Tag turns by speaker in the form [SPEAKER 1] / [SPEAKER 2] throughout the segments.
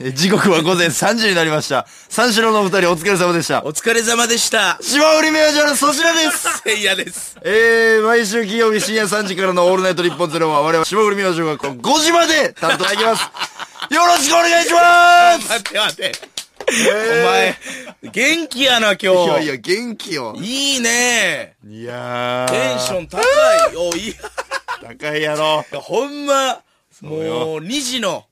[SPEAKER 1] え時刻は午前3時になりました。三四郎のお二人お疲れ様でした
[SPEAKER 2] お。疲れ様でした。
[SPEAKER 1] 島売り明星の粗品です
[SPEAKER 2] せいやです。
[SPEAKER 1] えー、毎週金曜日深夜3時からのオールナイト日本ゼロは我々、島売り明星がこの5時まで担当していきます。よろしくお願いします
[SPEAKER 2] 待って待って。
[SPEAKER 1] お
[SPEAKER 2] お前、元気やな、
[SPEAKER 1] い
[SPEAKER 2] 今
[SPEAKER 1] や
[SPEAKER 2] 日。
[SPEAKER 1] いや、元気よ。
[SPEAKER 2] いいね
[SPEAKER 1] いやー。
[SPEAKER 2] テンション高い。おい
[SPEAKER 1] 高いやろ。
[SPEAKER 2] や、ほんま、
[SPEAKER 1] うよ
[SPEAKER 2] もう2時の、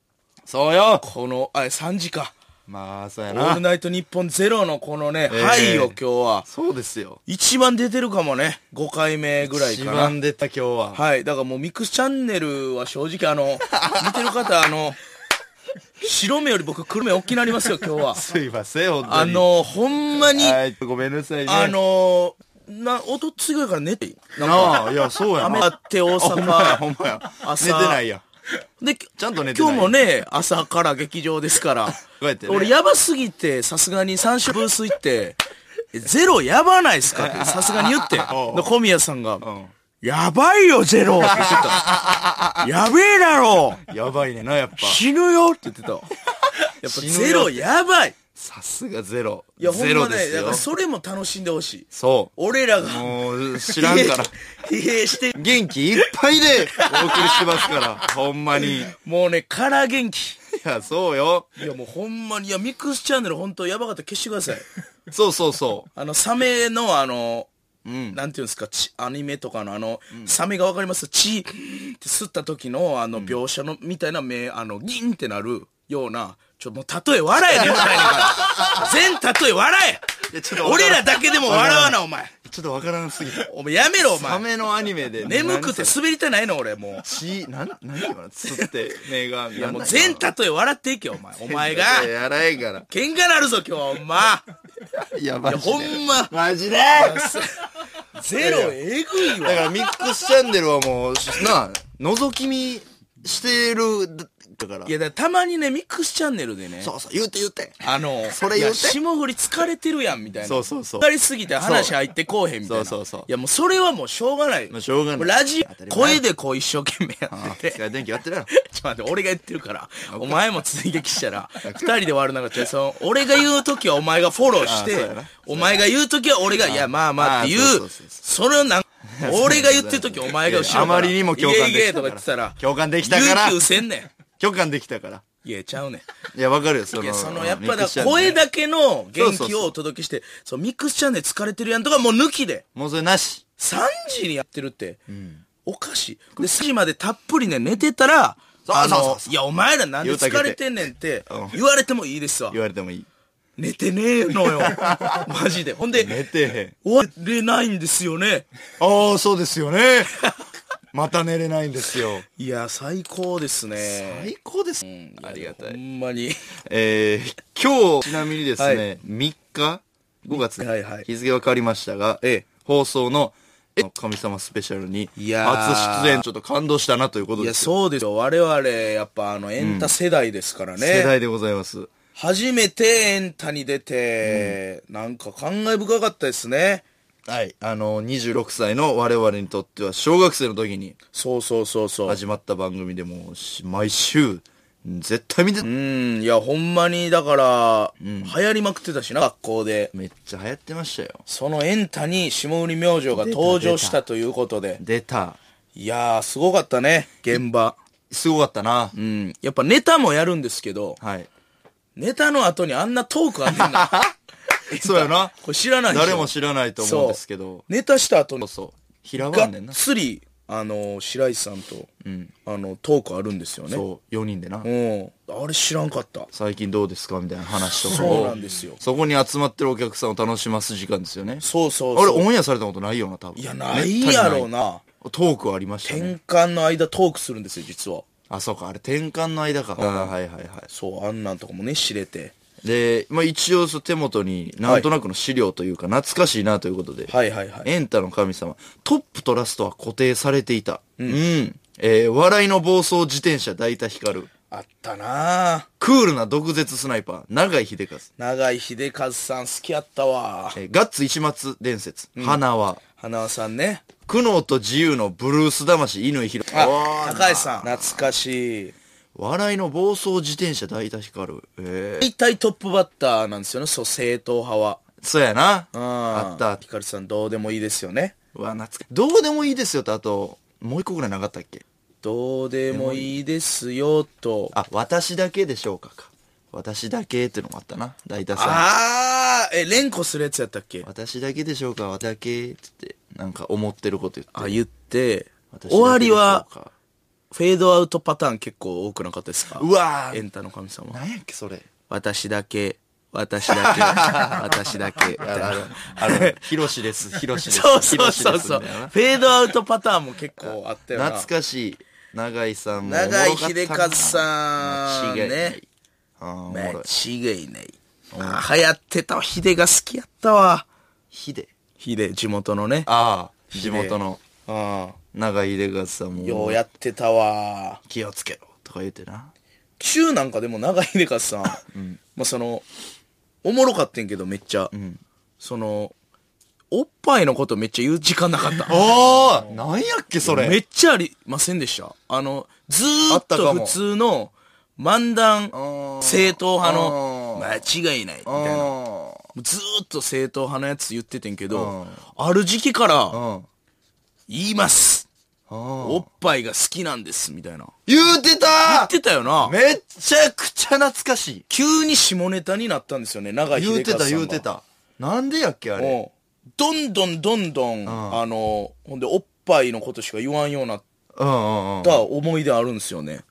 [SPEAKER 1] そうよ。
[SPEAKER 2] この、あ、3時か。
[SPEAKER 1] まあ、そう
[SPEAKER 2] オ
[SPEAKER 1] や
[SPEAKER 2] ール
[SPEAKER 1] な。
[SPEAKER 2] ナイトニッポンゼロのこのね、
[SPEAKER 1] ええ
[SPEAKER 2] はいよ、今日は。
[SPEAKER 1] そうですよ。
[SPEAKER 2] 一番出てるかもね。5回目ぐらい
[SPEAKER 1] 一
[SPEAKER 2] かな。
[SPEAKER 1] 番出た今日は。
[SPEAKER 2] はい。だからもうミクスチャンネルは正直 あの、見てる方、あの、白目より僕黒目大きなりますよ、今日は。
[SPEAKER 1] すいません、本当に。
[SPEAKER 2] あ、の、ほんまに、
[SPEAKER 1] はい、ごめんなさいね。
[SPEAKER 2] あ、のー、な、おとつぐらいから寝て、なんか、
[SPEAKER 1] なあ、いや、そうやな。
[SPEAKER 2] 雨あって 大
[SPEAKER 1] ほんまや、ほ
[SPEAKER 2] 阪。
[SPEAKER 1] んまや。
[SPEAKER 2] 朝
[SPEAKER 1] 寝てないや。
[SPEAKER 2] で、
[SPEAKER 1] ちゃんと寝てない
[SPEAKER 2] 今日もね、朝から劇場で すから。
[SPEAKER 1] うやってね
[SPEAKER 2] 俺、やばすぎて、さすがに三種ブース行って、えゼロやばないっすか って、さすがに言って。で
[SPEAKER 1] おう
[SPEAKER 2] 小宮さんが、
[SPEAKER 1] ん
[SPEAKER 2] やばいよ、ゼロって言って た。やべえだろ
[SPEAKER 1] やばいねんな、やっぱ。
[SPEAKER 2] 死ぬよって 言ってた。やっぱゼロやばい
[SPEAKER 1] さすがゼロ。
[SPEAKER 2] いや、ほん
[SPEAKER 1] ゼ
[SPEAKER 2] ま
[SPEAKER 1] ロで
[SPEAKER 2] ね、
[SPEAKER 1] す
[SPEAKER 2] だか
[SPEAKER 1] よ
[SPEAKER 2] ら。それも楽しんでほしい。
[SPEAKER 1] そ
[SPEAKER 2] 俺ら
[SPEAKER 1] う。
[SPEAKER 2] が、
[SPEAKER 1] もう、知らん から。
[SPEAKER 2] 疲弊して、
[SPEAKER 1] 元気いっぱいでお送りしてますから。ほんまに。い
[SPEAKER 2] もうね、から元気。
[SPEAKER 1] や、そうよ。
[SPEAKER 2] いや、もうほんまに、いや、ミックスチャンネル本当やばかったら消してください。
[SPEAKER 1] そうそうそ
[SPEAKER 2] あの、サメのあの、
[SPEAKER 1] う。うん。
[SPEAKER 2] なんていうんですか、ちアニメとかのあの、サメがわかります血って吸った時のあの描写の、みたいな目、あの、ギンってなるような、ちょ、もう例え笑えねん、笑えねんから。全例え笑
[SPEAKER 1] いや、ちょっ
[SPEAKER 2] え
[SPEAKER 1] とわからん
[SPEAKER 2] 俺らだけでも笑わな、お前。
[SPEAKER 1] ちょっとわからんすぎた。
[SPEAKER 2] お前やめろ、お
[SPEAKER 1] サメ
[SPEAKER 2] 前。
[SPEAKER 1] のアニメで。
[SPEAKER 2] 眠くて滑りたないの、俺、もう。
[SPEAKER 1] 血、なん、なんていうのつって、目が。いや
[SPEAKER 2] もう全例え笑っていけ、お前。お前が。
[SPEAKER 1] やらいから。
[SPEAKER 2] 喧嘩なるぞ、今日、ほんま。
[SPEAKER 1] いや、マジで。
[SPEAKER 2] ほんま。
[SPEAKER 1] マジで
[SPEAKER 2] ゼロ、えぐい
[SPEAKER 1] だ
[SPEAKER 2] わ
[SPEAKER 1] か。らミックスチャンネルはもう、なあ、覗き見してる、だから
[SPEAKER 2] い。や、だからたまにね、ミックスチャンネルでね、
[SPEAKER 1] そうそう、言うて言うて。
[SPEAKER 2] あの、
[SPEAKER 1] それ言うて
[SPEAKER 2] いや霜降り疲れてるやん、みたいな。
[SPEAKER 1] そうそうそう
[SPEAKER 2] 疲れすぎて話入ってこうへん、みたいな。
[SPEAKER 1] そうそうそう
[SPEAKER 2] いや、もうそれはもうしょうがない。
[SPEAKER 1] まあしょうがない
[SPEAKER 2] もラジ
[SPEAKER 1] 当たり
[SPEAKER 2] オ、
[SPEAKER 1] 前
[SPEAKER 2] 声でこう一生懸命やってて。
[SPEAKER 1] いや、電気やってるやろ。
[SPEAKER 2] ちょっと待って、俺が言ってるから、お前も追撃したら、二人で悪なかったその、俺が言うときはお前がフォローし
[SPEAKER 1] あそう
[SPEAKER 2] て
[SPEAKER 1] やな、
[SPEAKER 2] お前が言うときは俺が、いや、まあまあってい
[SPEAKER 1] あそうそううそう、
[SPEAKER 2] それをなん、俺が言ってるときお前が後ろ
[SPEAKER 1] い
[SPEAKER 2] から
[SPEAKER 1] や あまりにも共感できたから
[SPEAKER 2] いけいけとか言ってたら、
[SPEAKER 1] 共感できたから
[SPEAKER 2] 勇気うせんねん。
[SPEAKER 1] 共感できたから。
[SPEAKER 2] いや、ちゃうねん。
[SPEAKER 1] いや、わかるよ、その。
[SPEAKER 2] いや、その、やっ
[SPEAKER 1] ミ
[SPEAKER 2] ぱ
[SPEAKER 1] ッ
[SPEAKER 2] だ
[SPEAKER 1] クスチ
[SPEAKER 2] か
[SPEAKER 1] ャ
[SPEAKER 2] ら
[SPEAKER 1] ンネル
[SPEAKER 2] 声
[SPEAKER 1] ね
[SPEAKER 2] だけの元
[SPEAKER 1] そうそう
[SPEAKER 2] 気
[SPEAKER 1] そう
[SPEAKER 2] をお届けして、そう、ミックスチャンネル疲れてるやんとかもう抜きで、
[SPEAKER 1] もうそれなし。
[SPEAKER 2] 3時にやってるって、おかしい。で、3時までたっぷりね、寝てたら、あ
[SPEAKER 1] そうそう
[SPEAKER 2] の
[SPEAKER 1] そ、う
[SPEAKER 2] いや、お前らなんで
[SPEAKER 1] 言うたけて
[SPEAKER 2] 疲れてんねんって
[SPEAKER 1] うん
[SPEAKER 2] 言われてもいいですわ
[SPEAKER 1] 言。われてもいい。
[SPEAKER 2] 寝てねえの よ。マジで。ほんで、
[SPEAKER 1] 寝てへん。
[SPEAKER 2] 終われないんですよね。
[SPEAKER 1] ああ、そうですよ ね。また寝れないんですよ。
[SPEAKER 2] いや、最高ですね。
[SPEAKER 1] 最高です。ありがた
[SPEAKER 2] ほ
[SPEAKER 1] い。
[SPEAKER 2] んまに。
[SPEAKER 1] えー、今日、ちなみにです
[SPEAKER 2] は
[SPEAKER 1] ね、3日 ?5 月
[SPEAKER 2] はいはい
[SPEAKER 1] 日付は変わりましたが、
[SPEAKER 2] ええ
[SPEAKER 1] 放送の、え神様スペシャルに、
[SPEAKER 2] いやー
[SPEAKER 1] 初出演、ちょっと感動したなということ
[SPEAKER 2] いや、
[SPEAKER 1] です。
[SPEAKER 2] そうですよ。我々、やっぱ、あの、エンタ世代ですからね。
[SPEAKER 1] 世代でございます。
[SPEAKER 2] 初めてエンタに出て、なんか感慨深かったですね。
[SPEAKER 1] はい。あの、26歳の我々にとっては、小学生の時に
[SPEAKER 2] そうそうそうそう。
[SPEAKER 1] 始まった番組でもうし、毎週、絶対見て、
[SPEAKER 2] うん、いや、ほんまに、だから、流行りまくってたしな、学校で。
[SPEAKER 1] めっちゃ流行ってましたよ。
[SPEAKER 2] そのエンタに霜降り明星が登場したということで。
[SPEAKER 1] 出た。
[SPEAKER 2] いやー、すごかったね、現場。
[SPEAKER 1] すごかったな。
[SPEAKER 2] うん。やっぱネタもやるんですけど、
[SPEAKER 1] はい。
[SPEAKER 2] ネタの後にあんなトークあんねんな。
[SPEAKER 1] そうやな。
[SPEAKER 2] これ知らないでしょ
[SPEAKER 1] 誰も知らないと思うんですけど。
[SPEAKER 2] ネタした
[SPEAKER 1] そ
[SPEAKER 2] 後
[SPEAKER 1] う
[SPEAKER 2] に、
[SPEAKER 1] そう。平場
[SPEAKER 2] がっ
[SPEAKER 1] ねんな。
[SPEAKER 2] つり、あの、白石さんと、あの、トークあるんですよね。
[SPEAKER 1] そう、4人でな。
[SPEAKER 2] うん。あれ知らんかった。
[SPEAKER 1] 最近どうですかみたいな話とかを
[SPEAKER 2] そうなんですよ。
[SPEAKER 1] そこに集まってるお客さんを楽します時間ですよね。
[SPEAKER 2] そうそう
[SPEAKER 1] あれ、
[SPEAKER 2] そう。
[SPEAKER 1] オンエアされたことないよな、多分。
[SPEAKER 2] いや、ないやろう
[SPEAKER 1] な。
[SPEAKER 2] な。
[SPEAKER 1] トークはありましたね。
[SPEAKER 2] 転換の間トークするんですよ、実は。
[SPEAKER 1] あ、そうか、あれ転換の間か。あはいはいはい。
[SPEAKER 2] そう、あんなんとかもね、知れて。
[SPEAKER 1] で、まあ、一応そう手元になんとなくの資料というか、懐かしいなということで、
[SPEAKER 2] はいはいはい。
[SPEAKER 1] エンタの神様トップとラストは固定されていたうん、えー笑いの暴走自転車大田光
[SPEAKER 2] あったなぁ。
[SPEAKER 1] クールな毒舌スナイパー永井秀和、
[SPEAKER 2] 長井秀和さん好きやったわ。
[SPEAKER 1] えーガッツ一松伝説、花輪
[SPEAKER 2] 花輪さんね。
[SPEAKER 1] 苦悩と自由のブルース魂乾ひろ
[SPEAKER 2] あ、高橋さん。懐かしい。
[SPEAKER 1] 笑いの暴走自転車大田光る。ええ
[SPEAKER 2] 大体トップバッターなんですよね、そう、正統派は。
[SPEAKER 1] そうやな。
[SPEAKER 2] うん
[SPEAKER 1] あった。
[SPEAKER 2] ヒカルさんどうでもいいですよね。
[SPEAKER 1] うわ、懐かどうでもいいですよと、あと、もう一個ぐらいなかったっけ
[SPEAKER 2] どうでもいいですよ、と。
[SPEAKER 1] あ、私だけでしょうかか。私だけっていうのもあったな。大田さん。
[SPEAKER 2] あー、え、連呼するやつやったっけ
[SPEAKER 1] 私だけでしょうか私だけって言って、なんか思ってること言って。
[SPEAKER 2] あ、言って、
[SPEAKER 1] 私だけでしょうか
[SPEAKER 2] 終わりは、フェードアウトパターン結構多くなかったですか
[SPEAKER 1] うわー
[SPEAKER 2] エンタの神様。
[SPEAKER 1] なんやっけ、それ。
[SPEAKER 2] 私だけ、私だけ、私だけ、みたいな。
[SPEAKER 1] あの、ヒロシです、ヒロシです。
[SPEAKER 2] そうそうそう
[SPEAKER 1] ヒ
[SPEAKER 2] そ
[SPEAKER 1] ロ
[SPEAKER 2] う。
[SPEAKER 1] シですみたいな
[SPEAKER 2] フェードアウトパターンも結構あったよな。
[SPEAKER 1] 懐かしい。永井さんもおもろかったな。
[SPEAKER 2] 長井秀和さん、
[SPEAKER 1] 間違いない
[SPEAKER 2] ね。
[SPEAKER 1] あーおもろい。
[SPEAKER 2] 間違いない。あー流行ってたわ。ヒデが好きやったわ。
[SPEAKER 1] ヒデ。
[SPEAKER 2] ヒデ、地元のね。
[SPEAKER 1] ああ、
[SPEAKER 2] ヒ
[SPEAKER 1] 地
[SPEAKER 2] デ
[SPEAKER 1] 元の
[SPEAKER 2] あ
[SPEAKER 1] 長井秀和さんも。
[SPEAKER 2] ようやってたわ。
[SPEAKER 1] 気をつけろ。とか言ってな。
[SPEAKER 2] 週なんかでも長井秀和さん、まあその、おもろかってんけどめっちゃ、その、おっぱいのことめっちゃ言う時間な かった。
[SPEAKER 1] ああなんやっけ、そ
[SPEAKER 2] めっちゃありませんでした。あの、ずー
[SPEAKER 1] あ
[SPEAKER 2] っ
[SPEAKER 1] ったか
[SPEAKER 2] と
[SPEAKER 1] も
[SPEAKER 2] 普通の漫談
[SPEAKER 1] ー、
[SPEAKER 2] 正統派の、
[SPEAKER 1] あ
[SPEAKER 2] 間違いない、みたいな。も
[SPEAKER 1] あ
[SPEAKER 2] うずーっと正統派のやつ言っててんけ
[SPEAKER 1] う
[SPEAKER 2] ど
[SPEAKER 1] ん、
[SPEAKER 2] ある時期から、
[SPEAKER 1] あ。うん。
[SPEAKER 2] 言います
[SPEAKER 1] ああ。
[SPEAKER 2] おっぱいが好きなんです、みたいな。
[SPEAKER 1] 言うて
[SPEAKER 2] 言ったてたよな。
[SPEAKER 1] めっちゃくちゃ懐かし
[SPEAKER 2] 急に下ネタになったんですよね、長
[SPEAKER 1] い。
[SPEAKER 2] 井
[SPEAKER 1] 言う
[SPEAKER 2] 秀
[SPEAKER 1] て
[SPEAKER 2] 和さん
[SPEAKER 1] た、
[SPEAKER 2] が。
[SPEAKER 1] 言うてた。なんでやっけ、あれ。
[SPEAKER 2] もうどんどんどんどん、あの、ほんで、おっぱいのことしか言わんようになっ
[SPEAKER 1] うんうんうん。
[SPEAKER 2] た思い出あるんですよね。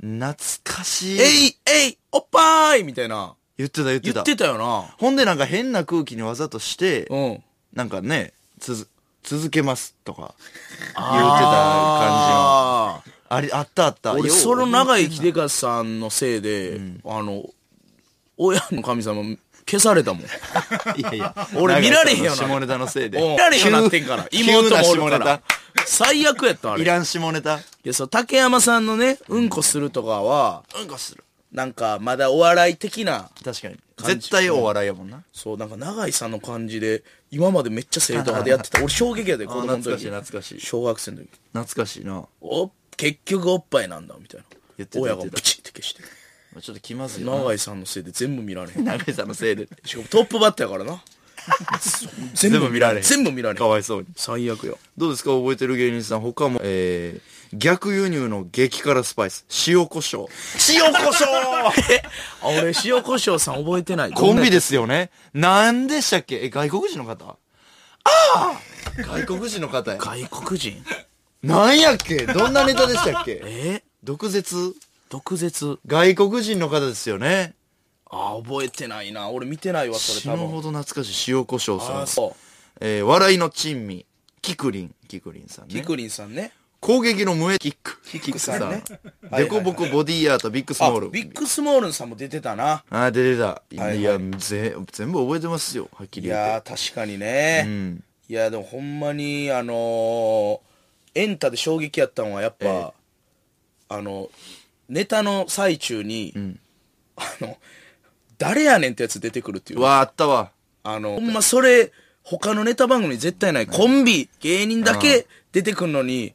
[SPEAKER 1] 懐かしい。
[SPEAKER 2] えい、えい、おっぱいみたいな。
[SPEAKER 1] 言ってた、言って
[SPEAKER 2] 言
[SPEAKER 1] た。
[SPEAKER 2] ってたよな。
[SPEAKER 1] ほんでなんか変な空気にわざとして、
[SPEAKER 2] うん。
[SPEAKER 1] なんかね、つづ、続けますとか、言ってた感じの。
[SPEAKER 2] ああ。
[SPEAKER 1] あれ、あったあった。
[SPEAKER 2] 俺、
[SPEAKER 1] よう
[SPEAKER 2] その長井秀和さんのせいで、あの、親の神様消されたもん。
[SPEAKER 1] いやいや、
[SPEAKER 2] 俺見られへんよ
[SPEAKER 1] 長
[SPEAKER 2] な
[SPEAKER 1] 井さの下ネタのせいで。
[SPEAKER 2] 見られへんようになってんから。
[SPEAKER 1] 急
[SPEAKER 2] 妹もおるか
[SPEAKER 1] 急な下
[SPEAKER 2] ら。最悪やった、あ
[SPEAKER 1] ネタい
[SPEAKER 2] れ。い
[SPEAKER 1] らん下ネタ。
[SPEAKER 2] や、そう、竹山さんのね、うんこするとかは、
[SPEAKER 1] うんこする。
[SPEAKER 2] なんか、まだお笑い的な、
[SPEAKER 1] 確かに。
[SPEAKER 2] 感じ
[SPEAKER 1] 絶対お笑いやもんな。
[SPEAKER 2] そう、なんか長井さんの感じで、今までめっちゃ正統派でやってた。俺、衝撃やで、子供の時。
[SPEAKER 1] 懐かしい懐かしい
[SPEAKER 2] 小学生の時。
[SPEAKER 1] 懐かしいな。
[SPEAKER 2] お結局おっぱいなんだみたいな
[SPEAKER 1] 言ってた
[SPEAKER 2] 親が
[SPEAKER 1] 言ってた
[SPEAKER 2] ブチって消して
[SPEAKER 1] ちょっと気まずいよ
[SPEAKER 2] 永井さんのせいで全部見られへん
[SPEAKER 1] な。長井さんのせいで。
[SPEAKER 2] しかもトップバッターやか らな全部見られへん全部見られへ
[SPEAKER 1] か
[SPEAKER 2] ん
[SPEAKER 1] わいそうに。
[SPEAKER 2] 最悪よ
[SPEAKER 1] どうですか覚えてる芸人さん。他も、えー、逆輸入の激辛スパイス。塩胡椒。塩胡椒
[SPEAKER 2] あ俺塩コショウさん覚えてない
[SPEAKER 1] コンビ
[SPEAKER 2] で
[SPEAKER 1] ですよね。なんでしたっけえ、外国人の方ああ外国人の方や。
[SPEAKER 2] 外国人
[SPEAKER 1] なんやっ けどんなネタでしたっけ
[SPEAKER 2] え
[SPEAKER 1] 毒舌
[SPEAKER 2] 毒舌
[SPEAKER 1] 外国人の方ですよね。
[SPEAKER 2] あ覚えてないな俺見てないわそれ
[SPEAKER 1] 死
[SPEAKER 2] 多
[SPEAKER 1] ぬ
[SPEAKER 2] 分
[SPEAKER 1] ほど懐かしい塩胡椒
[SPEAKER 2] あ
[SPEAKER 1] さ
[SPEAKER 2] あ
[SPEAKER 1] ん。
[SPEAKER 2] そう
[SPEAKER 1] えー、笑いの珍味。キクリン。キクリンさん
[SPEAKER 2] キ
[SPEAKER 1] ね。
[SPEAKER 2] クリンさんね
[SPEAKER 1] 攻撃の無エキック。キ
[SPEAKER 2] ックさんねはいはいはい
[SPEAKER 1] デコボコボディーアート、ビッグス
[SPEAKER 2] あ
[SPEAKER 1] モール。
[SPEAKER 2] ビッグスモールンさんも出てたな
[SPEAKER 1] あー、出てた。い
[SPEAKER 2] はい
[SPEAKER 1] や、ぜ全部覚えてますよ。はっき
[SPEAKER 2] い
[SPEAKER 1] り言って。
[SPEAKER 2] やー確かにね、
[SPEAKER 1] ん
[SPEAKER 2] いやでもほんまにあのー、エンタで衝撃やったんはやっぱ、
[SPEAKER 1] え
[SPEAKER 2] あのネタの最中に、あの誰やねんってやつ出てくるっていう
[SPEAKER 1] うわあ、あったわ。
[SPEAKER 2] あのほんまそれ他のネタ番組に絶対ないコンビ芸人だけ出てくるのに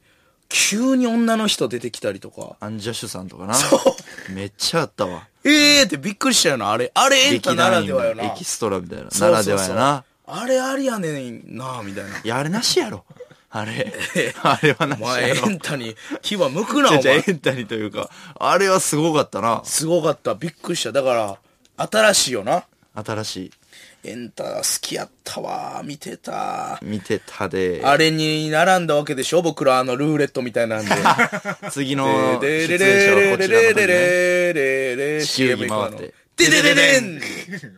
[SPEAKER 2] 急に女の人出てきたりとか
[SPEAKER 1] アンジャッシュさんとかな。めっちゃあったわ。
[SPEAKER 2] ええー、ってびっくりしたよなあれあれエンタならではよな
[SPEAKER 1] 劇団員のエキストラみたいな。
[SPEAKER 2] そ
[SPEAKER 1] な
[SPEAKER 2] うそう
[SPEAKER 1] ら
[SPEAKER 2] そ
[SPEAKER 1] で
[SPEAKER 2] う
[SPEAKER 1] はやな。
[SPEAKER 2] あれありやねんなみたいない
[SPEAKER 1] や、あれなしやろ。あ れ。あれはな
[SPEAKER 2] お
[SPEAKER 1] し
[SPEAKER 2] 前、エ
[SPEAKER 1] やろ。
[SPEAKER 2] ンタに牙向くな、お
[SPEAKER 1] じゃあ、エ
[SPEAKER 2] 前。
[SPEAKER 1] ンタにというか、あれはすごかったな。
[SPEAKER 2] すごかった。びっくりした。だから、新しいよな。
[SPEAKER 1] 新しい。
[SPEAKER 2] エンタ好きやったわ。見てた。
[SPEAKER 1] 見てたで。
[SPEAKER 2] あれに並んだわけでしょ僕らあのルーレットみたいなんで。
[SPEAKER 1] 次の出
[SPEAKER 2] で
[SPEAKER 1] 演
[SPEAKER 2] で
[SPEAKER 1] 者は
[SPEAKER 2] で
[SPEAKER 1] こ
[SPEAKER 2] で
[SPEAKER 1] ちらの方
[SPEAKER 2] でで
[SPEAKER 1] にね。
[SPEAKER 2] ででで
[SPEAKER 1] 地球儀
[SPEAKER 2] CM 行
[SPEAKER 1] 回っ
[SPEAKER 2] くの。
[SPEAKER 1] て
[SPEAKER 2] で。でででん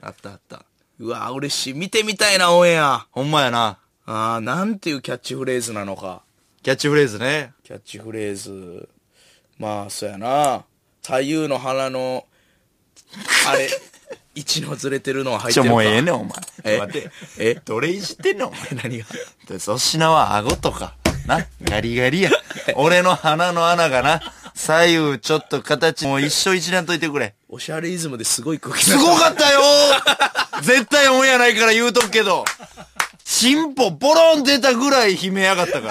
[SPEAKER 1] あったあった。
[SPEAKER 2] うわ、嬉しい。見てみたいな、オンエア。
[SPEAKER 1] ほんまやな。
[SPEAKER 2] あー、なんていうキャッチフレーズなのか。
[SPEAKER 1] キャッチフレーズね。
[SPEAKER 2] キャッチフレーズ。まあ、そうやな。左右の鼻の、あれ、 位置のずれてるのは入っ
[SPEAKER 1] ち
[SPEAKER 2] て
[SPEAKER 1] ょ、
[SPEAKER 2] るか。
[SPEAKER 1] もうええねん、お前。
[SPEAKER 2] え
[SPEAKER 1] 待って。
[SPEAKER 2] え
[SPEAKER 1] どれいじってんのお前。
[SPEAKER 2] 何が
[SPEAKER 1] で粗品は顎とか。な、ガリガリや。俺の鼻の穴がな、左右ちょっと形、もう一生一覧といてくれ。
[SPEAKER 2] おしゃれイズムですごい空気
[SPEAKER 1] すごかったよ絶対オンエアないから言うとくけど。チンポボロン出たぐらい悲鳴上がったか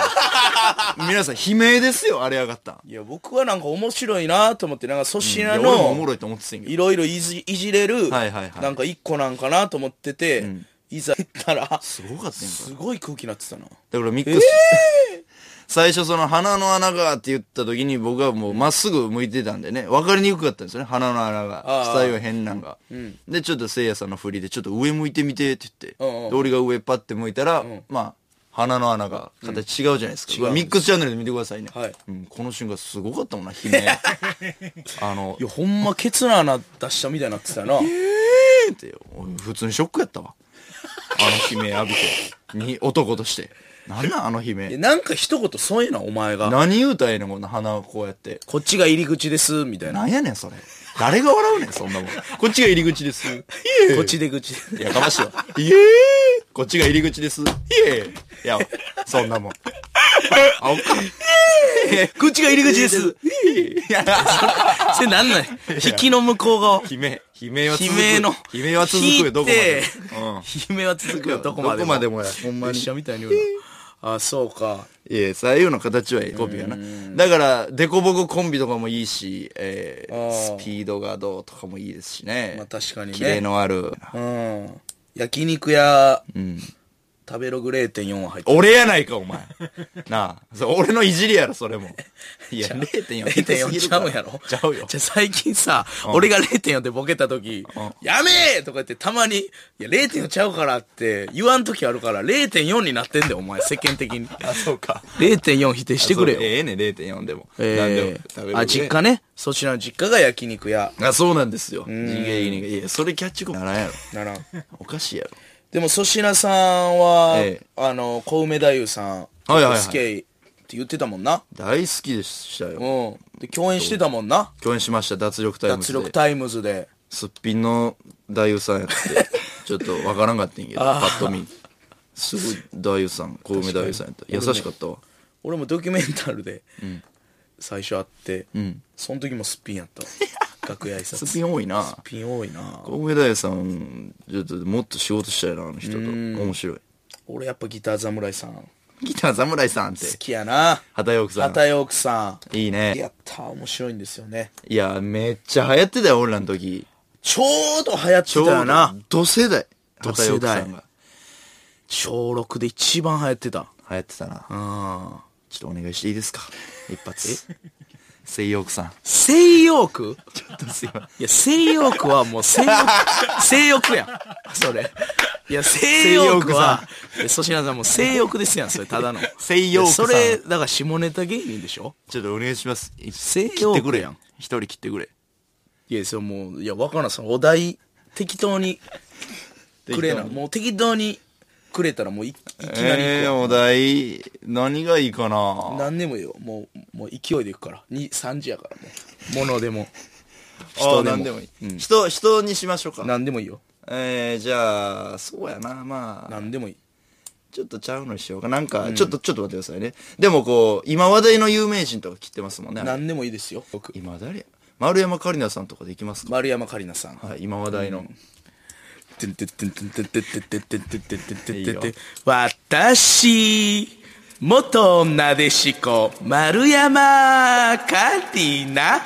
[SPEAKER 1] ら。皆さん悲鳴ですよ、あれ上がったん。
[SPEAKER 2] いや、僕はなんか面白いなと思って、なんか粗
[SPEAKER 1] い
[SPEAKER 2] 品
[SPEAKER 1] や、俺もおも
[SPEAKER 2] の、
[SPEAKER 1] ろいと思ってたんやけ
[SPEAKER 2] い
[SPEAKER 1] ど。
[SPEAKER 2] ろいろいじいじれる、
[SPEAKER 1] はいはいはい
[SPEAKER 2] なんか一個なんかなと思ってて、いざ行ったら、
[SPEAKER 1] すごかったんやんか
[SPEAKER 2] すごい空気になってたな。
[SPEAKER 1] だからミックス、最初その鼻の穴がって言った時に僕はもうまっすぐ向いてたんでね、分かりにくかったんですよね、鼻の穴
[SPEAKER 2] あ
[SPEAKER 1] が。
[SPEAKER 2] あ
[SPEAKER 1] スタイル変なんが。で、ちょっとせいやさんの振りで、ちょっと上向いてみてって言って、
[SPEAKER 2] うんうんうん
[SPEAKER 1] で俺が上パッて向いたら、まあ、鼻の穴が形違うじゃないですか。これミックスチャンネルで見てくださいね。
[SPEAKER 2] はい
[SPEAKER 1] うん、この瞬間すごかったもんな、悲 鳴。あの
[SPEAKER 2] い、や、ほんまケツの穴出したみたいになってたな。
[SPEAKER 1] えーって俺普通にショックやったわ。あの悲鳴浴びて。に、男として。なんなんあの悲鳴
[SPEAKER 2] え。なんか一言そういうな、お前が。
[SPEAKER 1] 何言うたらええねん、こんな鼻をこうやって。
[SPEAKER 2] こっちが入り口です、みたいな。
[SPEAKER 1] なんやねん、それ。誰が笑うねん、そんなもん。こっちが入り口です。いえ。
[SPEAKER 2] こっち出口。
[SPEAKER 1] いやかましいわ。いえこっちが入り口です。いえ。いや、そんなもん。あ、おっか。
[SPEAKER 2] こっちが入り口です。
[SPEAKER 1] いや、
[SPEAKER 2] それなんない。引きの向こう側。
[SPEAKER 1] 悲鳴。悲鳴は
[SPEAKER 2] 悲
[SPEAKER 1] 続く。
[SPEAKER 2] 鳴の。
[SPEAKER 1] 悲鳴は続くよ、どこまでも。うん。
[SPEAKER 2] 引いて悲鳴は続くよ、ど
[SPEAKER 1] ど
[SPEAKER 2] こまでも。
[SPEAKER 1] こまでもやほんまに
[SPEAKER 2] 列車みたいに言うな。あ、そうか。
[SPEAKER 1] いえ、左右の形はええコンビやな。だから、デコボココンビとかもいいし、えー
[SPEAKER 2] あー
[SPEAKER 1] スピードがどうとかもいいですしね。
[SPEAKER 2] まあ確かにね
[SPEAKER 1] キレのある。
[SPEAKER 2] うん。焼肉屋、食べログ0.4は入ってる。
[SPEAKER 1] 俺やないか、お前。なあ。それ俺のいじりやろ、それも。いや、0.4。
[SPEAKER 2] 0.4ちゃうやろ
[SPEAKER 1] ちゃうよ。
[SPEAKER 2] じゃあ最近さ、俺が0.4でボケた時、やめえとか言ってたまに、いや0.4ちゃうからって言わん時あるから0.4になってんだよ、お前、世間 的に。
[SPEAKER 1] あ、そうか。
[SPEAKER 2] 0.4否定してくれよ。
[SPEAKER 1] ええね、0.4でも。何でも
[SPEAKER 2] え
[SPEAKER 1] 食べれ
[SPEAKER 2] ー、
[SPEAKER 1] る
[SPEAKER 2] あ、実家ね。そちらの実家が焼肉屋。
[SPEAKER 1] あ、そうなんですよ。人間いにいや、それキャッチコピーならんやろ。
[SPEAKER 2] な らん。
[SPEAKER 1] おかしいやろ。
[SPEAKER 2] でも粗品さんは、
[SPEAKER 1] え
[SPEAKER 2] あの小梅太夫さん、
[SPEAKER 1] はいはいはい
[SPEAKER 2] 好きって言ってたもんな、
[SPEAKER 1] 大好きでしたよ。
[SPEAKER 2] うんで共演してたもんな
[SPEAKER 1] 共演しました、脱力タイムズ
[SPEAKER 2] 脱
[SPEAKER 1] で
[SPEAKER 2] 力タイムズです
[SPEAKER 1] っぴんの太夫さんや って、ちょっとわからんかったんやけど、パッと見。すごい太夫さん、小梅太夫さんやった。優しかったわ。
[SPEAKER 2] 俺もドキュメンタルで最初会って、その時もすっぴんや ったわ楽屋挨拶
[SPEAKER 1] す
[SPEAKER 2] すっ
[SPEAKER 1] っぴん多いな。
[SPEAKER 2] ぴん多いな
[SPEAKER 1] 小梅太夫さん、ちょっともっと仕事したいな、あの人と。面白い。
[SPEAKER 2] 俺やっぱギター侍さん好
[SPEAKER 1] ギター侍さんって。
[SPEAKER 2] きやな
[SPEAKER 1] 畑奥さん。
[SPEAKER 2] 畑奥さ
[SPEAKER 1] いい
[SPEAKER 2] んや
[SPEAKER 1] ね。
[SPEAKER 2] った面白いんですよね
[SPEAKER 1] いや、めっちゃ流行ってたよ、俺らの時。
[SPEAKER 2] ちょうど流行ってたよな。
[SPEAKER 1] 同世代。
[SPEAKER 2] 同
[SPEAKER 1] 畑
[SPEAKER 2] 世代
[SPEAKER 1] 奥さんが。
[SPEAKER 2] 小6で一番流行ってた
[SPEAKER 1] 流行ってたな。
[SPEAKER 2] うん
[SPEAKER 1] ちょっとお願いしていいですか。一発。西洋奥さん。
[SPEAKER 2] 西洋区
[SPEAKER 1] ちょっとすいま
[SPEAKER 2] いや、性欲はもう 性欲、性欲やん。それ。いや、性欲は、いや粗品さんもう性欲ですやん、それ、ただの。
[SPEAKER 1] 性欲さん
[SPEAKER 2] いやそれ、だから下ネタ芸人でしょ
[SPEAKER 1] ちょっとお願いします。
[SPEAKER 2] 西
[SPEAKER 1] 切
[SPEAKER 2] 洋
[SPEAKER 1] ってくれ
[SPEAKER 2] やん。
[SPEAKER 1] 一人切ってくれ。
[SPEAKER 2] いや、それもう、いや、わからん、そのお題、適当にくれな。
[SPEAKER 1] 適
[SPEAKER 2] もう適当にくれたらもういいきなり行くわ、
[SPEAKER 1] えー、お題、何がいいかな
[SPEAKER 2] 何でもいいよ。もう、もう勢いでいくから。2、3時やからね。物でも、
[SPEAKER 1] 人
[SPEAKER 2] 人でも
[SPEAKER 1] 何でもいい。人、人にしましょうか。
[SPEAKER 2] 何でもいいよ。
[SPEAKER 1] えー、じゃあ、そうやな、まあ、
[SPEAKER 2] 何でもいい。
[SPEAKER 1] ちょっとちゃうのにしようか。なんか、ちょっと、ちょっと待ってくださいね。でもこう、今話題の有名人とか切ってますもんね。
[SPEAKER 2] 何でもいいですよ。僕、
[SPEAKER 1] 今誰や丸山桂里奈さんとかできますか
[SPEAKER 2] 丸山桂里奈さん。
[SPEAKER 1] はい、今話題の。
[SPEAKER 2] てんてんてんてんてんてんてんてんてんてんてんてんてんてんてんてん私、元なでしこ、丸山カリナ。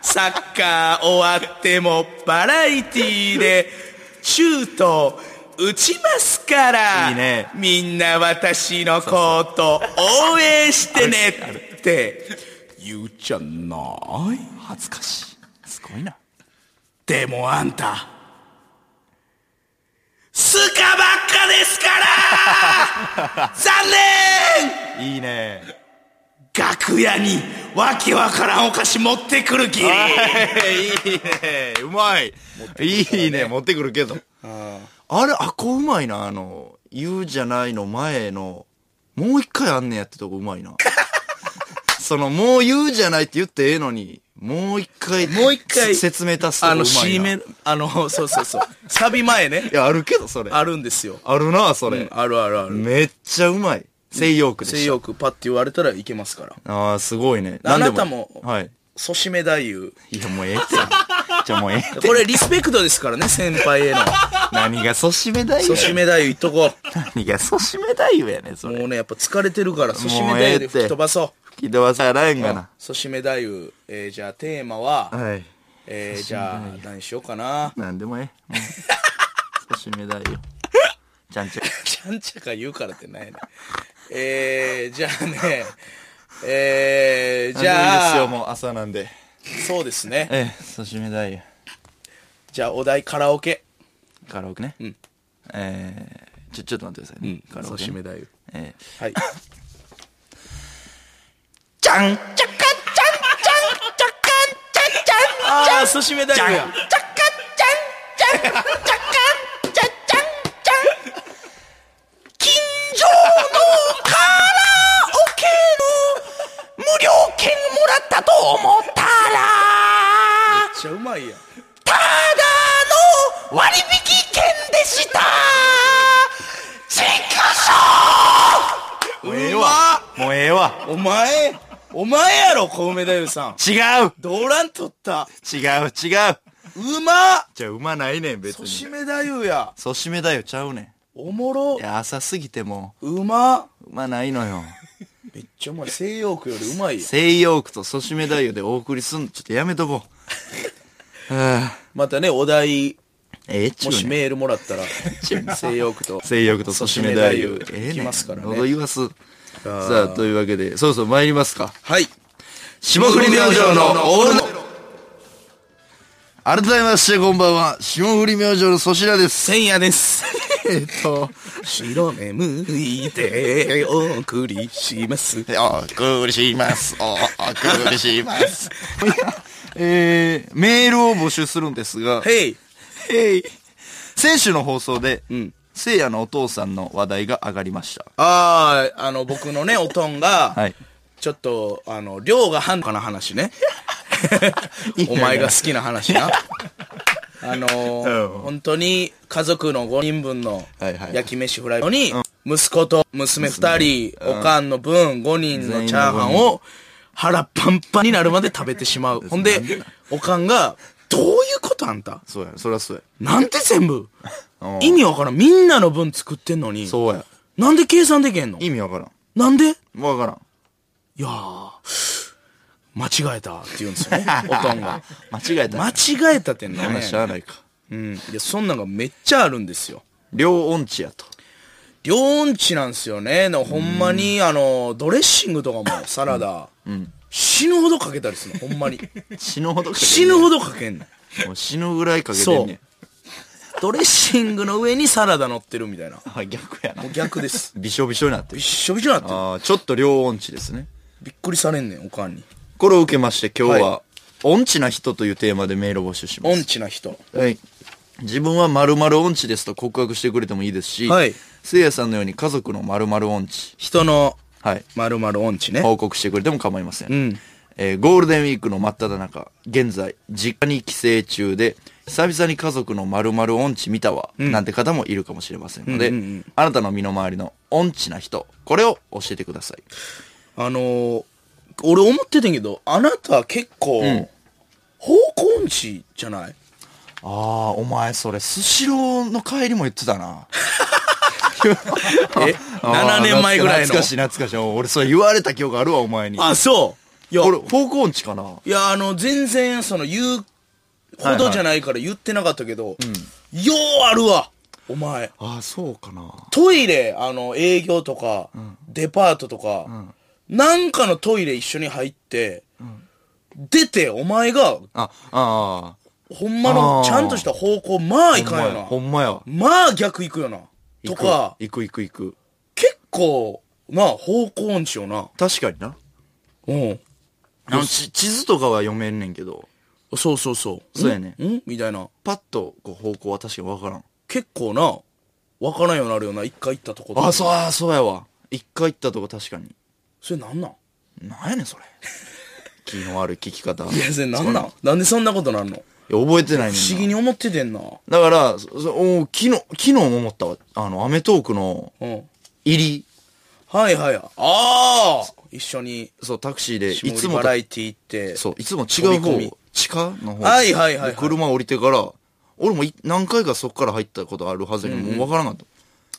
[SPEAKER 2] サッカー終わってもバラエティーで、シュート、打ちますから。
[SPEAKER 1] いいね
[SPEAKER 2] みんな私のこと、応援してねって、言うじゃない
[SPEAKER 1] 恥ずかしい。すごいな。
[SPEAKER 2] でもあんた、スカばっかです から残念
[SPEAKER 1] いいね。
[SPEAKER 2] 楽屋にわけわからんお菓子持ってくる気
[SPEAKER 1] いいね。うまい。いいね。持ってくるけど。あれ、あ、こううまいな。あの、言うじゃないの前の、もう一回あんねやってとこうま いな。その、もう言うじゃないって言ってええのに、もう一回、
[SPEAKER 2] もう一回
[SPEAKER 1] せ説明足すとこ
[SPEAKER 2] あ
[SPEAKER 1] うまいな。
[SPEAKER 2] の、締め、あの、そうそうそう。サビ前ね
[SPEAKER 1] い。や、あるけど、それ。あ
[SPEAKER 2] あるんですよ。
[SPEAKER 1] るな、それ。
[SPEAKER 2] あるあるある。
[SPEAKER 1] めっちゃうまい。西洋区で
[SPEAKER 2] 性
[SPEAKER 1] した。
[SPEAKER 2] 欲パッて言われたらいけますから。
[SPEAKER 1] ああ、すごいね。
[SPEAKER 2] あなた
[SPEAKER 1] 何で
[SPEAKER 2] も
[SPEAKER 1] はい。
[SPEAKER 2] ソシメ太夫。
[SPEAKER 1] いや、もうええって。じゃあもうええって
[SPEAKER 2] これリスペクトですからね、先輩へ の。
[SPEAKER 1] 何が粗しめだゆ
[SPEAKER 2] そしめ太夫いっとこ。
[SPEAKER 1] 何が粗しめだゆやねんそうれ
[SPEAKER 2] もうね、やっぱ疲れてるから、そしめ
[SPEAKER 1] もうええ
[SPEAKER 2] 太
[SPEAKER 1] って
[SPEAKER 2] 夫で吹き飛ばそ
[SPEAKER 1] 吹き飛ばさらへんが
[SPEAKER 2] う
[SPEAKER 1] な。
[SPEAKER 2] そしめ太夫、えー、じゃあテーマは、
[SPEAKER 1] はい
[SPEAKER 2] えー、じゃあ何しようかな。
[SPEAKER 1] なんでもえ え粗しめだゆちゃんちゃ
[SPEAKER 2] ちゃんちゃか言うからってないねん。えー、じゃあね、えー、じ
[SPEAKER 1] なんでもいいですよ
[SPEAKER 2] ゃあ、
[SPEAKER 1] もう朝なんで
[SPEAKER 2] そうですね。
[SPEAKER 1] ええ粗しめだゆ
[SPEAKER 2] じゃあお題カラオケ。
[SPEAKER 1] カラオケね
[SPEAKER 2] ん
[SPEAKER 1] えーちょちょっと待ってくださいねカラオ
[SPEAKER 2] そ
[SPEAKER 1] ケ
[SPEAKER 2] しめ
[SPEAKER 1] ね
[SPEAKER 2] 太夫。
[SPEAKER 1] えー
[SPEAKER 2] はい。
[SPEAKER 1] ちゃんちゃかちゃんちゃんちゃかちゃんちゃん
[SPEAKER 2] ああ、そしめ太
[SPEAKER 1] ちゃん
[SPEAKER 2] 夫
[SPEAKER 1] ちゃ
[SPEAKER 2] や
[SPEAKER 1] か。ちゃんちゃんちゃかちゃちゃんちゃん近所のカラオケの無料券もらったと思ったら
[SPEAKER 2] めっちゃうまいやん。
[SPEAKER 1] ただの割引券でしたチクショーもうええわもうええわ
[SPEAKER 2] お前、お前やろ、小梅太夫さん。
[SPEAKER 1] 違う
[SPEAKER 2] 動乱取った。
[SPEAKER 1] 違う違う
[SPEAKER 2] うま
[SPEAKER 1] じゃあ馬ないねん別
[SPEAKER 2] そしめ太夫や。
[SPEAKER 1] 粗めだよちゃうねん
[SPEAKER 2] おもろ
[SPEAKER 1] い。や朝すぎても
[SPEAKER 2] うま。
[SPEAKER 1] うまないのよ
[SPEAKER 2] めっちゃうまい。西洋区よりうまいやん。
[SPEAKER 1] 西洋区と粗め太夫でお送りすんのちょっとやめとこうはあ
[SPEAKER 2] またね、お題、
[SPEAKER 1] ええっちゅう
[SPEAKER 2] もし
[SPEAKER 1] ねん
[SPEAKER 2] メールもらったら、西洋区と。
[SPEAKER 1] 西洋区と粗め太夫
[SPEAKER 2] 粗
[SPEAKER 1] ええね
[SPEAKER 2] め太夫来
[SPEAKER 1] ん
[SPEAKER 2] ますから
[SPEAKER 1] 喉
[SPEAKER 2] ね。
[SPEAKER 1] 言わすさあというわけでそろそろ参りますか
[SPEAKER 2] はい。
[SPEAKER 1] 霜降り明星のオールナイト改めましてこんばんは霜降り明星の粗品です
[SPEAKER 2] 千夜です。
[SPEAKER 1] えっと
[SPEAKER 2] 白目向いてお送りします。
[SPEAKER 1] お送りします。お送りします。 えー、メールを募集するんですが、
[SPEAKER 2] へい。
[SPEAKER 1] えい先週の放送で、
[SPEAKER 2] ん
[SPEAKER 1] せいやのお父さんの話題が上がりました。
[SPEAKER 2] ああ、あの、僕のね、おとんが、
[SPEAKER 1] はい
[SPEAKER 2] ちょっと、あの、量が半端な 話ね。お前が好きな話な。あのー
[SPEAKER 1] うん
[SPEAKER 2] 本当に家族の5人分の
[SPEAKER 1] はいはい
[SPEAKER 2] 焼き飯フライドに、息子と娘2人、おかんの分5人のチャーハンを腹パンパンになるまで食べてしまう。ほんで、おかんが、どういうことあんた
[SPEAKER 1] そうや、そりゃそうや。
[SPEAKER 2] なんで全部
[SPEAKER 1] うん
[SPEAKER 2] 意味わからん。みんなの分作ってんのに。
[SPEAKER 1] そうや。
[SPEAKER 2] なんで計算できへんの
[SPEAKER 1] 意味わからん。
[SPEAKER 2] なんで
[SPEAKER 1] わからん。
[SPEAKER 2] いやー、間違えたって言うんですよ ね、おとんが。
[SPEAKER 1] 間違えた。
[SPEAKER 2] 間違えたって
[SPEAKER 1] 違
[SPEAKER 2] な
[SPEAKER 1] え
[SPEAKER 2] ね
[SPEAKER 1] た。しゃあないか。
[SPEAKER 2] うん。いや、そんなんがめっちゃあるんですよ。
[SPEAKER 1] 両音痴やと。
[SPEAKER 2] 両音痴なんですよね。でもほんまに、あの、ドレッシングとかも、サラダ、死ぬほどかけたりするの、ほんまに。
[SPEAKER 1] 死ぬほどかけ
[SPEAKER 2] 死ぬほどかけんの。
[SPEAKER 1] ど。もう死ぬぐらいかけてんねん。
[SPEAKER 2] ドレッシングの上にサラダ乗ってるみたいな。
[SPEAKER 1] あ、 逆やな
[SPEAKER 2] もう。逆です。
[SPEAKER 1] びしょびしょになって
[SPEAKER 2] びっ
[SPEAKER 1] る。
[SPEAKER 2] しょびしょになってる。
[SPEAKER 1] ああ、ちょっと両音痴ですね。
[SPEAKER 2] びっくりされんねん、おかんに。
[SPEAKER 1] これを受けまして今日は、
[SPEAKER 2] は
[SPEAKER 1] 音痴な人というテーマでメールを募集しま
[SPEAKER 2] 音
[SPEAKER 1] す。
[SPEAKER 2] 痴な人。
[SPEAKER 1] はい。自分は〇〇音痴ですと告白してくれてもいいですし、
[SPEAKER 2] はい
[SPEAKER 1] せいやさんのように家族の〇〇音痴、
[SPEAKER 2] 人の、
[SPEAKER 1] はい。
[SPEAKER 2] まるまる音痴ね。
[SPEAKER 1] 報告してくれても構いません。
[SPEAKER 2] うん
[SPEAKER 1] えーゴールデンウィークの真っ只中、現在、実家に帰省中で、久々に家族の〇〇音痴見たわ、なんて方もいるかもしれませんので、
[SPEAKER 2] うんうん
[SPEAKER 1] あなたの身の回りの音痴な人、これを教えてください。
[SPEAKER 2] あのー、俺思っててんけど、あなた結構、方向音痴じゃない
[SPEAKER 1] ああ、お前それ、スシローの帰りも言ってたな。
[SPEAKER 2] え ?7 年前ぐらいの
[SPEAKER 1] 懐。かしい懐かしいお俺それ言われた記憶あるわお前に
[SPEAKER 2] あ、そう。いや、
[SPEAKER 1] 俺フォーク音痴かない
[SPEAKER 2] や、あの、全然、その、言うほどじゃないから言ってなかったけど、ようあるわ、お前。
[SPEAKER 1] ああそうかな
[SPEAKER 2] トイレ、あの、営業とか、デパートとか、なんかのトイレ一緒に入って、出て、お前が、
[SPEAKER 1] ああ
[SPEAKER 2] ほんまの
[SPEAKER 1] あ、ー
[SPEAKER 2] ちゃんとした方向、まあ
[SPEAKER 1] あ
[SPEAKER 2] いかんよな。
[SPEAKER 1] ほんまやほんま
[SPEAKER 2] まあ逆行くよな。
[SPEAKER 1] や
[SPEAKER 2] とか、
[SPEAKER 1] 行く行く行く行く
[SPEAKER 2] 結構、な、方向音痴よな。
[SPEAKER 1] 確かにな
[SPEAKER 2] うん。
[SPEAKER 1] あのち地図とかは読めんねんけど
[SPEAKER 2] そうそうそう。
[SPEAKER 1] そうやね
[SPEAKER 2] んんみたいな。
[SPEAKER 1] パッとこう方向は確かに分からん
[SPEAKER 2] 結構な、わからんようになるよな。一回行ったとことか。
[SPEAKER 1] あそうあそうやわ一回行ったとこ確かに
[SPEAKER 2] それなんなん
[SPEAKER 1] なんやねんそれ 気の悪い聞き方い
[SPEAKER 2] いや、それなんなんなんでそんなことなんの
[SPEAKER 1] や覚えてないねんな
[SPEAKER 2] 不思議に思っててんな。
[SPEAKER 1] だからそそお昨日昨日思ったわあの『アメトーーク』の
[SPEAKER 2] うん。
[SPEAKER 1] 入り
[SPEAKER 2] はいはい。ああ一緒に、
[SPEAKER 1] そうタクシーでい
[SPEAKER 2] い
[SPEAKER 1] つ
[SPEAKER 2] つ
[SPEAKER 1] も
[SPEAKER 2] も
[SPEAKER 1] と
[SPEAKER 2] バラエティ行って。
[SPEAKER 1] そう、いつも違う
[SPEAKER 2] 飛
[SPEAKER 1] 方、
[SPEAKER 2] び込み
[SPEAKER 1] 違地下の方。
[SPEAKER 2] はいはいはいはい
[SPEAKER 1] で車降りてから、俺もい何回かそこから入ったことあるはずやけど、もう分からなかっ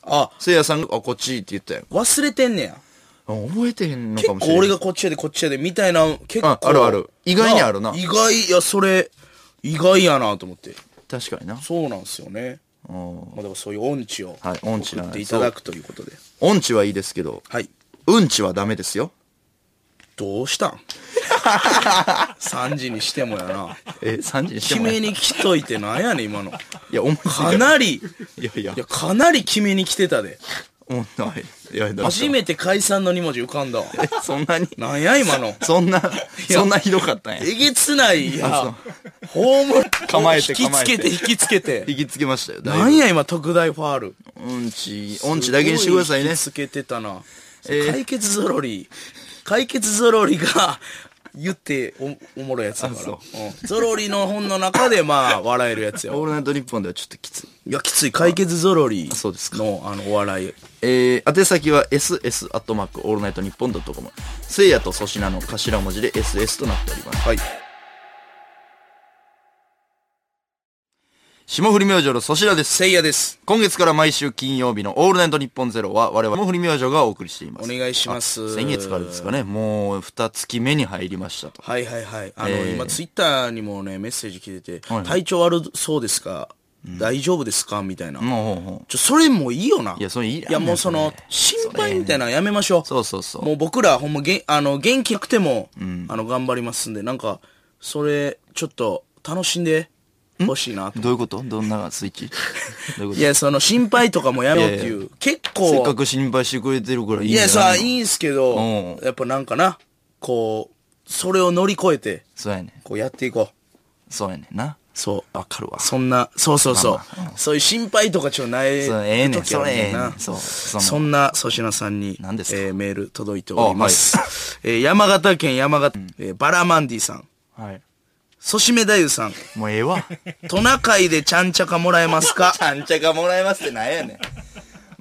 [SPEAKER 1] た。
[SPEAKER 2] あ、
[SPEAKER 1] せいやさんが、あ、こっちって言ったやん。
[SPEAKER 2] 忘れてんねや。
[SPEAKER 1] あ覚えてへんのか
[SPEAKER 2] 結
[SPEAKER 1] もし
[SPEAKER 2] 構
[SPEAKER 1] れな
[SPEAKER 2] 俺
[SPEAKER 1] い。
[SPEAKER 2] がこっちやでこっちやでみたいな、結構。
[SPEAKER 1] ああるある意外にあるな
[SPEAKER 2] 意外、いや、それ、意外やなと思って。
[SPEAKER 1] 確かにな。
[SPEAKER 2] そうなんですよね。
[SPEAKER 1] うん
[SPEAKER 2] まあ、だからそういう音痴を。
[SPEAKER 1] はい音痴なん
[SPEAKER 2] 送っ
[SPEAKER 1] で
[SPEAKER 2] ていただくということで。
[SPEAKER 1] 音痴はいいですけど、
[SPEAKER 2] はい。
[SPEAKER 1] うんちはダメですよ。
[SPEAKER 2] どうし たん ?3 時にしてもやな。
[SPEAKER 1] え、3時にして
[SPEAKER 2] 決
[SPEAKER 1] もらえ
[SPEAKER 2] めに来といてなんやねん、今の。
[SPEAKER 1] いや、思いついた
[SPEAKER 2] かなり、
[SPEAKER 1] いやいや
[SPEAKER 2] いや、、かなり決めに来てたで。
[SPEAKER 1] もうない。いや、だ
[SPEAKER 2] 初めて解散の2文字浮かんだわ。
[SPEAKER 1] て。そんなに、
[SPEAKER 2] なんや、今の。
[SPEAKER 1] そんな、そんなひどかったんや。
[SPEAKER 2] えげつないや。ホーム
[SPEAKER 1] 構えて
[SPEAKER 2] 引きつけて、引きつけて。
[SPEAKER 1] 引きつけましたよ、だい
[SPEAKER 2] な
[SPEAKER 1] ぶ
[SPEAKER 2] んや、今、特大ファール。
[SPEAKER 1] うんち、音痴だけにしてください
[SPEAKER 2] 引
[SPEAKER 1] ね
[SPEAKER 2] き。つけてたな。
[SPEAKER 1] えー
[SPEAKER 2] 解決ゾロリ。解決ゾロリが言っておおもろいやつだか
[SPEAKER 1] あ
[SPEAKER 2] ら。うんゾロリの本の中で、まあ、笑えるやつや。
[SPEAKER 1] オールナイトニッポンではちょっときつい。
[SPEAKER 2] いや、きつい。解決ゾロリ
[SPEAKER 1] そうですか
[SPEAKER 2] の、あの、お笑い。
[SPEAKER 1] えー、宛先は ss アットマークオールナイトニッポンドットコム。せいやと粗品の頭文字で ss となっております。
[SPEAKER 2] はい。
[SPEAKER 1] 霜降り明星の粗品です。
[SPEAKER 2] せいやです。
[SPEAKER 1] 今月から毎週金曜日のオールナイトニッポンゼロは我々霜降り明星がお送りしていま
[SPEAKER 2] お
[SPEAKER 1] す。
[SPEAKER 2] 願いします。
[SPEAKER 1] 先月からですかね、もう二月目に入りましたと。
[SPEAKER 2] はいはいはい。あの、
[SPEAKER 1] えー
[SPEAKER 2] 今、ツイッターにもね、メッセージ来てて、
[SPEAKER 1] はいはい
[SPEAKER 2] 体調悪そうですか、大丈夫ですかみたいな。
[SPEAKER 1] もうほうほ
[SPEAKER 2] ちょ、それもういいよな。
[SPEAKER 1] いやそれいいやん
[SPEAKER 2] いや、もうその、心配みたいなのやめましょう。
[SPEAKER 1] う。そうそうそう。
[SPEAKER 2] もう僕ら、ほんま、げんあの、元気なくても、あの、頑張りますんで、なんか、それ、ちょっと、楽しんでほしいなと。
[SPEAKER 1] どういうことどんなスイッチどういうこ
[SPEAKER 2] いや、その、心配とかもやろうって
[SPEAKER 1] い
[SPEAKER 2] い
[SPEAKER 1] や
[SPEAKER 2] う、結
[SPEAKER 1] とせっ
[SPEAKER 2] 構
[SPEAKER 1] か、く心配してくれてるからいいん
[SPEAKER 2] い
[SPEAKER 1] じゃな
[SPEAKER 2] や、
[SPEAKER 1] い
[SPEAKER 2] さ、い
[SPEAKER 1] い。
[SPEAKER 2] いんすけど
[SPEAKER 1] うん、
[SPEAKER 2] やっぱなんかな、こう、それを乗り越えて、
[SPEAKER 1] そうやねん。
[SPEAKER 2] こうやっていこう。
[SPEAKER 1] そうやねんな。
[SPEAKER 2] そう。
[SPEAKER 1] わかるわ。
[SPEAKER 2] そんな、そうそうそう。
[SPEAKER 1] まあ
[SPEAKER 2] そういう心配とかちょっとない時
[SPEAKER 1] そう
[SPEAKER 2] ある
[SPEAKER 1] ええねん
[SPEAKER 2] んだよな
[SPEAKER 1] それええねんそうその
[SPEAKER 2] そんな粗品さんに、
[SPEAKER 1] 何ですか
[SPEAKER 2] えーメール届いております。えー山形県山形、えーバラマンディさん、
[SPEAKER 1] はい。
[SPEAKER 2] ソシメダユさん、
[SPEAKER 1] もうええわ。
[SPEAKER 2] トナカイでちゃんちゃかもらえますか
[SPEAKER 1] ちゃんちゃかもらえますってなんやね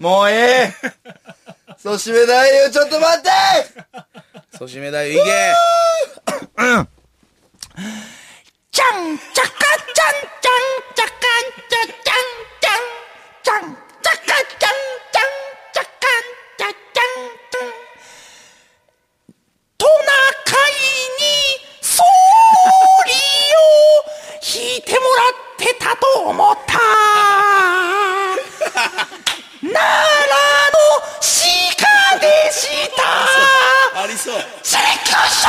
[SPEAKER 1] ん。もうええそしめないよ、ちょっと待って
[SPEAKER 2] ソシメダユいけ
[SPEAKER 3] ちゃんちゃかちゃんちゃんちゃかちゃちゃんちゃんちゃんちゃかちゃんちゃんちゃかちゃちゃんちゃんトナカイにソーリーを引いてもらってたと思った奈良の鹿でした
[SPEAKER 2] ありそう。
[SPEAKER 3] シェイクショ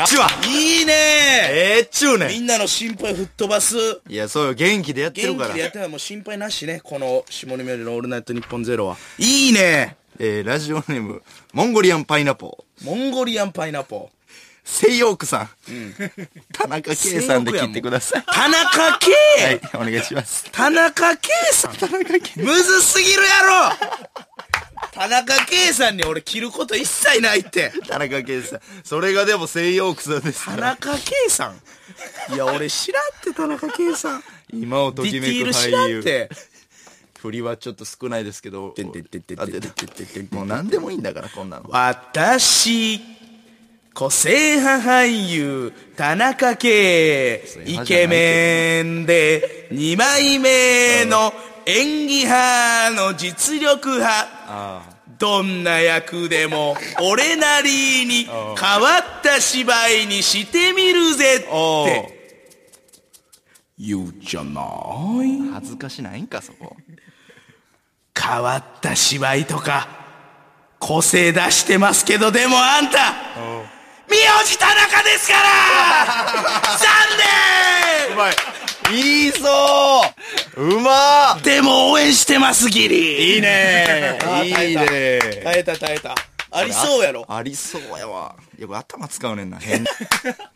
[SPEAKER 1] あっちはい
[SPEAKER 2] いね
[SPEAKER 1] ええっちゅうね
[SPEAKER 2] み
[SPEAKER 1] ん
[SPEAKER 2] んなの心配吹っ飛ばす。
[SPEAKER 1] いや、そうよ、元気でやってる
[SPEAKER 2] 元
[SPEAKER 1] か
[SPEAKER 2] 気
[SPEAKER 1] ら
[SPEAKER 2] で。やってたらもう心配なしね。この、下根明治のオールナイトニッポンゼロは。いいね
[SPEAKER 1] えー、ラジオネーム、モンゴリアンパイナポー、
[SPEAKER 2] モンゴリアンパイナポー。
[SPEAKER 1] セイヨークさん、田中圭さんで切ってください。
[SPEAKER 2] 田中圭、
[SPEAKER 1] はい、お願いします。
[SPEAKER 2] 田中圭さん
[SPEAKER 1] 田中圭
[SPEAKER 2] むずすぎるやろ田中圭さんに俺着ること一切ないって。
[SPEAKER 1] 田中圭さん。それがでも西洋クソですか
[SPEAKER 2] 田
[SPEAKER 1] ら。
[SPEAKER 2] 中圭さんいや、俺知らんって田中圭さん。
[SPEAKER 1] 今をと
[SPEAKER 2] デ
[SPEAKER 1] き
[SPEAKER 2] ィ
[SPEAKER 1] め
[SPEAKER 2] テ
[SPEAKER 1] く
[SPEAKER 2] ィール知ら
[SPEAKER 1] 俳
[SPEAKER 2] ん
[SPEAKER 1] 優。
[SPEAKER 2] って。
[SPEAKER 1] 振りはちょっと少ないですけど。
[SPEAKER 2] てんてんてんてん
[SPEAKER 1] あ
[SPEAKER 2] てんてんてんてんてんてん
[SPEAKER 1] もう何でもいいんだから、こんなの。
[SPEAKER 2] 私、個性派俳優、田中圭、イケメンで、2枚目の演技派の実力派。どんな役でも、俺なりに変わった芝居にしてみるぜって。言うじゃない
[SPEAKER 1] 恥ずかしないんか、そこ。
[SPEAKER 2] 変わった芝居とか、個性出してますけど、でもあんた、名字田中ですから 残
[SPEAKER 1] うまい。いいそううま
[SPEAKER 2] 念でも応援してます、ギリいいね
[SPEAKER 1] いいね
[SPEAKER 2] 耐えた耐えた。ありそうやろ。
[SPEAKER 1] ありそうやわ。いや、これ頭使うねんな。変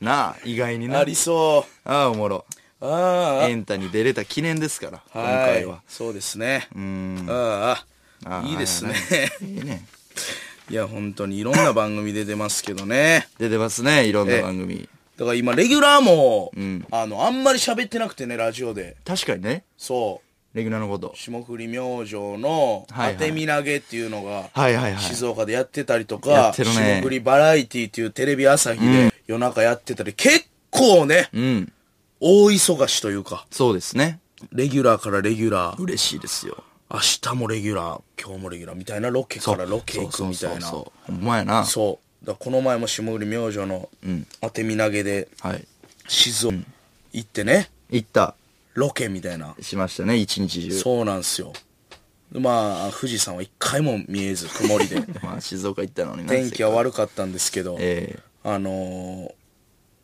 [SPEAKER 1] なあ、意外にな。
[SPEAKER 2] ありそ
[SPEAKER 1] ああ、おもろ。
[SPEAKER 2] う。あ
[SPEAKER 1] エンタに出れた記念ですから、
[SPEAKER 2] あ。
[SPEAKER 1] 今回
[SPEAKER 2] は。。
[SPEAKER 1] はい
[SPEAKER 2] そうですね。
[SPEAKER 1] うん。
[SPEAKER 2] あ
[SPEAKER 1] あ
[SPEAKER 2] あ。
[SPEAKER 1] あ
[SPEAKER 2] いいですね。
[SPEAKER 1] いいね。
[SPEAKER 2] いや、本当にいろんな番組出てますけどね。
[SPEAKER 1] 出てますね、いろんな番組。
[SPEAKER 2] だから今、レギュラーも、あの、あんまり喋ってなくてね、ラジオで。
[SPEAKER 1] 確かにね、
[SPEAKER 2] そう。
[SPEAKER 1] レギュラーのこと。
[SPEAKER 2] 霜降り明星の
[SPEAKER 1] はいはい
[SPEAKER 2] 当て身投げっていうのが
[SPEAKER 1] はいはいはい
[SPEAKER 2] 静岡でやってたりとか、
[SPEAKER 1] やってるね
[SPEAKER 2] 霜降りバラエティっていうテレビ朝日で夜中やってたり、結構ね、
[SPEAKER 1] うん。
[SPEAKER 2] 大忙しというか、
[SPEAKER 1] そうですね。
[SPEAKER 2] レギュラーからレギュラー、
[SPEAKER 1] 嬉しいですよ。
[SPEAKER 2] 明日もレギュラー、今日もレギュラーみたいな、ロケからロケ行くみた
[SPEAKER 1] そうそう
[SPEAKER 2] いな。
[SPEAKER 1] そう
[SPEAKER 2] そ
[SPEAKER 1] そう。ほんまやな。
[SPEAKER 2] う。だからこの前も下降り明星の当て身投げで、
[SPEAKER 1] はい。
[SPEAKER 2] 静岡行ってね、
[SPEAKER 1] 行った。
[SPEAKER 2] ロケみたいな。
[SPEAKER 1] しましたね、一日中。
[SPEAKER 2] そうなんですよ。まあ、富士山は一回も見えず、曇 りで。
[SPEAKER 1] まあ、静岡行ったのにな
[SPEAKER 2] 天気は悪かったんですけど、
[SPEAKER 1] ええ
[SPEAKER 2] あのー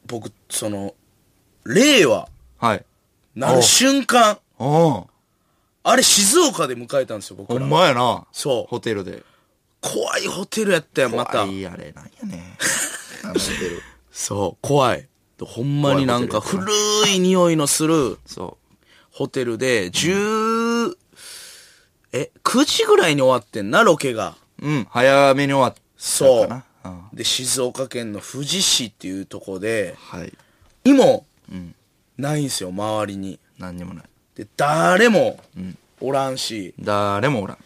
[SPEAKER 2] 僕、その、令和、
[SPEAKER 1] はい。
[SPEAKER 2] なる瞬間、
[SPEAKER 1] あ
[SPEAKER 2] あれ静岡で迎えたんですよ、
[SPEAKER 1] あ。
[SPEAKER 2] 僕
[SPEAKER 1] ほ
[SPEAKER 2] ら。
[SPEAKER 1] んまやな。
[SPEAKER 2] そう
[SPEAKER 1] ホテルで。
[SPEAKER 2] 怖いホテルやったよ、また
[SPEAKER 1] 怖。いあれ、なんや ね。あのホテル。
[SPEAKER 2] そう、怖い。ほんまになんか
[SPEAKER 1] 怖
[SPEAKER 2] 古い匂いのする
[SPEAKER 1] そ
[SPEAKER 2] ホテルで、十、え、9時ぐらいに終わってんな、ロケが。
[SPEAKER 1] う。うん、早めに終わった
[SPEAKER 2] そ
[SPEAKER 1] かな。うん
[SPEAKER 2] う。で、静岡県の富士市っていうとこで、
[SPEAKER 1] はい。
[SPEAKER 2] にも
[SPEAKER 1] うん。
[SPEAKER 2] ないんすよ、周りに。
[SPEAKER 1] 何にもない。
[SPEAKER 2] で、誰もおらんし、
[SPEAKER 1] 誰もおらん。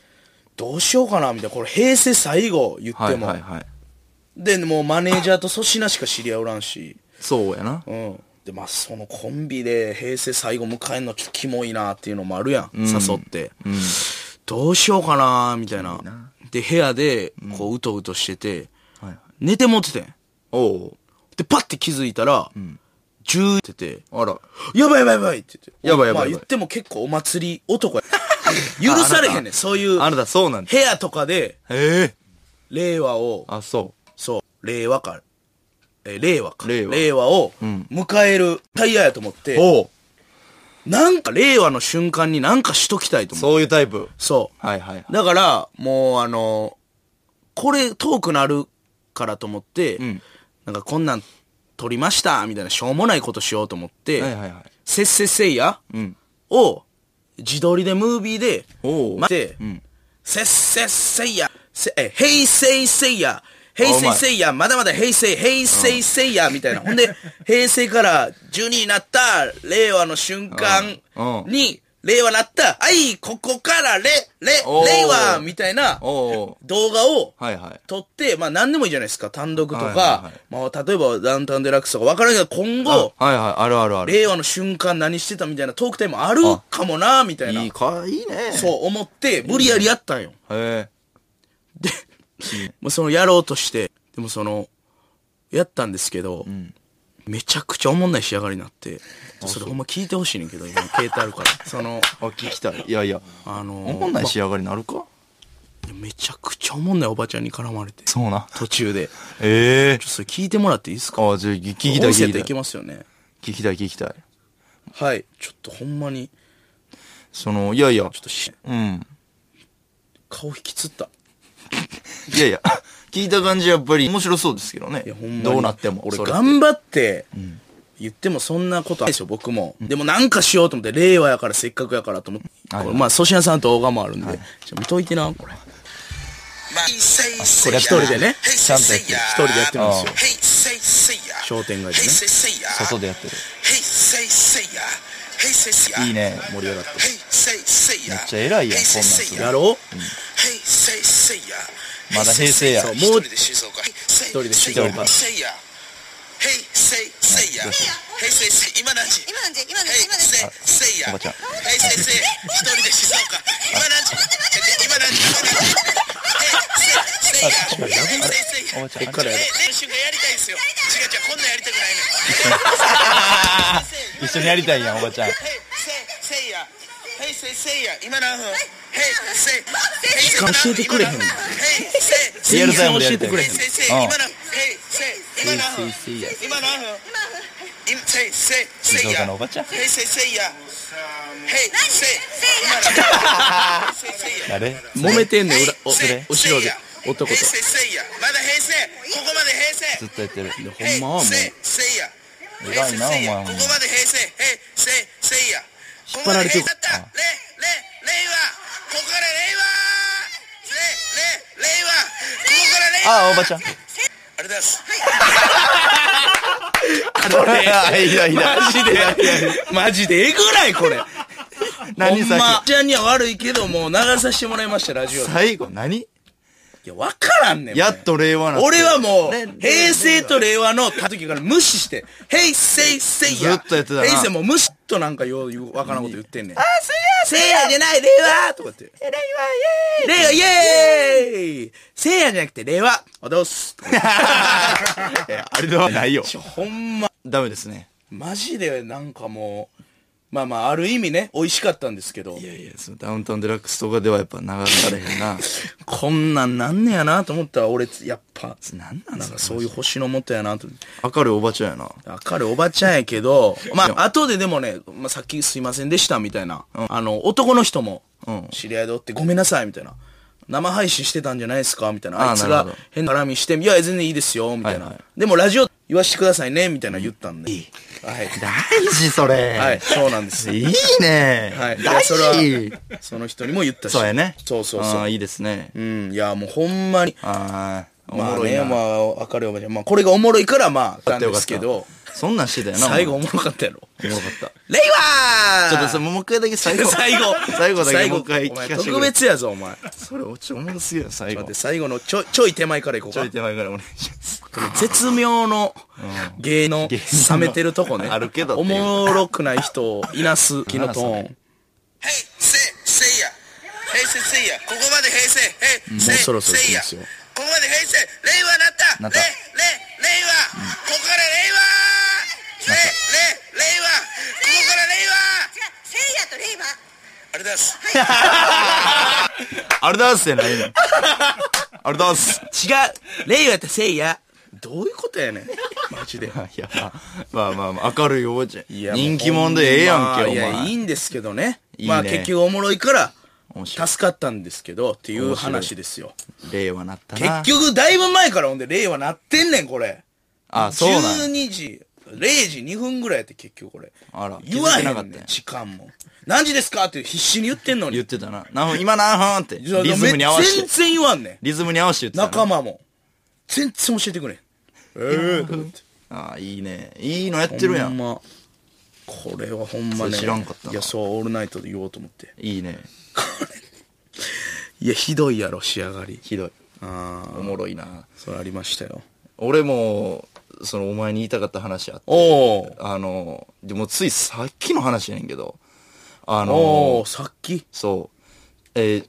[SPEAKER 2] どうしようかな、みたいな。これ平成最後言っ
[SPEAKER 1] は
[SPEAKER 2] て
[SPEAKER 1] い
[SPEAKER 2] も。
[SPEAKER 1] はいはい。
[SPEAKER 2] で、もうマネージャーと粗品しか知り合いおらんし。
[SPEAKER 1] そうやな。
[SPEAKER 2] うん。で、まあ、そのコンビで平成最後迎えるのちょっとキモいなっていうのもあるやん。誘って。どうしようかなみたいな。で、部屋で、こう、うとうとしてて、
[SPEAKER 1] はいはい。
[SPEAKER 2] 寝てもっててん。
[SPEAKER 1] おう
[SPEAKER 2] で、パッて気づいたら、10ってて、
[SPEAKER 1] あら。
[SPEAKER 2] やばいやばいやばいって言って。
[SPEAKER 1] やばいやばいやばい
[SPEAKER 2] まあ言っても結構お祭り男や。 許されへんねん。そういう、
[SPEAKER 1] あなたそうなんだ。
[SPEAKER 2] 部屋とかで、
[SPEAKER 1] へえ。
[SPEAKER 2] 令和を、
[SPEAKER 1] あ、そ
[SPEAKER 2] そう、令和か、えー令和か。
[SPEAKER 1] 令和
[SPEAKER 2] を
[SPEAKER 1] ん
[SPEAKER 2] 迎えるタイヤやと思っ
[SPEAKER 1] う。
[SPEAKER 2] て、
[SPEAKER 1] おう。
[SPEAKER 2] なんか令和の瞬間になんかしときたいと思う。
[SPEAKER 1] そういうタイプ。
[SPEAKER 2] そう。
[SPEAKER 1] はいはいはい。
[SPEAKER 2] だから、もうあのーこれ遠くなるからと思って、
[SPEAKER 1] ん
[SPEAKER 2] なんかこんなん撮りました、みたいなしょうもないことしようと思って、
[SPEAKER 1] はいはいはい
[SPEAKER 2] せっせっせいや
[SPEAKER 1] うん。
[SPEAKER 2] を自撮りでムービーで、
[SPEAKER 1] おう
[SPEAKER 2] 待って、せっせっせいや、せ、え、平成せいや、平成せいや、まだまだ平成、平成せいや、みたいな。ほ んで、平成から12になった、令和の瞬間
[SPEAKER 1] うんうん
[SPEAKER 2] に、令和なった、はい、ここから、れ、れ、
[SPEAKER 1] おう
[SPEAKER 2] 令和、みたいな
[SPEAKER 1] お
[SPEAKER 2] 動
[SPEAKER 1] う
[SPEAKER 2] 画を、
[SPEAKER 1] はいはい。
[SPEAKER 2] 撮って、まあ何でもいいじゃないですか。単独と
[SPEAKER 1] はいはいは
[SPEAKER 2] か
[SPEAKER 1] い、
[SPEAKER 2] まあ例えばダウンタウンデラックスとかわからんけど、今後、
[SPEAKER 1] はいはい。あるあるある。
[SPEAKER 2] 令和の瞬間何してたみたいなトークタイムあるかもな、みたいな。
[SPEAKER 1] いいか、いいね。
[SPEAKER 2] そう思って、無理やりやったんよ。
[SPEAKER 1] う。へえ。
[SPEAKER 2] で、まあそのやろうとして、でもその、やったんですけど、めちゃくちゃおもんない仕上がりになって、それほんま聞いてほしいねんけど、今携帯あ るから。その、
[SPEAKER 1] あ、聞きたい。いやいや。
[SPEAKER 2] あのー
[SPEAKER 1] おもんない仕上がりになるか
[SPEAKER 2] めちゃくちゃおもんないおばちゃんに絡まれて、
[SPEAKER 1] そうな。
[SPEAKER 2] 途中で。
[SPEAKER 1] ええ
[SPEAKER 2] ちょ。それ聞いてもらっていいですか
[SPEAKER 1] あ、じゃあ聞きたい
[SPEAKER 2] 音声
[SPEAKER 1] 聞き
[SPEAKER 2] で
[SPEAKER 1] たい。
[SPEAKER 2] いけますよね。
[SPEAKER 1] 聞きたい聞きたい。
[SPEAKER 2] はい。ちょっとほんまに、
[SPEAKER 1] その、いやいや
[SPEAKER 2] ちょ。っとし
[SPEAKER 1] うん。
[SPEAKER 2] 顔引きつった。
[SPEAKER 1] いやいや。 聞いた感じやっぱり面白そうですけどね
[SPEAKER 2] いやほんま。に
[SPEAKER 1] どうなっても。
[SPEAKER 2] 俺
[SPEAKER 1] それって
[SPEAKER 2] 頑張って言ってもそんなことないですよ僕も、でもなんかしようと思って令和やからせっかくやからと思って、
[SPEAKER 1] はい
[SPEAKER 2] これまあ粗品さんと動画もあるんで、ちょ見といてなこれこれ一人でねちゃんとやってる一人でやってるんですよ商店街でね
[SPEAKER 1] 外でやってる。いいね、盛り上がってる。めっちゃ偉いやん、こんなんする
[SPEAKER 2] やろう
[SPEAKER 1] まだ平成や。
[SPEAKER 2] そう
[SPEAKER 1] はい
[SPEAKER 2] もう
[SPEAKER 4] 一
[SPEAKER 2] 人で静
[SPEAKER 1] 岡
[SPEAKER 4] 今
[SPEAKER 5] 今の時今の時今です
[SPEAKER 1] おばちゃんおばちゃん。
[SPEAKER 2] こっからやろ
[SPEAKER 1] 一緒にやりたいやん、おばちゃん。
[SPEAKER 4] 何分
[SPEAKER 2] 時間教えてくれへんの
[SPEAKER 1] リアルタイムでや
[SPEAKER 2] 教え
[SPEAKER 1] りた
[SPEAKER 2] て
[SPEAKER 1] い
[SPEAKER 2] くれへん
[SPEAKER 1] う
[SPEAKER 2] の
[SPEAKER 1] ん。静岡のおばちゃん。誰
[SPEAKER 2] 揉めてんねん裏お
[SPEAKER 4] せい
[SPEAKER 2] 後ろで男と
[SPEAKER 4] 平成せいやまだ平成ここまで平成
[SPEAKER 1] ずっとやってる。
[SPEAKER 2] ほんまはもう
[SPEAKER 4] せいせいや
[SPEAKER 1] 偉いな、お前
[SPEAKER 4] こ
[SPEAKER 1] は
[SPEAKER 4] こ。まで平成平成せいや
[SPEAKER 2] 引っ張られてる
[SPEAKER 4] ここまで平成だったれれ令和ここから令和れれ令和ここから令和
[SPEAKER 1] ああ、おばちゃん。
[SPEAKER 4] ありがとうございます
[SPEAKER 1] いやいや。
[SPEAKER 2] マジでマジでえぐないこ れ
[SPEAKER 1] 何
[SPEAKER 2] ほんま
[SPEAKER 1] 最後
[SPEAKER 2] ちゃんには悪いけどもう流させてもらいましたラジオで
[SPEAKER 1] 最後、何
[SPEAKER 2] いや、わからんねん。
[SPEAKER 1] やっと令和なって
[SPEAKER 2] 俺はも
[SPEAKER 1] ね
[SPEAKER 2] う、平成と令和のた時から無視して、平成せいや。
[SPEAKER 1] ずっとやってたな
[SPEAKER 2] 平成もう無視となんかよう言う、わからんこと言ってんねん。あ、せいやせいやじゃない、令和とかって。令和イエーイ令和イエーイせいやじゃなくて令和おど うす。
[SPEAKER 1] えあれではないよ
[SPEAKER 2] ちょ、ほんま、
[SPEAKER 1] ダメですね
[SPEAKER 2] マジでなんかもう、まあまあ、ある意味ね、美味しかったんですけど
[SPEAKER 1] い、やいやそのダウンタウンデラックスとかではやっぱ流されへんな
[SPEAKER 2] こんなんなんねやなと思ったら、俺、やっぱ、
[SPEAKER 1] なんなん
[SPEAKER 2] なん
[SPEAKER 1] そ
[SPEAKER 2] か
[SPEAKER 1] れ
[SPEAKER 2] そういう星のもとやなと思って。
[SPEAKER 1] 明るいおばちゃんやな
[SPEAKER 2] 明るいおばちゃんやけど、まあ、後ででもね、まあ、さっきすいませんでしたみたいな、あの、男の人も
[SPEAKER 1] うん、
[SPEAKER 2] 知り合いでおって、ごめんなさいみたいな。生配信してたんじゃないですかみたいな。
[SPEAKER 1] あー
[SPEAKER 2] あいつ
[SPEAKER 1] なる
[SPEAKER 2] が
[SPEAKER 1] ほど
[SPEAKER 2] 変な絡みして、いや、全然いいですよみたいな。
[SPEAKER 1] はいはい
[SPEAKER 2] でも、ラジオ言わしてくださいねみたいな言ったんで。はい。
[SPEAKER 1] 大事それ
[SPEAKER 2] はい、そうなんです。
[SPEAKER 1] いいね
[SPEAKER 2] はい。いや
[SPEAKER 1] 大
[SPEAKER 2] それは
[SPEAKER 1] 事、
[SPEAKER 2] その人にも言ったし。
[SPEAKER 1] そうやね
[SPEAKER 2] そうそうそ
[SPEAKER 1] あー
[SPEAKER 2] う。
[SPEAKER 1] いいですね
[SPEAKER 2] うん、いや、もうほんまに。
[SPEAKER 1] ああお
[SPEAKER 2] ま
[SPEAKER 1] も
[SPEAKER 2] あ
[SPEAKER 1] ろい
[SPEAKER 2] ね、
[SPEAKER 1] な
[SPEAKER 2] まあ、明るいおばちゃん。まあ、これがおもろいから、まあ、なん
[SPEAKER 1] よ
[SPEAKER 2] で
[SPEAKER 1] かっ
[SPEAKER 2] すけど、
[SPEAKER 1] たそんなんしてたよな
[SPEAKER 2] 最後
[SPEAKER 1] お
[SPEAKER 2] おもろかったやろ。
[SPEAKER 1] 前おもろかっ
[SPEAKER 2] レイワー
[SPEAKER 1] たちょっとそれもう一回だけ最後
[SPEAKER 2] 最後
[SPEAKER 1] 最後だけもう一回聞
[SPEAKER 2] お
[SPEAKER 1] か
[SPEAKER 2] 前
[SPEAKER 1] せてくれ
[SPEAKER 2] 特別やぞお前待
[SPEAKER 1] それおちょおもろすぎるよ最
[SPEAKER 2] っ
[SPEAKER 1] 後
[SPEAKER 2] て最後のちょちょい手前からいこう
[SPEAKER 1] ちょ
[SPEAKER 2] か
[SPEAKER 1] い手前からお願いします
[SPEAKER 2] この絶妙の芸の冷めてるとこね
[SPEAKER 1] あるけどって
[SPEAKER 2] お
[SPEAKER 1] いう
[SPEAKER 2] もろくない人をいなす気のトーン
[SPEAKER 4] 平成せいや平成せいやここまで平成平成
[SPEAKER 2] もうそろそろ
[SPEAKER 4] せいや
[SPEAKER 2] 来ますよ
[SPEAKER 4] ここまで平成令和なった
[SPEAKER 1] なった
[SPEAKER 4] れれ令和、ここから令和れれ令和ここから令和
[SPEAKER 5] せいやとレイバー
[SPEAKER 4] あれです
[SPEAKER 1] あれだっすやないのあれだっす
[SPEAKER 2] 違う令和とせいやどういうことやねんマジで
[SPEAKER 1] いやまあまあまあ明るいおばちゃん
[SPEAKER 2] いや
[SPEAKER 1] 人気者でええやんけお
[SPEAKER 2] いやい
[SPEAKER 1] 前
[SPEAKER 2] いんですけどね
[SPEAKER 1] いいね
[SPEAKER 2] まあ結局おもろいから
[SPEAKER 1] 面白い
[SPEAKER 2] 助かったんですけどっていう
[SPEAKER 1] 面白い
[SPEAKER 2] 話ですよ
[SPEAKER 1] 令和なったな
[SPEAKER 2] 結局だいぶ前からほんで令和なってんねんこれ
[SPEAKER 1] あそうなん
[SPEAKER 2] 12時、0時2分ぐらいやって結局これ。
[SPEAKER 1] あら
[SPEAKER 2] 言わ
[SPEAKER 1] 気づいて
[SPEAKER 2] へん
[SPEAKER 1] なか
[SPEAKER 2] ね
[SPEAKER 1] っ
[SPEAKER 2] ん
[SPEAKER 1] たんや
[SPEAKER 2] 時間も。何時ですかって必死に言ってんの
[SPEAKER 1] 言っ
[SPEAKER 2] に。
[SPEAKER 1] てたな何分今何分って
[SPEAKER 2] いや
[SPEAKER 1] リズムに合わせ
[SPEAKER 2] 全
[SPEAKER 1] て
[SPEAKER 2] 然言わんねん。
[SPEAKER 1] リズムに合わせて言ってた
[SPEAKER 2] 仲
[SPEAKER 1] な
[SPEAKER 2] 間も。全然教えてくれん。ええ
[SPEAKER 1] ああいいねいいのやってるや
[SPEAKER 2] ほん
[SPEAKER 1] ん
[SPEAKER 2] ま。これはほんま
[SPEAKER 1] そ
[SPEAKER 2] ね。
[SPEAKER 1] れ知らんかったない
[SPEAKER 2] や、そう、オールナイトで言おうと思って。
[SPEAKER 1] いいね
[SPEAKER 2] いや、ひどいやろ、仕上がり。
[SPEAKER 1] ひどい
[SPEAKER 2] あ
[SPEAKER 1] お
[SPEAKER 2] あ、
[SPEAKER 1] もろいな
[SPEAKER 2] それありましたよ。
[SPEAKER 1] 俺もそのお前に言いたかった話あって
[SPEAKER 2] おお
[SPEAKER 1] あのでもついさっきの話やねんけどあ
[SPEAKER 2] お
[SPEAKER 1] の
[SPEAKER 2] おさっき。
[SPEAKER 1] そうえー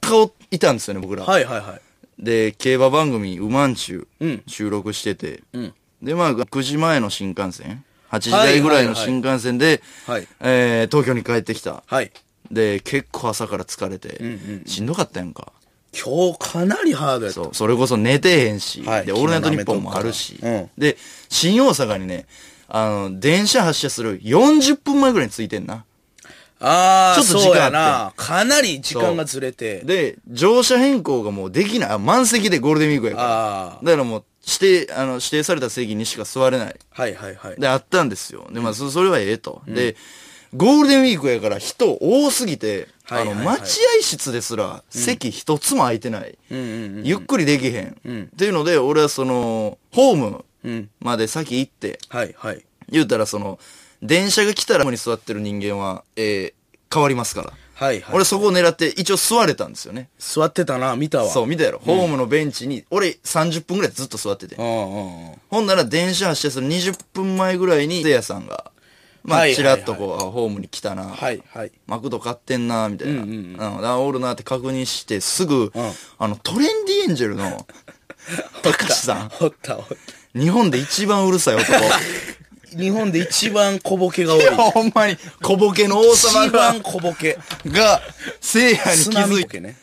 [SPEAKER 1] 顔いたんですよね僕ら
[SPEAKER 2] はいはいはい。
[SPEAKER 1] で競馬番組「うまんちゅう
[SPEAKER 2] うん」
[SPEAKER 1] 収録してて、
[SPEAKER 2] ん
[SPEAKER 1] でまあ9時前の新幹線8時台ぐらいの新幹線で、
[SPEAKER 2] はいはい
[SPEAKER 1] えー東京に帰ってきた
[SPEAKER 2] はい。
[SPEAKER 1] で結構朝から疲れて、しんどかったやんか
[SPEAKER 2] 今日かなりハードやった。
[SPEAKER 1] そうそれこそ寝てへんし、
[SPEAKER 2] はい
[SPEAKER 1] で「オールナイトニッポン」もあるし、
[SPEAKER 2] うん
[SPEAKER 1] で新大阪にねあの電車発車する40分前ぐらいに着いてんな
[SPEAKER 2] あ
[SPEAKER 1] ち
[SPEAKER 2] あ、
[SPEAKER 1] ょっと
[SPEAKER 2] そうや
[SPEAKER 1] 時間あ
[SPEAKER 2] な。かなり時間がずれて。
[SPEAKER 1] で乗車変更がもうできないあ満席でゴールデンウィークやから
[SPEAKER 2] あ
[SPEAKER 1] だからもう指定あの指定された席にしか座れない
[SPEAKER 2] はいはいはい。
[SPEAKER 1] で、あったんですよ。で、まあ、そそれはええと。で、ゴールデンウィークやから人多すぎて、
[SPEAKER 2] はい
[SPEAKER 1] あ
[SPEAKER 2] はい
[SPEAKER 1] の、
[SPEAKER 2] はい
[SPEAKER 1] 待合室ですら席一つも空いてない。ゆっくりできへん。っていうので、俺はその、ホーム
[SPEAKER 2] ん
[SPEAKER 1] まで先行って、
[SPEAKER 2] はいはい。
[SPEAKER 1] 言うたらその、電車が来たらホームに座ってる人間は、えー変わりますから。
[SPEAKER 2] はいはい。
[SPEAKER 1] 俺そこを狙って一応座れたんですよね。
[SPEAKER 2] 座ってたな、見たわ。
[SPEAKER 1] そう、見たやろ。ホームのベンチに、俺30分ぐらいずっと座ってて
[SPEAKER 2] う。んうんうん。
[SPEAKER 1] ほんなら電車発車する20分前ぐらいに、せいやさんが、ま
[SPEAKER 2] は
[SPEAKER 1] あ、
[SPEAKER 2] い
[SPEAKER 1] ちらっとこう、あホームに来たな、
[SPEAKER 2] はいはい。
[SPEAKER 1] マクド買ってんな、みたいな。うんあおるなって確認して、すぐ、
[SPEAKER 2] ん
[SPEAKER 1] あの、トレンディエンジェル の、たかしさ
[SPEAKER 2] おったおっ
[SPEAKER 1] ん、日本で一番うるさい男。
[SPEAKER 2] た。日本で一番小ボケが多い。
[SPEAKER 1] ほんまに、小ボケの王様
[SPEAKER 2] 一
[SPEAKER 1] が
[SPEAKER 2] 番、小ボケ。
[SPEAKER 1] が、せいやに気
[SPEAKER 2] 津波
[SPEAKER 1] づ
[SPEAKER 2] ボ
[SPEAKER 1] いて、
[SPEAKER 2] ケね。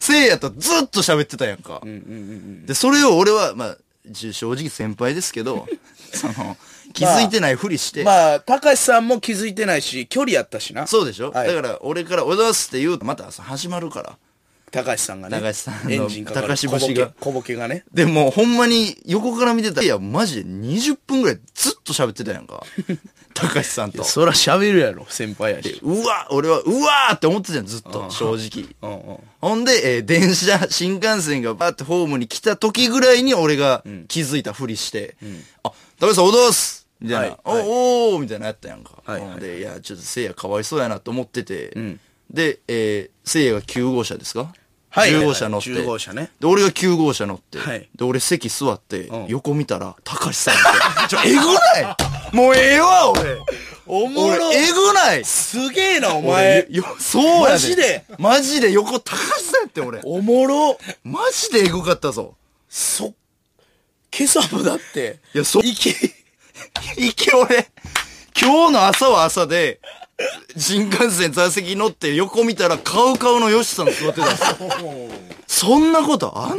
[SPEAKER 1] せいやとずっと喋ってたやんか。で、それを俺は、まあ、じ正直先輩ですけど、 その、気づいてないふりして、
[SPEAKER 2] まあ、高橋さんも気づいてないし、距離やったしな。
[SPEAKER 1] そうでしょ、
[SPEAKER 2] はい
[SPEAKER 1] だから俺から「おだす」って言うとまた始まるから
[SPEAKER 2] 高橋さんがね。
[SPEAKER 1] 高橋さんの
[SPEAKER 2] エンジンかかる。
[SPEAKER 1] 高橋節が
[SPEAKER 2] 小ボケ小ボケがね。
[SPEAKER 1] でもうほんまに横から見てたらいやマジで20分ぐらいずっと喋ってたやん か高橋さんと
[SPEAKER 2] そら喋るやろ、先輩や
[SPEAKER 1] で
[SPEAKER 2] し。
[SPEAKER 1] うわ俺はうわーって思ってたやんずっと正直
[SPEAKER 2] うんうん。
[SPEAKER 1] ほんで、えー電車 新幹線がバーってホームに来た時ぐらいに俺が気づいたふりして「あ高橋さんおどうす!」みたいな「
[SPEAKER 2] はいはい
[SPEAKER 1] おおー」みたいなやったやんか、
[SPEAKER 2] はいはい
[SPEAKER 1] ほんでいやちょっとせいやかわいそうやなと思ってて、で、えー、せいやが9号車ですか
[SPEAKER 2] はいはいは
[SPEAKER 1] 15
[SPEAKER 2] い
[SPEAKER 1] 車乗って、
[SPEAKER 2] 10号車ね
[SPEAKER 1] で俺が9号車乗って、
[SPEAKER 2] はい
[SPEAKER 1] で俺席座って、
[SPEAKER 2] ん
[SPEAKER 1] 横見たら高橋さん ってちょえぐないもうええわ俺
[SPEAKER 2] お
[SPEAKER 1] 俺えぐない
[SPEAKER 2] すげえな、お
[SPEAKER 1] 俺
[SPEAKER 2] 前。
[SPEAKER 1] よそうや
[SPEAKER 2] マジで
[SPEAKER 1] マジで横高橋さんやって俺
[SPEAKER 2] おもろ。
[SPEAKER 1] マジでえぐかったぞ
[SPEAKER 2] そ、今朝もだって。
[SPEAKER 1] いやそう
[SPEAKER 2] いけ、
[SPEAKER 1] いけ俺今日の朝は朝で新幹線座席乗って横見たらカウカウのヨシさん座ってたんですよそんなことあんの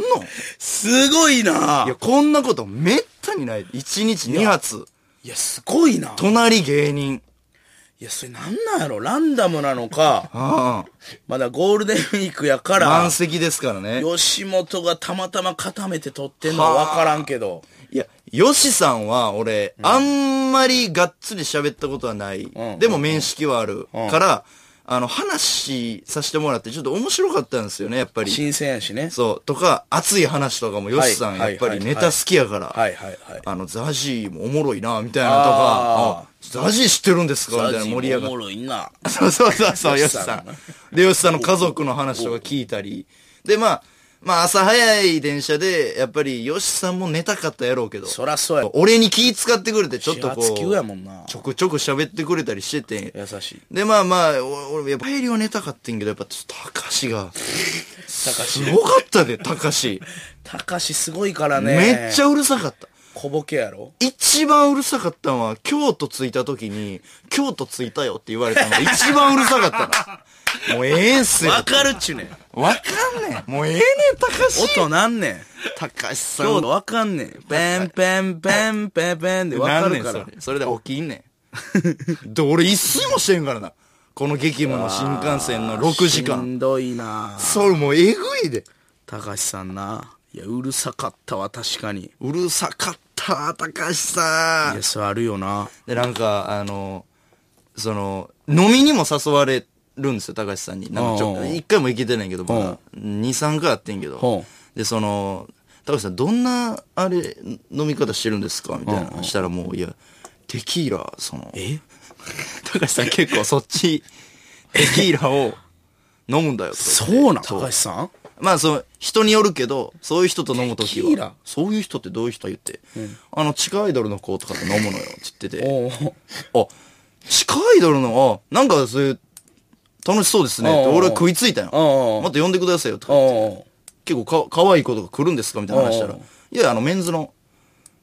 [SPEAKER 2] すごいない
[SPEAKER 1] やこんなことめったにない1日2発
[SPEAKER 2] いや、すごいな。
[SPEAKER 1] 隣芸人
[SPEAKER 2] いや、それなんなんやろランダムなのか、
[SPEAKER 1] あ
[SPEAKER 2] まだゴールデンウィークやか
[SPEAKER 1] あ
[SPEAKER 2] ら
[SPEAKER 1] 満、席ですからね
[SPEAKER 2] 吉本がたまたま固めて撮ってんのは分からんけど。
[SPEAKER 1] いや、ヨシさんは俺、あんまりがっつり喋ったことはない。
[SPEAKER 2] ん
[SPEAKER 1] でも面識はある。から、あの、話させてもらってちょっと面白かったんですよね、やっぱり。
[SPEAKER 2] 新鮮やしね。
[SPEAKER 1] そう。とか、熱い話とかもヨシさん、
[SPEAKER 2] は
[SPEAKER 1] や
[SPEAKER 2] い
[SPEAKER 1] っぱ
[SPEAKER 2] はい
[SPEAKER 1] り
[SPEAKER 2] はい
[SPEAKER 1] ネタ好きやから。
[SPEAKER 2] はいはいはい。
[SPEAKER 1] あの、ザジーもおもろいな、みたいなと
[SPEAKER 2] あ
[SPEAKER 1] か、あザジー知ってるんですかみたいな盛り上
[SPEAKER 2] お
[SPEAKER 1] がっ
[SPEAKER 2] もろいな。
[SPEAKER 1] そうそうそうそう、
[SPEAKER 2] ヨ
[SPEAKER 1] ヨ
[SPEAKER 2] シ
[SPEAKER 1] シ
[SPEAKER 2] さん
[SPEAKER 1] さん。で、ヨシさんの家族の話とか聞いたり。で、まあ、まあ朝早い電車で、やっぱりヨシさんも寝たかったやろうけど。
[SPEAKER 2] そらそうや。
[SPEAKER 1] 俺に気使ってくれて、ちょっとこ
[SPEAKER 2] 始発級
[SPEAKER 1] う、
[SPEAKER 2] やもんな
[SPEAKER 1] ちょくちょく喋ってくれたりしてて。
[SPEAKER 2] 優しい。
[SPEAKER 1] で、まあまあ、お俺、やっぱ帰りは寝たかったんけど、やっぱ、ちょっと、高志が、
[SPEAKER 2] たかし
[SPEAKER 1] す。ごかったで、高志。
[SPEAKER 2] たかしすごいから ね。
[SPEAKER 1] めっちゃうるさかった。
[SPEAKER 2] 小ボケやろ
[SPEAKER 1] 一番うるさかったのは、京都着いた時に、京都着いたよって言われたのが一番うるさか ったの。もうええんすよ。
[SPEAKER 2] わかるっちゅうねん。
[SPEAKER 1] わかんねん。もうええねん、高志。
[SPEAKER 2] 音なんねん。
[SPEAKER 1] 高志さ
[SPEAKER 2] 今
[SPEAKER 1] ん
[SPEAKER 2] 日。わかんねん。ペンペンペンペンペンでわか
[SPEAKER 1] なんね
[SPEAKER 2] る
[SPEAKER 1] ん
[SPEAKER 2] か
[SPEAKER 1] そ
[SPEAKER 2] ら。
[SPEAKER 1] れそれで起きんね んで俺一睡もしてんからなこの激務の新幹線の6時
[SPEAKER 2] し
[SPEAKER 1] 間
[SPEAKER 2] んどいな
[SPEAKER 1] それもうえぐいで
[SPEAKER 2] たかしさんな。いや、うるさかったわ、確かに。いう
[SPEAKER 1] るさかった高橋さん
[SPEAKER 2] や、そうあるよな。
[SPEAKER 1] でなんかあのその飲みにも誘われるんですよ高橋さんになんかち
[SPEAKER 2] おうお
[SPEAKER 1] ょ
[SPEAKER 2] う
[SPEAKER 1] 一回も行けてないけどまだ23回あってんけど
[SPEAKER 2] ほ
[SPEAKER 1] でその高橋さんどんなあれ飲み方してるんですかみたいなしたらもういやテキーラその
[SPEAKER 2] え
[SPEAKER 1] 高橋さん結構そっち、テキーラを飲むんだよとか言って。
[SPEAKER 2] そうなん
[SPEAKER 1] そ
[SPEAKER 2] 高橋さん
[SPEAKER 1] まあその、人によるけど、そういう人と飲むとき
[SPEAKER 2] テキーラ
[SPEAKER 1] は、そういう人ってどういう人言って、あの、地下アイドルの子とかと飲むのよって言ってて、
[SPEAKER 2] おうおう
[SPEAKER 1] あ、地下アイドルの、あ、なんかそういう、楽しそうですねって
[SPEAKER 2] おうおう
[SPEAKER 1] 俺は食いついた
[SPEAKER 2] おうお
[SPEAKER 1] よ
[SPEAKER 2] う。
[SPEAKER 1] また呼んでくださいよとか言って
[SPEAKER 2] おうおう
[SPEAKER 1] 結構か、可愛い子とか来るんですかみたいな話したら、
[SPEAKER 2] おうお
[SPEAKER 1] いや、あの、メンズの、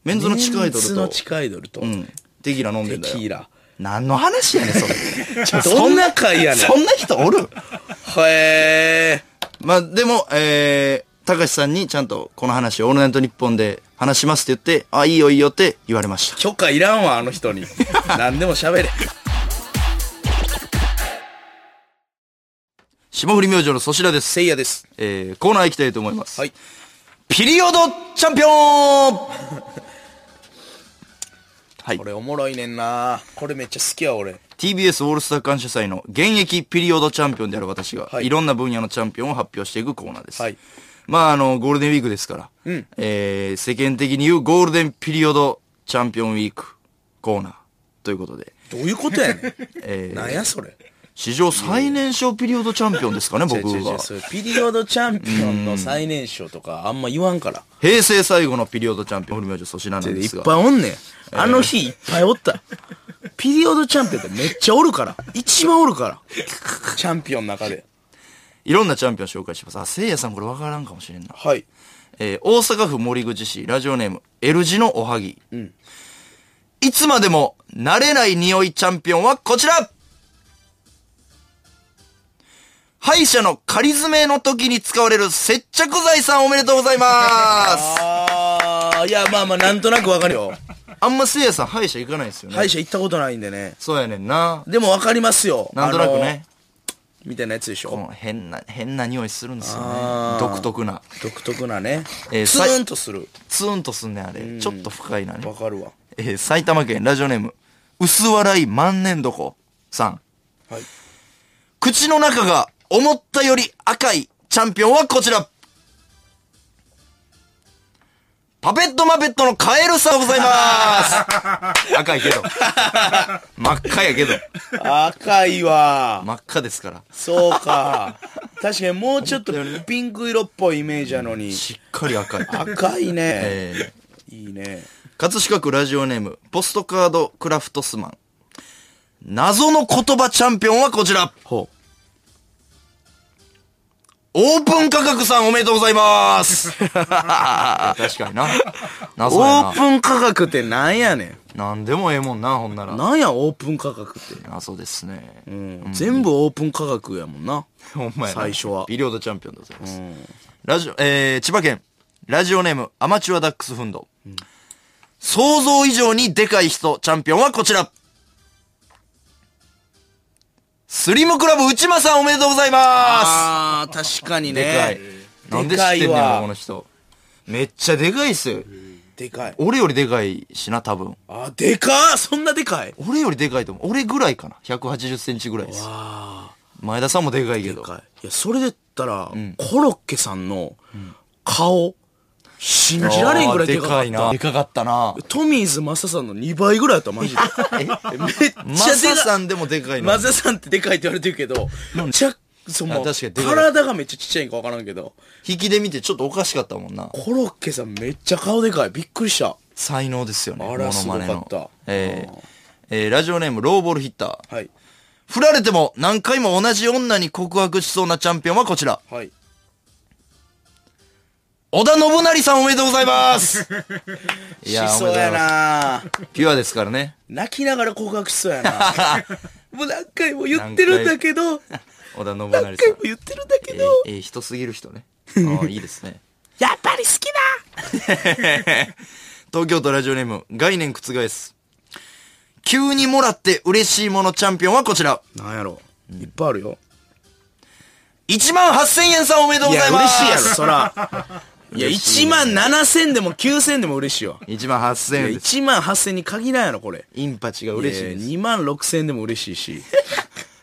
[SPEAKER 1] メンズの地下アイドル
[SPEAKER 2] メンズの
[SPEAKER 1] と、
[SPEAKER 2] 地下アイドルと。
[SPEAKER 1] うん、テキーラ飲んで
[SPEAKER 2] テ
[SPEAKER 1] んだよ。
[SPEAKER 2] キーラ。
[SPEAKER 1] 何の話やねん、それ。ちょ
[SPEAKER 2] どんな会やねん
[SPEAKER 1] そんな人おる
[SPEAKER 2] へえ。
[SPEAKER 1] まあ、でも、えー、高橋さんにちゃんとこの話をオールナイトニッポンで話しますって言って、あ、いいよいいよって言われました。
[SPEAKER 2] 許可いらんわ、あの人 に。何でも喋れ。
[SPEAKER 1] 霜降り明星の粗品です。
[SPEAKER 2] せいやです。
[SPEAKER 1] えー、コーナー行きたいと思います。
[SPEAKER 2] はい。
[SPEAKER 1] ピリオドチャンピオンはい
[SPEAKER 2] こ。れおもろいねんなこれめっちゃ好きや、俺。
[SPEAKER 1] TBS オールスター感謝祭の現役ピリオドチャンピオンである私が、
[SPEAKER 2] はい
[SPEAKER 1] い、ろんな分野のチャンピオンを発表していくコーナーです。
[SPEAKER 2] はい
[SPEAKER 1] まあ、あの、ゴールデンウィークですから、えー世間的に言うゴールデンピリオドチャンピオンウィークコーナーということで、
[SPEAKER 2] どういうこと やねん。
[SPEAKER 1] えー
[SPEAKER 2] なんやそれ。
[SPEAKER 1] 史上最年少ピリオドチャンピオンですかね、僕
[SPEAKER 2] 違う違う違
[SPEAKER 1] が
[SPEAKER 2] う。そういうピリオドチャンピオンの最年少とかあんま言わんから。
[SPEAKER 1] 平成最後のピリオドチャンピオン、堀明星粗品なん
[SPEAKER 2] い
[SPEAKER 1] で
[SPEAKER 2] っ
[SPEAKER 1] すが。
[SPEAKER 2] ぱいおんねん。あの日いっぱいおった。ピリオドチャンピオンってめっちゃおるから。一番おるから。チャンピオンの中で。
[SPEAKER 1] いろんなチャンピオン紹介します。あ、せいやさんこれわからんかもしれんな。
[SPEAKER 2] はい。
[SPEAKER 1] えー大阪府森口市、ラジオネーム、L 字のおはぎ。いつまでも慣れない匂いチャンピオンはこちら歯医者の仮詰めの時に使われる接着剤さんおめでとうござい ます
[SPEAKER 2] あー、いや、まあまあ、なんとなくわかるよ。
[SPEAKER 1] あんませいやさん歯医者行かないですよね。
[SPEAKER 2] 歯医者行ったことないんでね。
[SPEAKER 1] そうやねんな。
[SPEAKER 2] でもわかりますよ。
[SPEAKER 1] なんとなくね、
[SPEAKER 2] あの。みたいなやつでし
[SPEAKER 1] こ
[SPEAKER 2] ょ。
[SPEAKER 1] の変な、変な匂いするんですよ
[SPEAKER 2] あ
[SPEAKER 1] ね
[SPEAKER 2] ー。
[SPEAKER 1] 独特な。
[SPEAKER 2] 独特なね。
[SPEAKER 1] えー
[SPEAKER 2] ツ
[SPEAKER 1] さい
[SPEAKER 2] ーンとする。
[SPEAKER 1] ツーンとすんねんあれ。ちょっと深いなね。
[SPEAKER 2] わかるわ。
[SPEAKER 1] えー埼玉県ラジオネーム、薄笑い万年床さん。
[SPEAKER 2] はい。
[SPEAKER 1] 口の中が思ったより赤いチャンピオンはこちら。パペットマペットのカエルさんでございます。 赤いけど。真っ赤やけど。
[SPEAKER 2] 赤いわ。
[SPEAKER 1] 真っ赤ですから。
[SPEAKER 2] そうか。確かにもうちょっとピンク色っぽいイメージなのに。
[SPEAKER 1] しっかり 赤い。
[SPEAKER 2] 赤いね。
[SPEAKER 1] えー
[SPEAKER 2] いいね。
[SPEAKER 1] 葛飾区ラジオネーム、ポストカードクラフトスマン。謎の言葉チャンピオンはこちら。
[SPEAKER 2] ほ
[SPEAKER 1] オープン価格さんおめでとうございます 確かにな。
[SPEAKER 2] う。
[SPEAKER 1] 謎
[SPEAKER 2] オ
[SPEAKER 1] や
[SPEAKER 2] ープン価格ってなんやね
[SPEAKER 1] な。なんでもええもんな、ほんなら。
[SPEAKER 2] ん。なんや、オープン価格って。
[SPEAKER 1] 謎ですね。
[SPEAKER 2] うん。全部オープン価格やもんな。
[SPEAKER 1] ほんまやな
[SPEAKER 2] 最初は
[SPEAKER 1] ピリオドチャンピオンでございます。ラジオ、えー、千葉県、ラジオネーム、アマチュアダックスフンド。想像以上にでかい人、チャンピオンはこちら。スリムクラブ内間さんおめでとうございま
[SPEAKER 2] あー、確かに
[SPEAKER 1] す。
[SPEAKER 2] ね。
[SPEAKER 1] でかい。なんで知ってんねん
[SPEAKER 2] でかいわ
[SPEAKER 1] なこの人。めっちゃでかいっすよ。
[SPEAKER 2] でかい。
[SPEAKER 1] 俺よりでかいしな、多分。
[SPEAKER 2] あ、でかーそんなでかい
[SPEAKER 1] 俺よりでかいと思う。俺ぐらいかな。180センチぐらいです。
[SPEAKER 2] あ
[SPEAKER 1] 前田さんもでかいけ
[SPEAKER 2] ー、で
[SPEAKER 1] ど。
[SPEAKER 2] かい。いや、それで言ったら、コロッケさんの顔、信じられんぐらいでかか
[SPEAKER 1] あー
[SPEAKER 2] っ
[SPEAKER 1] い
[SPEAKER 2] た
[SPEAKER 1] な。で。かかったな。
[SPEAKER 2] トミーズマサさんの2倍ぐらいやった、マ ジで。めっちゃでかい。
[SPEAKER 1] マサさんでもでかいの
[SPEAKER 2] マサさんってでかいって言われてるけど、めっちゃ、その、
[SPEAKER 1] あ確かにでかい
[SPEAKER 2] 体がめっちゃちっちゃいんかわからんけど、
[SPEAKER 1] 引きで見てちょっとおかしかったもんな。
[SPEAKER 2] コロッケさんめっちゃ顔でかい。びっくりした。
[SPEAKER 1] 才能ですよね。
[SPEAKER 2] あ
[SPEAKER 1] モ
[SPEAKER 2] ら
[SPEAKER 1] ノマネ
[SPEAKER 2] すごかった
[SPEAKER 1] の。えーえーラジオネーム、ローボールヒッター。
[SPEAKER 2] はい。
[SPEAKER 1] 振られても何回も同じ女に告白しそうなチャンピオンはこちら。
[SPEAKER 2] はい。
[SPEAKER 1] 織田信成さんおめでとうございます い
[SPEAKER 2] しそう
[SPEAKER 1] おめで
[SPEAKER 2] や。
[SPEAKER 1] とうございま
[SPEAKER 2] な
[SPEAKER 1] すピュアですからね。
[SPEAKER 2] 泣きながら告白しそう やなもう何回も言ってるんだけど、
[SPEAKER 1] 織田信成さん
[SPEAKER 2] 何回も。言ってるんだけ
[SPEAKER 1] え
[SPEAKER 2] ど、
[SPEAKER 1] ーえー人すぎる 人ね。ああ、いいですね。
[SPEAKER 2] やっぱり好きだ
[SPEAKER 1] 東京都ラジオネーム、概念覆す。急にもらって嬉しいものチャンピオンはこちら。
[SPEAKER 2] なんやろ、いっぱいあるよ。
[SPEAKER 1] 1万8000円さんおめでとう
[SPEAKER 2] い
[SPEAKER 1] ご
[SPEAKER 2] や、
[SPEAKER 1] ざいま
[SPEAKER 2] 嬉
[SPEAKER 1] す
[SPEAKER 2] しいやろ、そら。いや、1万7000でも9000でも嬉しいわ。
[SPEAKER 1] 1万8000
[SPEAKER 2] いや
[SPEAKER 1] 円です。
[SPEAKER 2] 1万8000に限らんやろ、これ。
[SPEAKER 1] インパチが嬉しいです。い
[SPEAKER 2] 2万6000でも嬉しい し。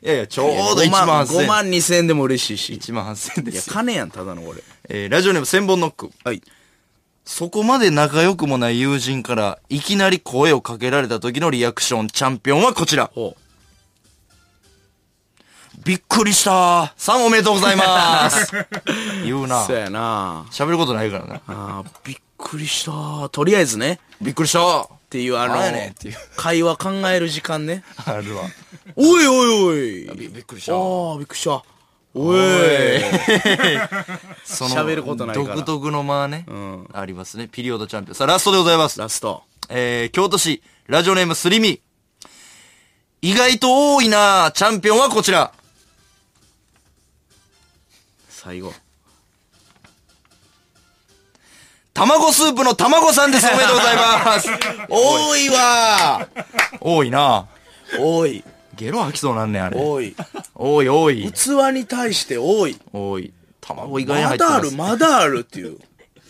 [SPEAKER 1] やいや、ちょうど1万8000
[SPEAKER 2] 5
[SPEAKER 1] 円。
[SPEAKER 2] 万2000でも嬉しいし。
[SPEAKER 1] 1万8000円で
[SPEAKER 2] いや、
[SPEAKER 1] す。
[SPEAKER 2] 金やん、ただのこれ。
[SPEAKER 1] えーラジオネーム千本ノック。
[SPEAKER 2] はい。
[SPEAKER 1] そこまで仲良くもない友人から、いきなり声をかけられた時のリアクション、チャンピオンはこちら。
[SPEAKER 2] ほう。
[SPEAKER 1] びっくりしたー。さんおめでとうござい ます。言うな
[SPEAKER 2] そう。やな
[SPEAKER 1] 喋ることないからな。
[SPEAKER 2] あーびっくりした。とりあえずね。
[SPEAKER 1] びっくり した。
[SPEAKER 2] っていうあの
[SPEAKER 1] なんやねんっていう
[SPEAKER 2] 会話考える時間ね
[SPEAKER 1] あるわ。
[SPEAKER 2] おいおいおい
[SPEAKER 1] びっくりし
[SPEAKER 2] あ
[SPEAKER 1] た。
[SPEAKER 2] ーびっくりしたおい
[SPEAKER 1] そ
[SPEAKER 2] 喋ることないから
[SPEAKER 1] 独特の間ね、ありますね。ピリオドチャンピオン。さあ、ラストでございます。
[SPEAKER 2] ラスト
[SPEAKER 1] えー、京都市、ラジオネームスリミ。意外と多いなチャンピオンはこちら。
[SPEAKER 2] 最後
[SPEAKER 1] 卵スープの卵さんです。おめでとうございます。
[SPEAKER 2] 多いわー
[SPEAKER 1] 多いな
[SPEAKER 2] 多い
[SPEAKER 1] ゲロ吐きそうなんねんあれ。
[SPEAKER 2] 多い
[SPEAKER 1] 多い多い。
[SPEAKER 2] 器に対して多い
[SPEAKER 1] 多い。卵意外に入
[SPEAKER 2] ま
[SPEAKER 1] って
[SPEAKER 2] だあ
[SPEAKER 1] ま
[SPEAKER 2] る
[SPEAKER 1] す。
[SPEAKER 2] まだあるっていう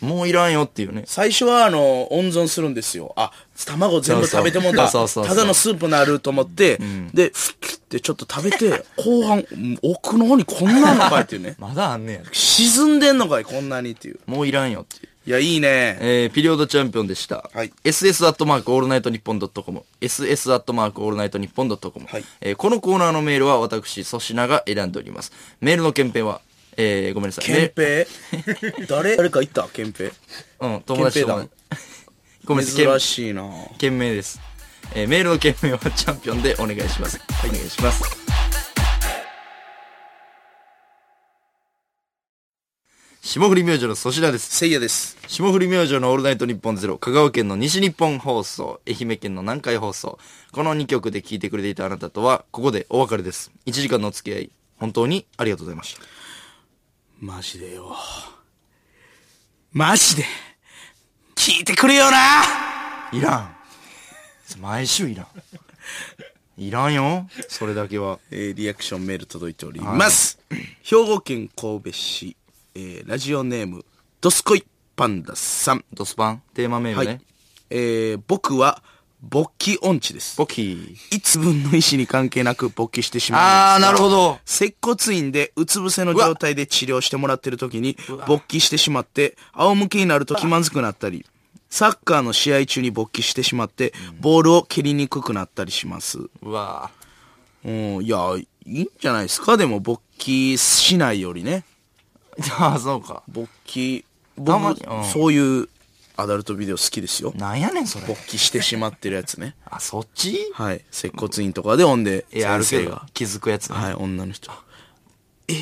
[SPEAKER 1] もういらんよっていうね。
[SPEAKER 2] 最初はあの温存するんですよあ卵全部食べてもうた
[SPEAKER 1] そうそうそうそう
[SPEAKER 2] ただのスープになると思って、でふきってちょっと食べて後半うん奥の方にこんなのかいっていうね
[SPEAKER 1] まだあんねや。
[SPEAKER 2] 沈んでんのかいこんなにっていう
[SPEAKER 1] もういらんよっていう。
[SPEAKER 2] いやいいね
[SPEAKER 1] えー、ピリオドチャンピオンでした。
[SPEAKER 2] はい
[SPEAKER 1] SS アットマークオールナイトニッポンドットコム。SS アットマークオールナイトニッポンドットコム
[SPEAKER 2] はい。
[SPEAKER 1] えーこのコーナーのメールは私、粗品が選んでおります。メールの件名は、えー、ごめんなさい。
[SPEAKER 2] 憲兵 誰誰かいた憲兵
[SPEAKER 1] メールうん、友達とかも
[SPEAKER 2] 憲。
[SPEAKER 1] ごめんなさい。
[SPEAKER 2] 珍しいな
[SPEAKER 1] 件名です。えー、メールの件名はチャンピオンでお願いします。お願いします。霜降り明星の粗品です。
[SPEAKER 2] せいやです
[SPEAKER 1] 霜降り明星のオールナイトニッポンゼロ、香川県の西日本放送、愛媛県の南海放送、この2曲で聴いてくれていたあなたとは、ここでお別れです。1時間のお付き合い、本当にありがとうございました。
[SPEAKER 2] マジでよマジで聞いてくれよない
[SPEAKER 1] らん。毎週いらん。いらんよ。それだけは。
[SPEAKER 2] えーリアクションメール届いております、兵庫県神戸市、えーラジオネームドスコイパンダさん
[SPEAKER 1] ドスパン、テーマメー
[SPEAKER 2] は
[SPEAKER 1] ル
[SPEAKER 2] い、
[SPEAKER 1] ね。
[SPEAKER 2] えー僕は勃起音痴です
[SPEAKER 1] ボキー。
[SPEAKER 2] いつ分の意思に関係なく勃起してしまうんですが
[SPEAKER 1] あー、なるほど。
[SPEAKER 2] 接骨院でうつ伏せの状態で治療してもらってる時に勃起してしまって仰向けになると気まずくなったりサッカーの試合中に勃起してしまってボールを蹴りにくくなったりします
[SPEAKER 1] うわ
[SPEAKER 2] うんいやいいんじゃないですかでも勃起しないよりね
[SPEAKER 1] ああ、そうか。
[SPEAKER 2] 勃起
[SPEAKER 1] たま
[SPEAKER 2] 僕
[SPEAKER 1] に、うん
[SPEAKER 2] そういうアダルトビデオ好きですよ
[SPEAKER 1] なんやねん、それ
[SPEAKER 2] 勃。起してしまってるやつ ね
[SPEAKER 1] あ、そっち
[SPEAKER 2] はい接骨院とかでほんで
[SPEAKER 1] いや、あ
[SPEAKER 2] 先
[SPEAKER 1] るけ
[SPEAKER 2] 生
[SPEAKER 1] ど
[SPEAKER 2] が。
[SPEAKER 1] 気づくやつね。
[SPEAKER 2] はい女の人
[SPEAKER 1] い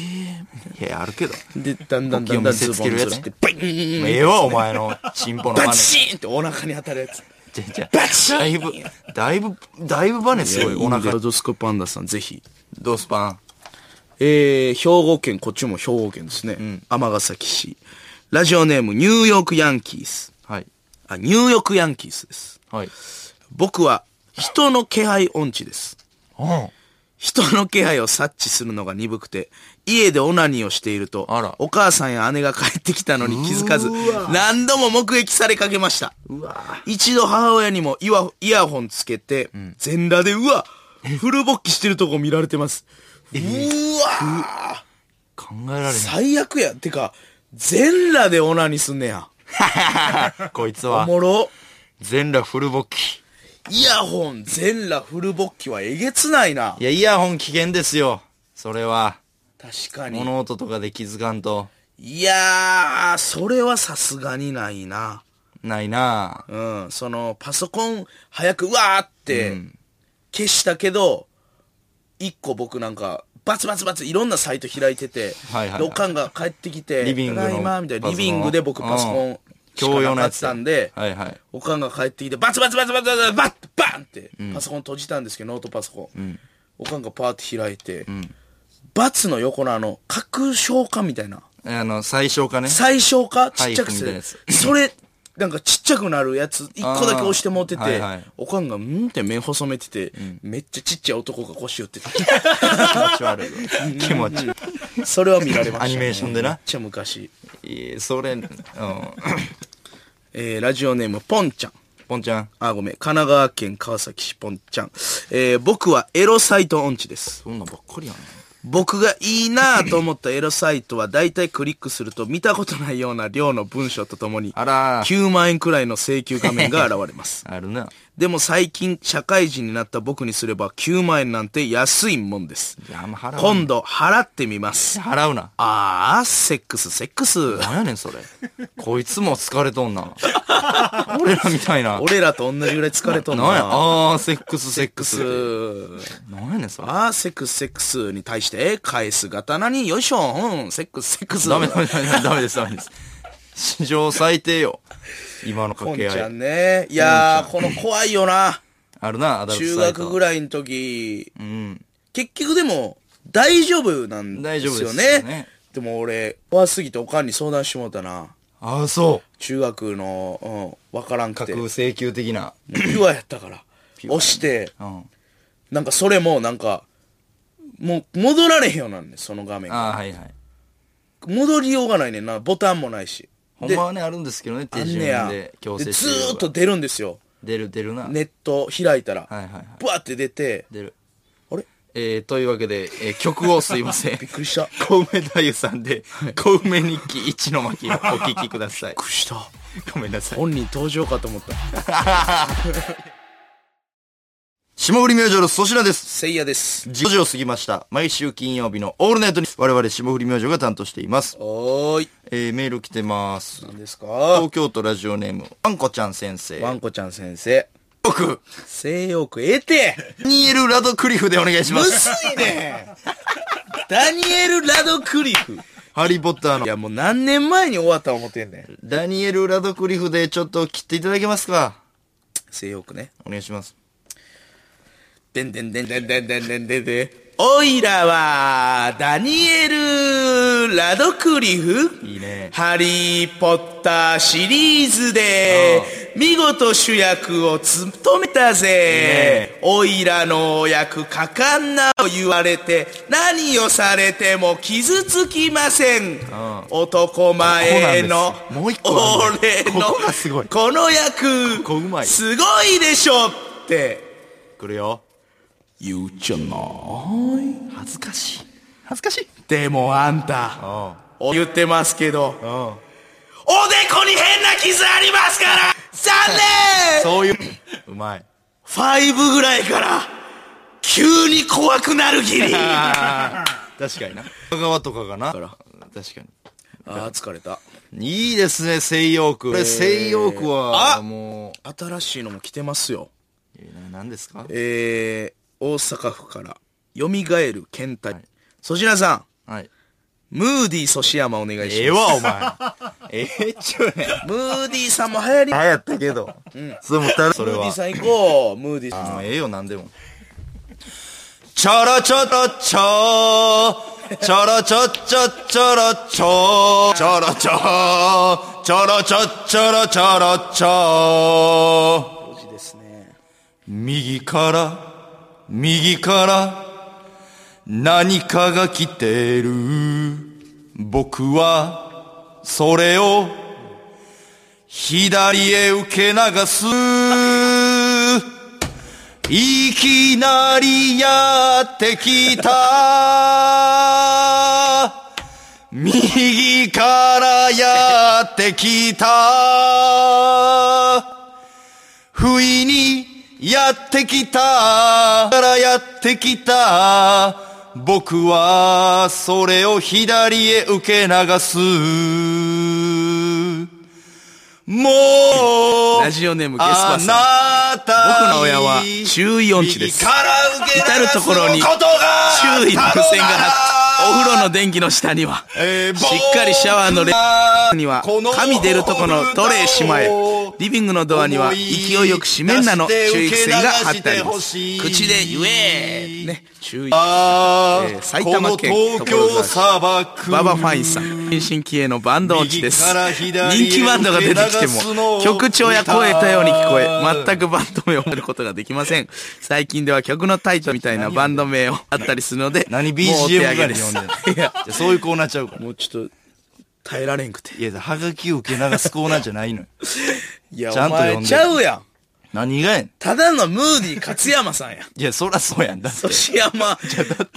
[SPEAKER 1] や、あるけど。
[SPEAKER 2] でだんだんだんだ
[SPEAKER 1] 勃
[SPEAKER 2] ん
[SPEAKER 1] 起
[SPEAKER 2] ズ
[SPEAKER 1] を見せつ
[SPEAKER 2] ボ
[SPEAKER 1] け
[SPEAKER 2] ン
[SPEAKER 1] るやつ
[SPEAKER 2] つってバイーン
[SPEAKER 1] ええわ、お前の、チンポのバネ。
[SPEAKER 2] バチーンってお腹に当たるやつ
[SPEAKER 1] じゃじゃだいぶ、だいぶ、だいぶバネすごい、お
[SPEAKER 2] いや
[SPEAKER 1] 腹
[SPEAKER 2] んで。ドスコパンダさんぜひ
[SPEAKER 1] ドスパン。
[SPEAKER 2] えー、兵庫県、こっちも兵庫県ですね。尼、崎市。ラジオネーム、ニューヨークヤンキース。
[SPEAKER 1] はい。
[SPEAKER 2] あ、ニューヨークヤンキースです。
[SPEAKER 1] はい。
[SPEAKER 2] 僕は、人の気配音痴です。
[SPEAKER 1] うん。
[SPEAKER 2] 人の気配を察知するのが鈍くて、家でオナニーをしていると
[SPEAKER 1] あら、
[SPEAKER 2] お母さんや姉が帰ってきたのに気づかず、何度も目撃されかけました。一度母親にもイワイヤホンつけて、全裸で、うわフル勃起してるとこ見られてます。うわ
[SPEAKER 1] 考えられへ
[SPEAKER 2] 最悪や。てか、全裸でオナニーすんねや。
[SPEAKER 1] ん。こいつ
[SPEAKER 2] お
[SPEAKER 1] は、
[SPEAKER 2] もろ。
[SPEAKER 1] 全裸フル勃起。
[SPEAKER 2] イヤホン全裸フル勃起はえげつないな。
[SPEAKER 1] いや、イヤホン危険ですよ。それは。
[SPEAKER 2] 確かに。
[SPEAKER 1] 物音とかで気づかんと。
[SPEAKER 2] いやー、それはさすがにないな。
[SPEAKER 1] ないなぁ。
[SPEAKER 2] うん。その、パソコン早くうわーって消したけど、一個僕なんか、バツバツバツいろんなサイト開いてて、
[SPEAKER 1] はいはいはい
[SPEAKER 2] でおかんが帰ってきて、
[SPEAKER 1] リビングの
[SPEAKER 2] ただいまみたい
[SPEAKER 1] パ
[SPEAKER 2] な。リ
[SPEAKER 1] ソコン
[SPEAKER 2] ビングで僕パソコンし
[SPEAKER 1] 共用
[SPEAKER 2] かな
[SPEAKER 1] の
[SPEAKER 2] か
[SPEAKER 1] や
[SPEAKER 2] っ
[SPEAKER 1] つ。
[SPEAKER 2] たんで、
[SPEAKER 1] はいはい。
[SPEAKER 2] おかんが帰ってきて、バツバツバツバツバツバッバンって、パソコン閉じたんですけど、ノートパソコン。おかんがパーって開いて、バツの横のあの、拡小化みたいな。
[SPEAKER 1] あの、最小化ね。
[SPEAKER 2] 最小化ちっちゃくす
[SPEAKER 1] はい
[SPEAKER 2] る
[SPEAKER 1] みたい。
[SPEAKER 2] それ、なんかちっちゃくなるやつ、一個だけ押してもうてて、
[SPEAKER 1] あーはいはい
[SPEAKER 2] おかんが、うんって目細めてて、めっちゃちっちゃい男が腰打ってた。
[SPEAKER 1] 気持ち 悪い。気持ち悪
[SPEAKER 2] それは見られました、
[SPEAKER 1] アニメーションでな
[SPEAKER 2] めっちゃ昔。
[SPEAKER 1] い。いやそれ、うん。
[SPEAKER 2] えー、ラジオネーム、ポンちゃん。
[SPEAKER 1] ポンちゃん。
[SPEAKER 2] あ、ごめん。神奈川県川崎市ポンちゃん。えー、僕はエロサイト音痴です。
[SPEAKER 1] そんなんばっかりやん。
[SPEAKER 2] 僕がいいなぁと思ったエロサイトは大体クリックすると見たことないような量の文章とともに
[SPEAKER 1] あらー
[SPEAKER 2] 9万円くらいの請求画面が現れます。
[SPEAKER 1] あるな。
[SPEAKER 2] でも最近社会人になった僕にすれば9万円なんて安いもんです。
[SPEAKER 1] いや、あんま払うな。
[SPEAKER 2] 今度払ってみます。
[SPEAKER 1] 払うな。
[SPEAKER 2] あー、セックスセックス。
[SPEAKER 1] なんやねんそれ。こいつも疲れとんな。 俺らみたいな。
[SPEAKER 2] 俺らと同じぐらい疲れとんな。
[SPEAKER 1] なんや、あー、セックス、セック
[SPEAKER 2] セ
[SPEAKER 1] ス。
[SPEAKER 2] ックス。
[SPEAKER 1] なんやねんそれ。
[SPEAKER 2] あー、セックスセックスに対して返す刀によいしょ、うん、セックスセックス。
[SPEAKER 1] ダメダメダメダメです、ダメです。史上最低よ。今の
[SPEAKER 2] ポ
[SPEAKER 1] 掛
[SPEAKER 2] ン
[SPEAKER 1] け
[SPEAKER 2] ち
[SPEAKER 1] 合
[SPEAKER 2] ゃん
[SPEAKER 1] い。
[SPEAKER 2] ね。いやー、この怖いよな。
[SPEAKER 1] あるな、アダルト
[SPEAKER 2] 中
[SPEAKER 1] サイト
[SPEAKER 2] 学ぐ
[SPEAKER 1] らい。
[SPEAKER 2] らいの時、
[SPEAKER 1] うん。
[SPEAKER 2] 結局でも、大丈夫なん
[SPEAKER 1] 大
[SPEAKER 2] です
[SPEAKER 1] 丈夫で
[SPEAKER 2] よ
[SPEAKER 1] す
[SPEAKER 2] ね。で
[SPEAKER 1] ね
[SPEAKER 2] も俺、怖すぎておかんに相談してもらったな。
[SPEAKER 1] あー、そう。
[SPEAKER 2] 中学の、うん、わからんく
[SPEAKER 1] 架
[SPEAKER 2] て。
[SPEAKER 1] 空
[SPEAKER 2] もう
[SPEAKER 1] 請求的な。
[SPEAKER 2] ピュアやったから。押して、
[SPEAKER 1] うん。
[SPEAKER 2] なんかそれも、なんか、もう戻られへんようなんねんその画面が。
[SPEAKER 1] あー、はいはい。
[SPEAKER 2] 戻りようがないねんな。ボタンもないし。
[SPEAKER 1] ほんまはね、あるんですけどね、
[SPEAKER 2] あ
[SPEAKER 1] 手
[SPEAKER 2] ん
[SPEAKER 1] 順
[SPEAKER 2] ねや。
[SPEAKER 1] で強制
[SPEAKER 2] で
[SPEAKER 1] 終
[SPEAKER 2] ず
[SPEAKER 1] 了
[SPEAKER 2] ーっと
[SPEAKER 1] が
[SPEAKER 2] 出るんですよ。
[SPEAKER 1] 出る、出るな。
[SPEAKER 2] ネット開いた
[SPEAKER 1] は
[SPEAKER 2] ら。
[SPEAKER 1] いはいはい
[SPEAKER 2] ブワーって出て、
[SPEAKER 1] 出る。
[SPEAKER 2] あれ
[SPEAKER 1] えー、というわけで、えー曲をすいま せん
[SPEAKER 2] び。っくりした。びっ
[SPEAKER 1] 小梅太夫さんで、小梅日記一の巻をお聞きください。
[SPEAKER 2] くりした。
[SPEAKER 1] ごめんなさい。
[SPEAKER 2] 本人登場かと思った。
[SPEAKER 1] 霜降り明星の粗品です。
[SPEAKER 2] せいやです。
[SPEAKER 1] 5時を過ぎました。毎週金曜日のオールナイトに我々霜降り明星が担当しています。
[SPEAKER 2] おーい。
[SPEAKER 1] えー、メール来てます。
[SPEAKER 2] 何ですか
[SPEAKER 1] 東京都ラジオネーム、ワンコちゃん先生。
[SPEAKER 2] ワンコちゃん先生。
[SPEAKER 1] 僕、
[SPEAKER 2] 西洋区得て
[SPEAKER 1] ダニエル・ラドクリフでお願いしま
[SPEAKER 2] む
[SPEAKER 1] す。
[SPEAKER 2] ずいね ダニエル・ラドクリフ。
[SPEAKER 1] ハリーポッター
[SPEAKER 2] い
[SPEAKER 1] の、
[SPEAKER 2] や、もう何年前に終わった思ってんねん。
[SPEAKER 1] ダニエル・ラドクリフでちょっと切っていただけますか
[SPEAKER 2] 西洋区ね。
[SPEAKER 1] お願いします。
[SPEAKER 2] でんでんでんでんでんでんでんでんでん。おいらは、ダニエル・ラドクリフ。
[SPEAKER 1] いいね
[SPEAKER 2] ハリー・ポッターシリーズで、見事主役を務めたぜ。おいらの役かかんなと言われて、何をされても傷つきません。男前の
[SPEAKER 1] ここなんですよもう一個あるんだ
[SPEAKER 2] 俺
[SPEAKER 1] よ
[SPEAKER 2] の
[SPEAKER 1] ここがすごい
[SPEAKER 2] この役
[SPEAKER 1] ここうまい
[SPEAKER 2] すごいでしょって。
[SPEAKER 1] 来るよ。
[SPEAKER 2] 言うじゃな
[SPEAKER 1] 恥ずかしい。恥ずかしい。
[SPEAKER 2] いでもあん
[SPEAKER 1] う
[SPEAKER 2] た、
[SPEAKER 1] ん。
[SPEAKER 2] お言ってますけど、おで
[SPEAKER 1] うん。
[SPEAKER 2] こに変な傷ありますから残 念
[SPEAKER 1] そういう、うまい。
[SPEAKER 2] ファイブぐらいから、急に怖くなるぎり。
[SPEAKER 1] 確かにな。香川とかかな。
[SPEAKER 2] から
[SPEAKER 1] 確か
[SPEAKER 2] ああ、疲れた。
[SPEAKER 1] に。いいですね、西洋区。これ西洋区は、
[SPEAKER 2] あ
[SPEAKER 1] も
[SPEAKER 2] 新しいのも来てますよ。
[SPEAKER 1] う、えーな何ですか
[SPEAKER 2] えー、大阪府から、蘇る健太。粗品さん、
[SPEAKER 1] はい。
[SPEAKER 2] ムーディー粗品山お願いします。
[SPEAKER 1] ええわ、お前。 ええっちゅうねん。
[SPEAKER 2] ムーディーさんも流行
[SPEAKER 1] 流
[SPEAKER 2] り、ム
[SPEAKER 1] 行ったけど。それもったいないそれ
[SPEAKER 2] ーディー
[SPEAKER 1] は。
[SPEAKER 2] さん行こう、ムーディーさん。
[SPEAKER 1] もうええよ、なんでも。ちょろちょろちょー。ちょろちょちょちょろちょー。ちょろちょー。ちょろちょちょろちょろちょ
[SPEAKER 2] 当時ですね。
[SPEAKER 1] ー。右から、右から、何かが来てる。僕は、それを、左へ受け流す。いきなりやってきた。右からやってきた。不意にやってきた。からやってきた。僕はそれを左へ受け流す。もう
[SPEAKER 2] ラジオネームゲス
[SPEAKER 1] あ
[SPEAKER 2] パさん。
[SPEAKER 1] なた
[SPEAKER 2] 僕の親は注意音痴です
[SPEAKER 1] 右から受け
[SPEAKER 2] 至る所に
[SPEAKER 1] 流すことが
[SPEAKER 2] 周囲の付箋がなく、お風
[SPEAKER 1] の
[SPEAKER 2] 呂の電気の下には、
[SPEAKER 1] えー
[SPEAKER 2] しっかりシャワーのレには
[SPEAKER 1] この、
[SPEAKER 2] 紙出るとこのトレーしまえ
[SPEAKER 1] この、
[SPEAKER 2] リビングのドアには、勢いよく閉めんなの注意規制が貼ってあります。口で言えね、注意。
[SPEAKER 1] あー
[SPEAKER 2] えー埼玉県
[SPEAKER 1] この東京砂漠
[SPEAKER 2] ババファインさん、変身気鋭のバンド音痴です。
[SPEAKER 1] 右から左へ
[SPEAKER 2] 人気バンドが出てきても、曲調や声たように聞こえ、全くバンド名を覚えることができません。最近では曲のタイトルみたいなバンド名をあったりするので、
[SPEAKER 1] 何
[SPEAKER 2] もうお
[SPEAKER 1] BGM
[SPEAKER 2] 手上
[SPEAKER 1] が
[SPEAKER 2] げ
[SPEAKER 1] で
[SPEAKER 2] です
[SPEAKER 1] 呼んでんの
[SPEAKER 2] いや、
[SPEAKER 1] じゃそういうコーナーちゃうから
[SPEAKER 2] もうちょっと、耐えられんくて。
[SPEAKER 1] いやはがき受け流すコーナーじゃないのよ
[SPEAKER 2] いや、
[SPEAKER 1] ちゃんと
[SPEAKER 2] お
[SPEAKER 1] 呼んでる
[SPEAKER 2] 前ちゃうやん。
[SPEAKER 1] 何がやねん
[SPEAKER 2] ただのムーディー勝山さんや。
[SPEAKER 1] いやそらそうやんだって
[SPEAKER 2] ソシヤマ。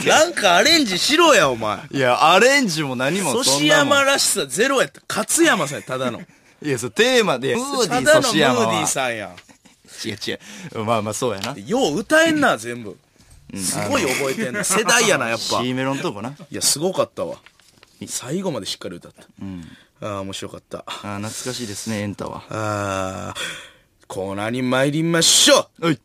[SPEAKER 2] なんかアレンジしろや、お前。
[SPEAKER 1] いやアレンジも何もそんなも
[SPEAKER 2] ソ
[SPEAKER 1] ん
[SPEAKER 2] シヤマらしさゼロやった。勝山さんや、ただの。
[SPEAKER 1] いやそうテーマでムーデ
[SPEAKER 2] た
[SPEAKER 1] ィ
[SPEAKER 2] だ
[SPEAKER 1] ー
[SPEAKER 2] の
[SPEAKER 1] ソ
[SPEAKER 2] ムー
[SPEAKER 1] シ
[SPEAKER 2] デ
[SPEAKER 1] ヤマ
[SPEAKER 2] ィ
[SPEAKER 1] は
[SPEAKER 2] ーさんやん。
[SPEAKER 1] 違う違うまあまあそうやな
[SPEAKER 2] よう歌えんな、全部。すごい覚えてんな。世代やな、やっぱ。
[SPEAKER 1] C メロのとこない
[SPEAKER 2] や、すごかったわ。最後までしっかり歌った。ああ、面白かった。
[SPEAKER 1] あー懐かしいですねエンタは
[SPEAKER 2] ああ、コーナーに参りましょう
[SPEAKER 1] はい。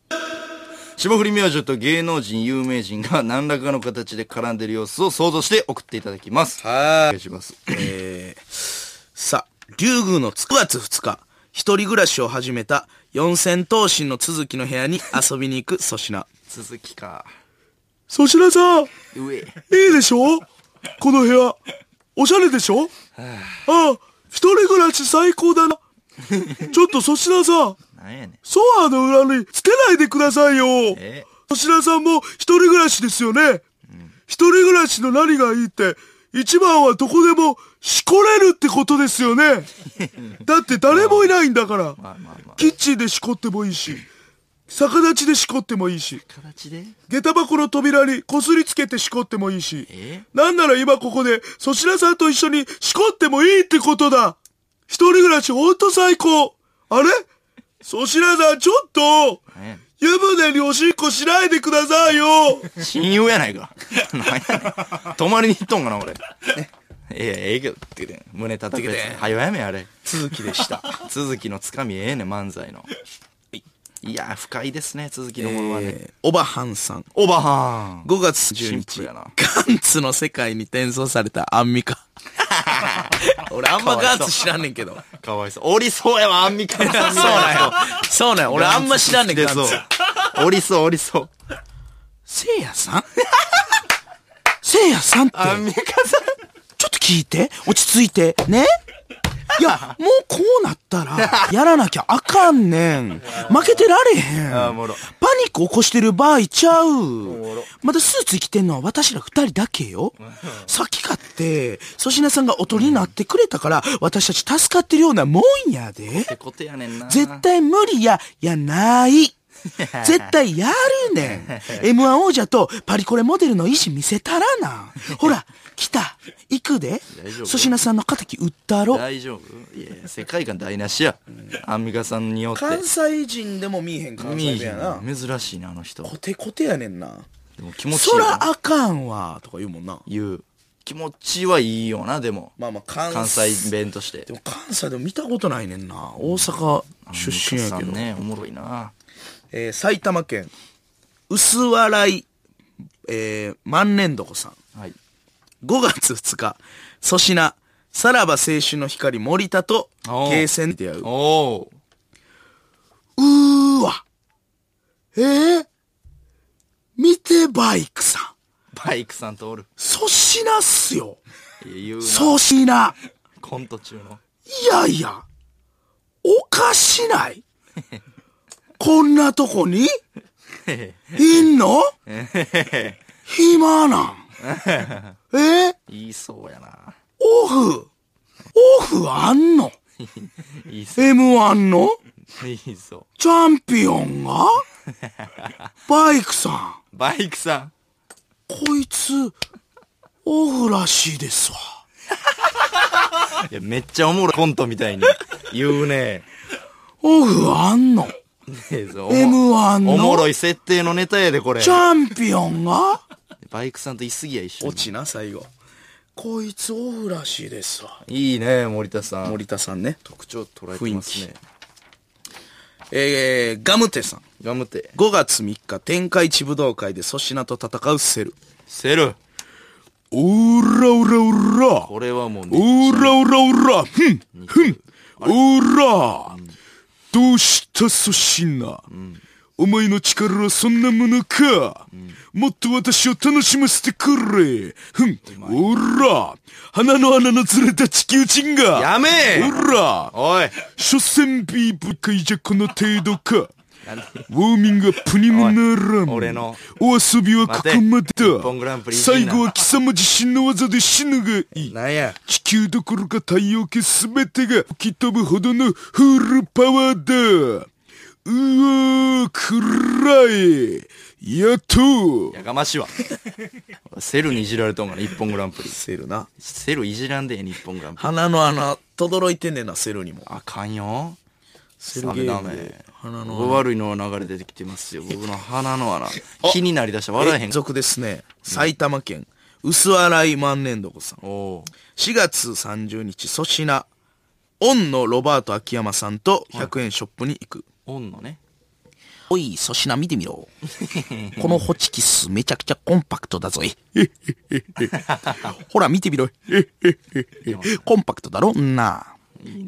[SPEAKER 1] 霜降り明星と芸能人、有名人が何らかの形で絡んでる様子を想像して送っていただきます。お
[SPEAKER 2] は
[SPEAKER 1] 願
[SPEAKER 2] ー
[SPEAKER 1] いします。
[SPEAKER 2] えー、さあ、竜宮のつ9月2日、一人暮らしを始めた四千頭身の続きの部屋に遊びに行く粗品。
[SPEAKER 1] 続きか。
[SPEAKER 2] 粗品さん、い
[SPEAKER 1] 上。い
[SPEAKER 2] いでしょこの部屋、おしゃれでしょああ、一人暮らし最高だな。 ちょっと粗品さん、
[SPEAKER 1] なんやねん。
[SPEAKER 2] ソファーの裏につけないでくださいよ。
[SPEAKER 1] え
[SPEAKER 2] 粗品さんも一人暮らしですよね。一人暮らしの何がいいって、一番はどこでもしこれるってことですよ ね。だって誰もいないんだから。
[SPEAKER 1] まあまあまあ。
[SPEAKER 2] キッチンでしこってもいいし、逆立ちでしこってもいいし、
[SPEAKER 1] 形で
[SPEAKER 2] 下駄箱の扉にこすりつけてしこってもいいし
[SPEAKER 1] え、
[SPEAKER 2] なんなら今ここで粗品さんと一緒にしこってもいいってことだ。一人暮らしほんと最高。あれ粗品さんちょっと、
[SPEAKER 1] なんやね
[SPEAKER 2] 湯船におしっこしないでくださいよ
[SPEAKER 1] ん親友やないか。 なんやねん。泊まりに行っとんかな、俺。ええや、ええけど、ってね。胸叩くやつ
[SPEAKER 2] てけて
[SPEAKER 1] はよやめ、あれ。
[SPEAKER 2] 続きでした。
[SPEAKER 1] 続きのつかみええねん、漫才の。いやー、深いですね、続きのものはね。
[SPEAKER 2] おばはんさん。
[SPEAKER 1] オバハーン。
[SPEAKER 2] 5月10
[SPEAKER 1] シンプ
[SPEAKER 2] 日
[SPEAKER 1] ルやな。
[SPEAKER 2] ガンツの世界に転送されたアン ミカ。俺あんまガンツ知らんねんけど。
[SPEAKER 1] かわいそう。おりそうやわ、アンミカさん。
[SPEAKER 2] そうなんよ。そうなんよ。俺あんま知らんねんけ
[SPEAKER 1] で
[SPEAKER 2] ど。
[SPEAKER 1] そう。おりそう、おりそう。
[SPEAKER 2] せいやさんせいやさんって、
[SPEAKER 1] アンミカさん。
[SPEAKER 2] ちょっと聞いて。落ち着いて。ね いや、もうこうなったら、やらなきゃあかんねん。負けてられへん。
[SPEAKER 1] あおもろ
[SPEAKER 2] パニック起こしてる場合ちゃう。まだスーツ着てんのは私ら二人だけよ。さっきかって、粗品さんがおとりになってくれたから、私たち助かってるようなもんやで。
[SPEAKER 1] てことやねんな。
[SPEAKER 2] 絶対無理や、やない。絶対やるねん。M1 王者とパリコレモデルの意思見せたら な。ほら、来た。行くで
[SPEAKER 1] 大丈。夫
[SPEAKER 2] 粗品さんの敵売ったろ。
[SPEAKER 1] 大丈夫いやいや、世界観台無しや。アンミカさんによって。
[SPEAKER 2] 西人でも見えへん関
[SPEAKER 1] 見えへんな珍しいな、あの人。
[SPEAKER 2] テコテやねんな。
[SPEAKER 1] でも気持ちいい
[SPEAKER 2] そ
[SPEAKER 1] よ
[SPEAKER 2] ら
[SPEAKER 1] な
[SPEAKER 2] あかんわ、とか言うもんな。
[SPEAKER 1] 言う気持ちはいいよなでも
[SPEAKER 2] まあまあ関
[SPEAKER 1] 関西弁として
[SPEAKER 2] でも関西でも見たことないねんな。大阪出身や
[SPEAKER 1] さ
[SPEAKER 2] け
[SPEAKER 1] ん
[SPEAKER 2] ど。
[SPEAKER 1] ねおもろいな
[SPEAKER 2] えー埼玉県、薄笑い、えー万年床さん。
[SPEAKER 1] はい
[SPEAKER 2] 5月2日、粗品、さらば青春の光森田と、
[SPEAKER 1] おう
[SPEAKER 2] ゲーセンで出会う。
[SPEAKER 1] おお
[SPEAKER 2] うーわ。えー、見てバイクさん。
[SPEAKER 1] バイクさんとおる
[SPEAKER 2] 粗品っすよ。
[SPEAKER 1] いや言うな
[SPEAKER 2] 粗品。
[SPEAKER 1] コント中の
[SPEAKER 2] いやいや、おかし ない。こんなとこにいん の暇なん。え
[SPEAKER 1] 言いそうやな
[SPEAKER 2] オフオフあんの
[SPEAKER 1] 言いそう
[SPEAKER 2] ?M1 の
[SPEAKER 1] 言いそう
[SPEAKER 2] チャンピオン がバイクさ
[SPEAKER 1] バイクさん
[SPEAKER 2] ん、こいつ、オフらしいですわ。
[SPEAKER 1] いやめっちゃおもろいコントみたいに言うね
[SPEAKER 2] オフあんの
[SPEAKER 1] えそうおも
[SPEAKER 2] ?M1
[SPEAKER 1] おもろ
[SPEAKER 2] の
[SPEAKER 1] い設定のネタやでこれ
[SPEAKER 2] チャンピオンが
[SPEAKER 1] バイクさんといすぎや一緒に
[SPEAKER 2] 落ちな、最後。こいつオフらしいですわ。
[SPEAKER 1] いいね森田さん
[SPEAKER 2] 森田さんね。
[SPEAKER 1] 特徴捉えてます
[SPEAKER 2] 雰
[SPEAKER 1] ね
[SPEAKER 2] えー、ガムテさん。
[SPEAKER 1] ガムテ
[SPEAKER 2] 5月3日、天下一武道会で粗品と戦うセル。
[SPEAKER 1] セル
[SPEAKER 2] オーラオラオラ
[SPEAKER 1] これはもうね
[SPEAKER 2] オラオラオラふんふんオラどうした粗品お前の力はそんなものかもっと私を楽しませてくれふんオラ花の穴のずれた地球人が
[SPEAKER 1] やめえ
[SPEAKER 2] オラ
[SPEAKER 1] おい
[SPEAKER 2] 所詮ビーブ会じゃこの程度かウォーミングアップにもならん。
[SPEAKER 1] おい俺の
[SPEAKER 2] お遊びはここまで
[SPEAKER 1] 日本グランプ
[SPEAKER 2] だ。
[SPEAKER 1] リ
[SPEAKER 2] 最後は貴様自身の技で死ぬがいい。
[SPEAKER 1] なんや
[SPEAKER 2] 地球どころか太陽系すべてが吹き飛ぶほどのフルパワーだ。うわー、暗い。やっと。
[SPEAKER 1] やかましいわセルにいじられたんかな一本グランプリ
[SPEAKER 2] セルな。
[SPEAKER 1] セルいじらんでえ日本グランプリ
[SPEAKER 2] 鼻の穴、とどろいてんねんな、セルにも。
[SPEAKER 1] あかんよ
[SPEAKER 2] セ
[SPEAKER 1] ダメダメ僕悪いの流れ出てきてますよ僕の鼻の穴気になりだした笑えへん
[SPEAKER 2] 連続ですね。埼玉県、薄洗い万年床さん。
[SPEAKER 1] おお
[SPEAKER 2] 4月30日、粗品、オンのロバート秋山さんと100円ショップに行く。
[SPEAKER 1] おんのね
[SPEAKER 2] おい、粗品見て みろ。このホチキスめちゃくちゃコンパクトだぞい。ほら見てみろい。コンパクトだろんな。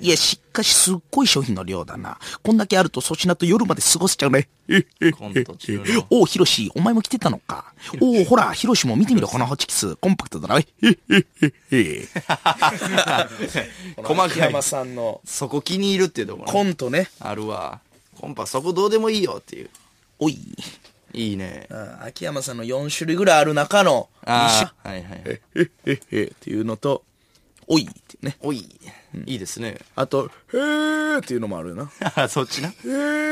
[SPEAKER 2] いや、しかしすっごい商品の量だな。こんだけあると粗品と夜まで過ごせちゃうね。
[SPEAKER 1] コント中の
[SPEAKER 2] おお、ヒロシ、お前も来てたのか。おお、ほら、ヒロシも見てみろ、このホチキス。コンパクトだろい。
[SPEAKER 1] 細かい
[SPEAKER 2] さんの
[SPEAKER 1] そこ気に入るっていうところね
[SPEAKER 2] ントね。
[SPEAKER 1] あるわコンパそこどうでもいいよっていう
[SPEAKER 2] おい。
[SPEAKER 1] いいね
[SPEAKER 2] うん秋山さんの4種類ぐらいある中の、
[SPEAKER 1] ああはいはい
[SPEAKER 2] えええっていうのと、おいってね。
[SPEAKER 1] おいいいですね
[SPEAKER 2] あと、へーっていうのもあるよな。
[SPEAKER 1] あそっちな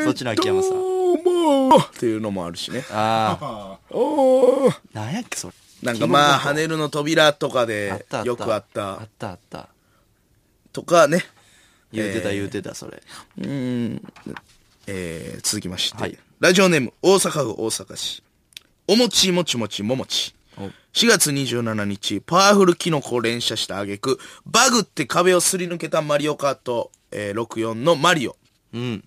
[SPEAKER 1] そっちの秋山さん
[SPEAKER 2] どうもっていうのもあるしね。
[SPEAKER 1] ああ
[SPEAKER 2] おー
[SPEAKER 1] なんやっけそれ
[SPEAKER 2] なんかまあ、
[SPEAKER 1] 昨日
[SPEAKER 2] 跳ねるの扉とか
[SPEAKER 1] あっ
[SPEAKER 2] で
[SPEAKER 1] たあっ、た
[SPEAKER 2] よくあっ
[SPEAKER 1] あ
[SPEAKER 2] た
[SPEAKER 1] っ。たあった
[SPEAKER 2] とかね。
[SPEAKER 1] 言うてた
[SPEAKER 2] えー
[SPEAKER 1] 言うてたそれ
[SPEAKER 2] うーん。えー、続きまして、
[SPEAKER 1] はい
[SPEAKER 2] ラジオネーム、大阪府大阪市。おもちもちもちももち。
[SPEAKER 1] お
[SPEAKER 2] 4月27日、パワフルキノコを連射した挙句、バグって壁をすり抜けたマリオカート、えー64のマリオ。
[SPEAKER 1] うん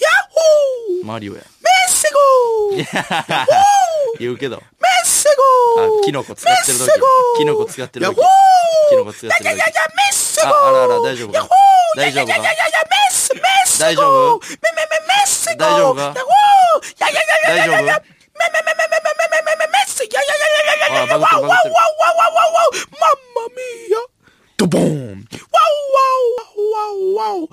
[SPEAKER 2] ヤッホー
[SPEAKER 1] マリオや
[SPEAKER 2] メッセゴーメッ
[SPEAKER 1] 言うけど
[SPEAKER 2] セゴ
[SPEAKER 1] あ
[SPEAKER 2] ー
[SPEAKER 1] キノコ使ってる時
[SPEAKER 2] メッセゴー
[SPEAKER 1] キノコ使ってる
[SPEAKER 2] ヤッ
[SPEAKER 1] 時
[SPEAKER 2] ホー
[SPEAKER 1] キノコ使ってる時
[SPEAKER 2] ややややメッセゴー
[SPEAKER 1] ああらあら大丈夫か
[SPEAKER 2] ヤッホー
[SPEAKER 1] 大丈夫か
[SPEAKER 2] やややややメッセメッセゴー
[SPEAKER 1] 大丈夫
[SPEAKER 2] メメメメッセゴー
[SPEAKER 1] 大丈夫か
[SPEAKER 2] ヤッホーやや
[SPEAKER 1] 大
[SPEAKER 2] ややや
[SPEAKER 1] 丈
[SPEAKER 2] やや
[SPEAKER 1] 夫
[SPEAKER 2] メメメメメメメメメメメッセややややややや
[SPEAKER 1] あバグってる
[SPEAKER 2] わわわわわ
[SPEAKER 1] バグってる
[SPEAKER 2] わわマンマミーヤドボーンわおわおわおわおマン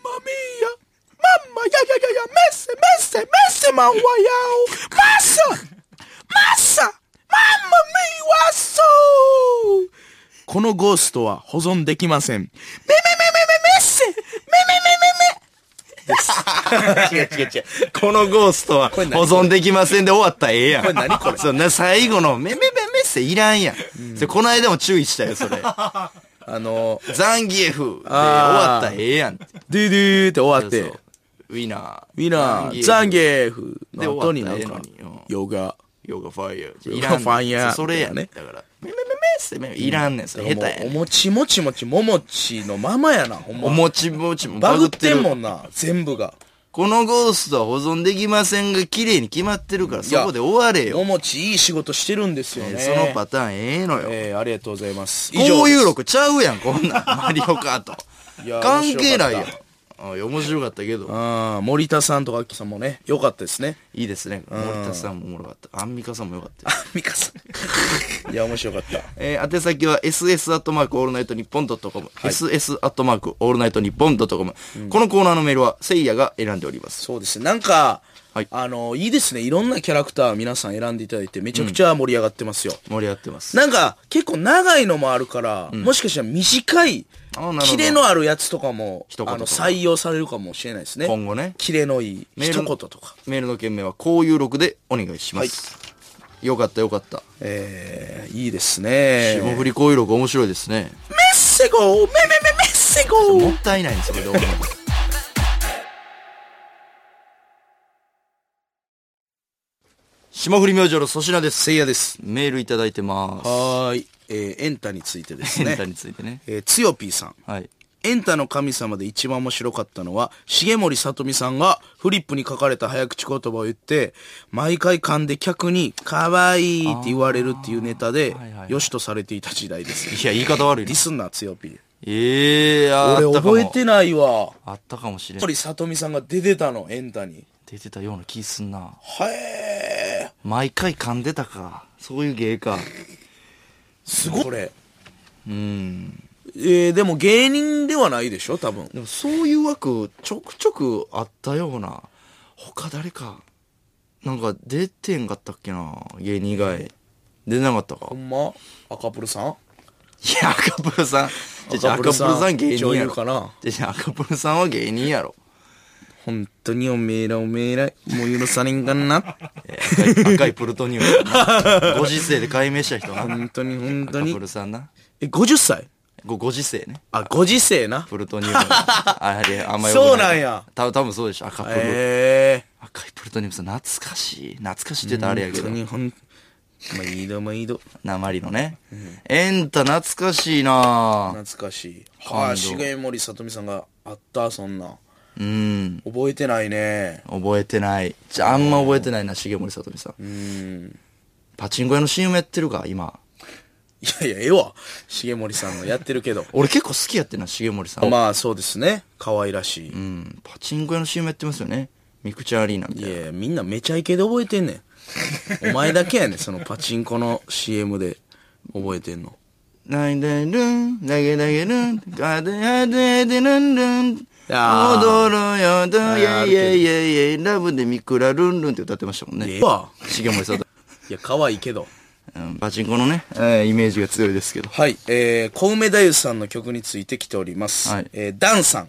[SPEAKER 2] マミーヤマンマややややメッセメッセメッセマンワヤオマッサマッサマンマミーワソーこのゴーストは保存できませんメメメメメメッセメメメメメ
[SPEAKER 1] 違う違う違う。このゴーストは保存できませんで終わったらええやん。これ何これそうな最後のめめめめっせいらんやん。それこの間も注意したよ、それ。
[SPEAKER 2] あの
[SPEAKER 1] ザンギエフで終わ
[SPEAKER 2] あー
[SPEAKER 1] ったらええやんって。
[SPEAKER 2] ドゥドゥーって終わって
[SPEAKER 1] そうウィナー。
[SPEAKER 2] ウィナー、ザンギ
[SPEAKER 1] エ
[SPEAKER 2] エフの後に
[SPEAKER 1] で
[SPEAKER 2] なん
[SPEAKER 1] 終わ
[SPEAKER 2] か
[SPEAKER 1] ったらええのにうん、
[SPEAKER 2] ヨガ、
[SPEAKER 1] ヨガファイヤー。
[SPEAKER 2] ヨ
[SPEAKER 1] い
[SPEAKER 2] ガ
[SPEAKER 1] らんねん
[SPEAKER 2] ファイヤー
[SPEAKER 1] それやね
[SPEAKER 2] ね
[SPEAKER 1] ん。だから。めめめめってめいらんねん。それ下手や
[SPEAKER 2] もうお
[SPEAKER 1] ねん。
[SPEAKER 2] 餅もちもちももちのままやな、ほんま。
[SPEAKER 1] おもちもちも
[SPEAKER 2] バグって
[SPEAKER 1] る
[SPEAKER 2] んもんな、全部が。
[SPEAKER 1] このゴーストは保存できませんが、綺麗に決まってるから、そこで終われよ
[SPEAKER 2] も。もちいい仕事してるんですよね。
[SPEAKER 1] そのパターンええのよ。
[SPEAKER 2] えー、ありがとうございます。
[SPEAKER 1] こういう
[SPEAKER 2] の
[SPEAKER 1] 録ちゃうやん、こんなん。マリオカート
[SPEAKER 2] いや。
[SPEAKER 1] 関係ないや
[SPEAKER 2] 面白
[SPEAKER 1] ん。あいや面白かったけど。
[SPEAKER 2] あー森田さんとかアッキーさんもね、良かったですね。
[SPEAKER 1] いいですね。森田さんもおもろかった。アンミカさんもよかったよ。
[SPEAKER 2] ミカさ ん。いや、面白かった。
[SPEAKER 1] えー、宛先は ss アットマークオールナイトニッポンドットコム。ss アットマークオールナイトニッポンドットコム。このコーナーのメールは、せいやが選んでおります。
[SPEAKER 2] そうですね。なんか、
[SPEAKER 1] はい
[SPEAKER 2] あの、いいですね。いろんなキャラクター皆さん選んでいただいて、めちゃくちゃ盛り上がってますよ。
[SPEAKER 1] 盛り上がってます。
[SPEAKER 2] なんか、結構長いのもあるから、もしかしたら短い
[SPEAKER 1] あなるほ、ど
[SPEAKER 2] キレのあるやつとかも、
[SPEAKER 1] 一言とか
[SPEAKER 2] あの、採用されるかもしれないですね。
[SPEAKER 1] 今後ね
[SPEAKER 2] キレのいい、
[SPEAKER 1] メー
[SPEAKER 2] 一
[SPEAKER 1] ル
[SPEAKER 2] 言とか。
[SPEAKER 1] メールの件名は、こういう録でお願いします。よかったよかった。
[SPEAKER 2] えー、いいですね。
[SPEAKER 1] 霜降りこういう録面白いですね。
[SPEAKER 2] メッセゴーメメメメッセゴ
[SPEAKER 1] も
[SPEAKER 2] ー
[SPEAKER 1] ったいないんですよ、これで終わるの。 霜降り明星の粗品です。せいやです。メールいただいてます。
[SPEAKER 2] はーい。えー、エンタについてです
[SPEAKER 1] 変
[SPEAKER 2] ね
[SPEAKER 1] 態。についてね。
[SPEAKER 2] えー、つよぴーさん。
[SPEAKER 1] はい。
[SPEAKER 2] エンタの神様で一番面白かったのは、重森さとみさんがフリップに書かれた早口言葉を言って、毎回噛んで客に、かわいいって言われるっていうネタで
[SPEAKER 1] はいはいは、い
[SPEAKER 2] よしとされていた時代です。
[SPEAKER 1] いや、言い方悪い
[SPEAKER 2] デ
[SPEAKER 1] な
[SPEAKER 2] ィ。スんな、つよぴー。
[SPEAKER 1] ええー、あーあ
[SPEAKER 2] 俺
[SPEAKER 1] ったかも
[SPEAKER 2] 覚えてないわ。
[SPEAKER 1] あったかもしれ
[SPEAKER 2] やっぱ
[SPEAKER 1] ん。
[SPEAKER 2] りさとみさんが出てたの、エンタに。
[SPEAKER 1] 出てたような気すんな。
[SPEAKER 2] はえー。
[SPEAKER 1] 毎回噛んでたか。そういう芸か。
[SPEAKER 2] すごい。これ。
[SPEAKER 1] うん。
[SPEAKER 2] えー、でも芸人ではないでしょ、多分。
[SPEAKER 1] でもそういう枠、ちょくちょくあったような。他誰か。なんか出てんかったっけな。芸人以外。出なかったか
[SPEAKER 2] ほ。んま赤プルさん
[SPEAKER 1] いや、赤プルさん。じゃあ赤プ
[SPEAKER 2] 赤プル
[SPEAKER 1] ル
[SPEAKER 2] さん
[SPEAKER 1] さん芸人や
[SPEAKER 2] 女優
[SPEAKER 1] ろ。
[SPEAKER 2] かな
[SPEAKER 1] じゃあじゃあ赤プルさんは芸人やろ。
[SPEAKER 2] 本当におめえらおめえら、もう許されんかな。
[SPEAKER 1] えー赤い赤いプルトニウムやな。ご時世で解明した人な。
[SPEAKER 2] 本当に本当
[SPEAKER 1] 赤
[SPEAKER 2] に
[SPEAKER 1] プ。ルさんな。
[SPEAKER 2] え、50歳
[SPEAKER 1] ご、ご時世ね。
[SPEAKER 2] あ、ご時世な。
[SPEAKER 1] プルトニウ ム。あれ、あんまよ
[SPEAKER 2] そうなんや。
[SPEAKER 1] た多分そうでしょ。赤プル。
[SPEAKER 2] え
[SPEAKER 1] 赤いプルトニウムさん、懐かしい。懐かしいって言っ
[SPEAKER 2] え
[SPEAKER 1] たらあれやけど
[SPEAKER 2] 本当。にほん、毎度毎度。
[SPEAKER 1] 鉛のね。エンタ、懐かしいなぁ
[SPEAKER 2] 懐かしい。
[SPEAKER 1] 感動
[SPEAKER 2] はあ、重森さとみさんがあった、そんな。
[SPEAKER 1] うん。
[SPEAKER 2] 覚えてないね。
[SPEAKER 1] 覚えてない。じゃあ、あんま覚えてないな、重森さとみさん。
[SPEAKER 2] うん。
[SPEAKER 1] パチンコ屋の CM やってるか、今。。
[SPEAKER 2] いやいや、ええわ。重森さんのやってるけど
[SPEAKER 1] 俺結構好きやってんな、重森さん。
[SPEAKER 2] まあ、そうですね。可愛らしい。
[SPEAKER 1] うん。パチンコ屋の CM やってますよね。ミクチャアリーナみたい
[SPEAKER 2] い
[SPEAKER 1] な。
[SPEAKER 2] やみんなめちゃイケで覚えてんねん。お前だけやねん、そのパチンコの CM で覚えてんの。
[SPEAKER 1] ないでるん、だげだげるん、かであででるんるん。
[SPEAKER 2] あー
[SPEAKER 1] 踊ろうよ、どう
[SPEAKER 2] あー
[SPEAKER 1] や
[SPEAKER 2] ある
[SPEAKER 1] い
[SPEAKER 2] けど
[SPEAKER 1] やいやいやラブでミクラルンルンって歌ってましたもん
[SPEAKER 2] え
[SPEAKER 1] ね
[SPEAKER 2] え。わ。
[SPEAKER 1] 重森さんと、
[SPEAKER 2] いや、可愛いけど。
[SPEAKER 1] うん、パチンコのね、えーイメージが強いですけど。
[SPEAKER 2] はい、えー、小梅太夫さんの曲について来ております。
[SPEAKER 1] はい
[SPEAKER 2] えー、ダンさん。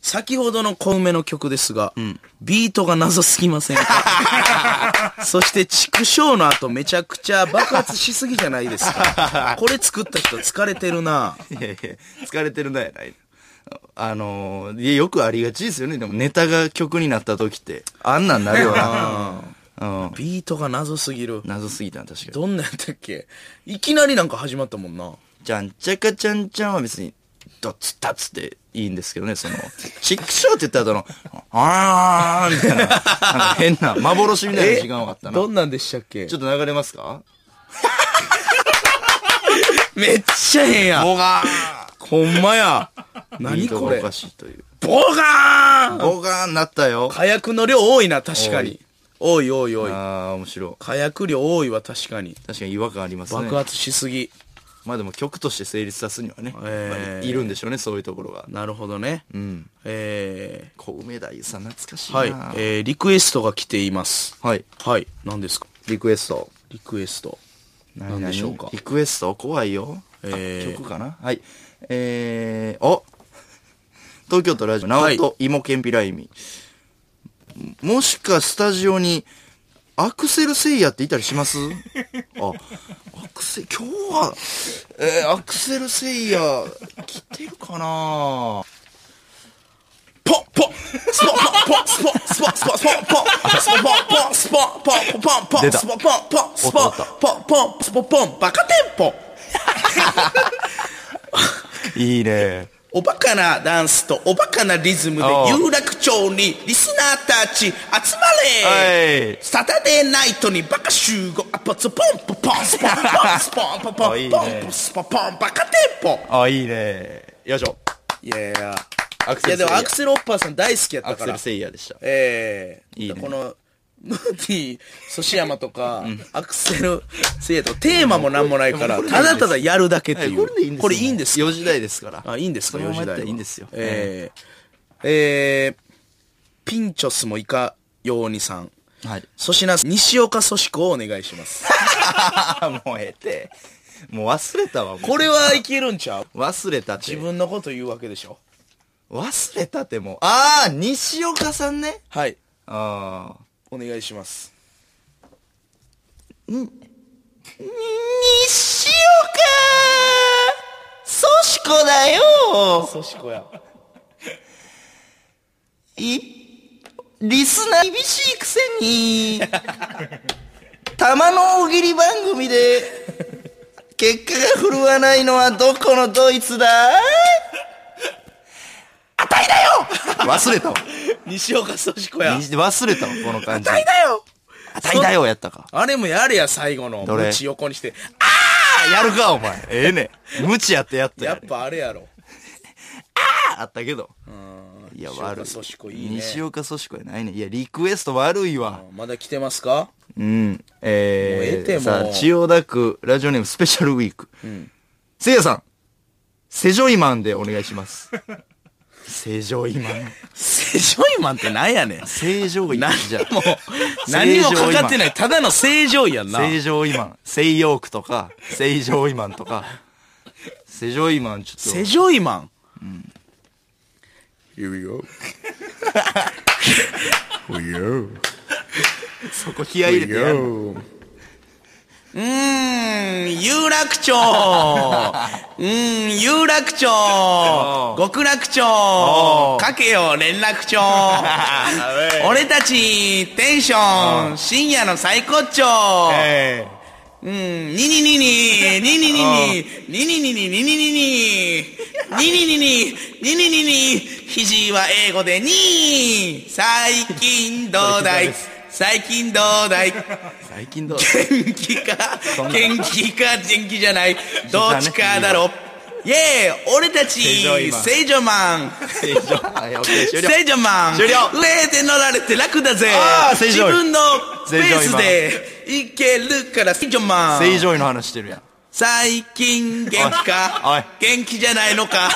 [SPEAKER 2] 先ほどの小梅の曲ですが、ビートが謎すぎません かそして、畜生の後めちゃくちゃ爆発しすぎじゃないです か。これ作った人疲れてるない
[SPEAKER 1] やいや、疲れてるなやない。あのーいやよくありがちですよね。でもネタが曲になった時って、あんなんなるよな。うん。
[SPEAKER 2] ビートが謎すぎる。
[SPEAKER 1] 謎すぎたな、確かに。
[SPEAKER 2] どんなんやったっけいきなりなんか始まったもんな。
[SPEAKER 1] じゃんちゃかちゃんちゃんは別に、どっつったっつっていいんですけどね、その、チックショーって言った後の、あーみたいな、なんか変な、幻みたいな時間があったな。ち
[SPEAKER 2] ど
[SPEAKER 1] ょ
[SPEAKER 2] んなんでしたっけ
[SPEAKER 1] っと流れますか
[SPEAKER 2] めっちゃ変や。
[SPEAKER 1] ボガー
[SPEAKER 2] ほんまや。
[SPEAKER 1] ビ
[SPEAKER 2] 何
[SPEAKER 1] ート
[SPEAKER 2] こ
[SPEAKER 1] が
[SPEAKER 2] れ
[SPEAKER 1] おか。しいという。
[SPEAKER 2] ボガーン
[SPEAKER 1] ボガーになったよ。
[SPEAKER 2] 火薬の量多いな、確かに。多い多い多い。
[SPEAKER 1] あー、面白
[SPEAKER 2] 火薬量多いわ、確かに。
[SPEAKER 1] い。確かに違和感ありますね。
[SPEAKER 2] 爆発しすぎ。
[SPEAKER 1] まあでも曲として成立さすにはね、
[SPEAKER 2] えー
[SPEAKER 1] まあいるんでしょうね、そういうところが。
[SPEAKER 2] なるほどね。
[SPEAKER 1] うん。
[SPEAKER 2] え
[SPEAKER 1] 小梅太夫さん懐かしい
[SPEAKER 2] ー、
[SPEAKER 1] な。
[SPEAKER 2] はい。えー、リクエストが来ています。
[SPEAKER 1] はい。
[SPEAKER 2] はい。何ですか
[SPEAKER 1] リクエスト。
[SPEAKER 2] リクエスト。何でしょうか
[SPEAKER 1] リクエスト怖いよ。
[SPEAKER 2] えー
[SPEAKER 1] あ曲かなはい。えー、お東京都ラジオ、直人、芋けんぴらいみ。もしかスタジオに、アクセルセイヤっていたりします あ、アクセ、今日は、えー、アクセルセイヤ、来てるかな
[SPEAKER 2] ポッポッスポッポッポッスポッスポッスポッスポッポッスポッポッスポッポンポンポンポン
[SPEAKER 1] 出た
[SPEAKER 2] スポンポンポンスポ
[SPEAKER 1] お
[SPEAKER 2] ン
[SPEAKER 1] っとおっ
[SPEAKER 2] ポンポンスポンポンバカテンポ
[SPEAKER 1] いいね。
[SPEAKER 2] おバカなダンスとおバカなリズムで
[SPEAKER 1] おう
[SPEAKER 2] 有楽町にリスナーたち集ま
[SPEAKER 1] は
[SPEAKER 2] れ
[SPEAKER 1] い
[SPEAKER 2] サタデーナイトにバカ集合あポツポンポンポンスポンポンスポンポンポ
[SPEAKER 1] あい
[SPEAKER 2] ン
[SPEAKER 1] い
[SPEAKER 2] ポン
[SPEAKER 1] ね
[SPEAKER 2] ポンスポンポンバカテンポ
[SPEAKER 1] あ、いいね。よいしょ。
[SPEAKER 2] いやいや
[SPEAKER 1] アク
[SPEAKER 2] い
[SPEAKER 1] セルセ
[SPEAKER 2] やで
[SPEAKER 1] イヤ
[SPEAKER 2] もアクセルオッパーさん大好きやっ
[SPEAKER 1] ア
[SPEAKER 2] た
[SPEAKER 1] ク
[SPEAKER 2] か
[SPEAKER 1] セ
[SPEAKER 2] ら
[SPEAKER 1] ルセイヤでした。
[SPEAKER 2] ええ
[SPEAKER 1] いいね
[SPEAKER 2] このムーディーソシヤマとか、アクセルせいとテーマもなんもないからただただやるだけっていう、これいいんですよ
[SPEAKER 1] よ。4時台ですから。
[SPEAKER 2] あいいんですか
[SPEAKER 1] これ
[SPEAKER 2] 4
[SPEAKER 1] を
[SPEAKER 2] 時
[SPEAKER 1] やった
[SPEAKER 2] 台
[SPEAKER 1] ら
[SPEAKER 2] はい
[SPEAKER 1] いんですよ
[SPEAKER 2] えーえーピンチョスもいかようにさん
[SPEAKER 1] はい。
[SPEAKER 2] 粗品西岡粗子をお願いします
[SPEAKER 1] もうええて。もう忘れたわ、も
[SPEAKER 2] これはいけるんちゃう
[SPEAKER 1] う忘れたって
[SPEAKER 2] 自。分のこと言うわけでしょ
[SPEAKER 1] 忘れたってもう。ああ、西岡さんね。
[SPEAKER 2] はい
[SPEAKER 1] ああ。
[SPEAKER 2] お願いします
[SPEAKER 1] 西岡そしこだよ
[SPEAKER 2] 粗子や
[SPEAKER 1] い、リスナー厳しいくせ に、玉の大喜利番組で、結果が振るわないのはどこのドイツだ あたいだよ忘れたわ。
[SPEAKER 2] 西岡粗子や
[SPEAKER 1] 忘れたわ、この感じ。
[SPEAKER 2] 大だよ
[SPEAKER 1] あたいだよやったか。
[SPEAKER 2] あれもやれや最後の
[SPEAKER 1] どれ
[SPEAKER 2] ムチ横にして
[SPEAKER 1] あやるか、お前。ええねん。無知やってやった
[SPEAKER 2] や
[SPEAKER 1] や
[SPEAKER 2] っぱあれやろ
[SPEAKER 1] あったけど。いや、
[SPEAKER 2] 西岡
[SPEAKER 1] 悪い。
[SPEAKER 2] そしこいいね
[SPEAKER 1] 西岡そしこやないね。いや、リクエスト悪いわ。
[SPEAKER 2] まだ来てますか
[SPEAKER 1] うん。えー、
[SPEAKER 2] もう得ても
[SPEAKER 1] さあ、千代田区、ラジオネームスペシャルウィーク。せいやさん、セジョイマンでお願いします。 セジョイマン。
[SPEAKER 2] 正常位マンってなんやねん
[SPEAKER 1] セジョイマンじゃ
[SPEAKER 2] もう何もかかってないただの正常位やんな
[SPEAKER 1] セジョイマン。西洋区とか、セジョイマンと か。セジョイマンちょ
[SPEAKER 2] セ
[SPEAKER 1] っ
[SPEAKER 2] ジョイマン。Here we go.
[SPEAKER 1] と、そこ気合い入れてやる。
[SPEAKER 2] うーん、有楽町。うーん、有楽町。極楽町。かけよ、連絡町。俺たち、テンション、深夜の最高潮。
[SPEAKER 1] え
[SPEAKER 2] うん、にににに、にににに、にににに、にににに、にににに、にににに、肘は英語でに、最近どうだい最近どうだい
[SPEAKER 1] ー最近どう
[SPEAKER 2] 元気か元気か元気じゃないどっちかだ ろイェーイ俺たち、聖女マン
[SPEAKER 1] セジョはい、オッケー、終了。
[SPEAKER 2] 聖女マン
[SPEAKER 1] 終了
[SPEAKER 2] 上で乗られて楽だぜ
[SPEAKER 1] あー聖
[SPEAKER 2] 自
[SPEAKER 1] 女
[SPEAKER 2] 分のスペースで行けるから聖女マン
[SPEAKER 1] セジョイの話してるやん。
[SPEAKER 2] 最近元気
[SPEAKER 1] おいお
[SPEAKER 2] か
[SPEAKER 1] い
[SPEAKER 2] 元気じゃないのか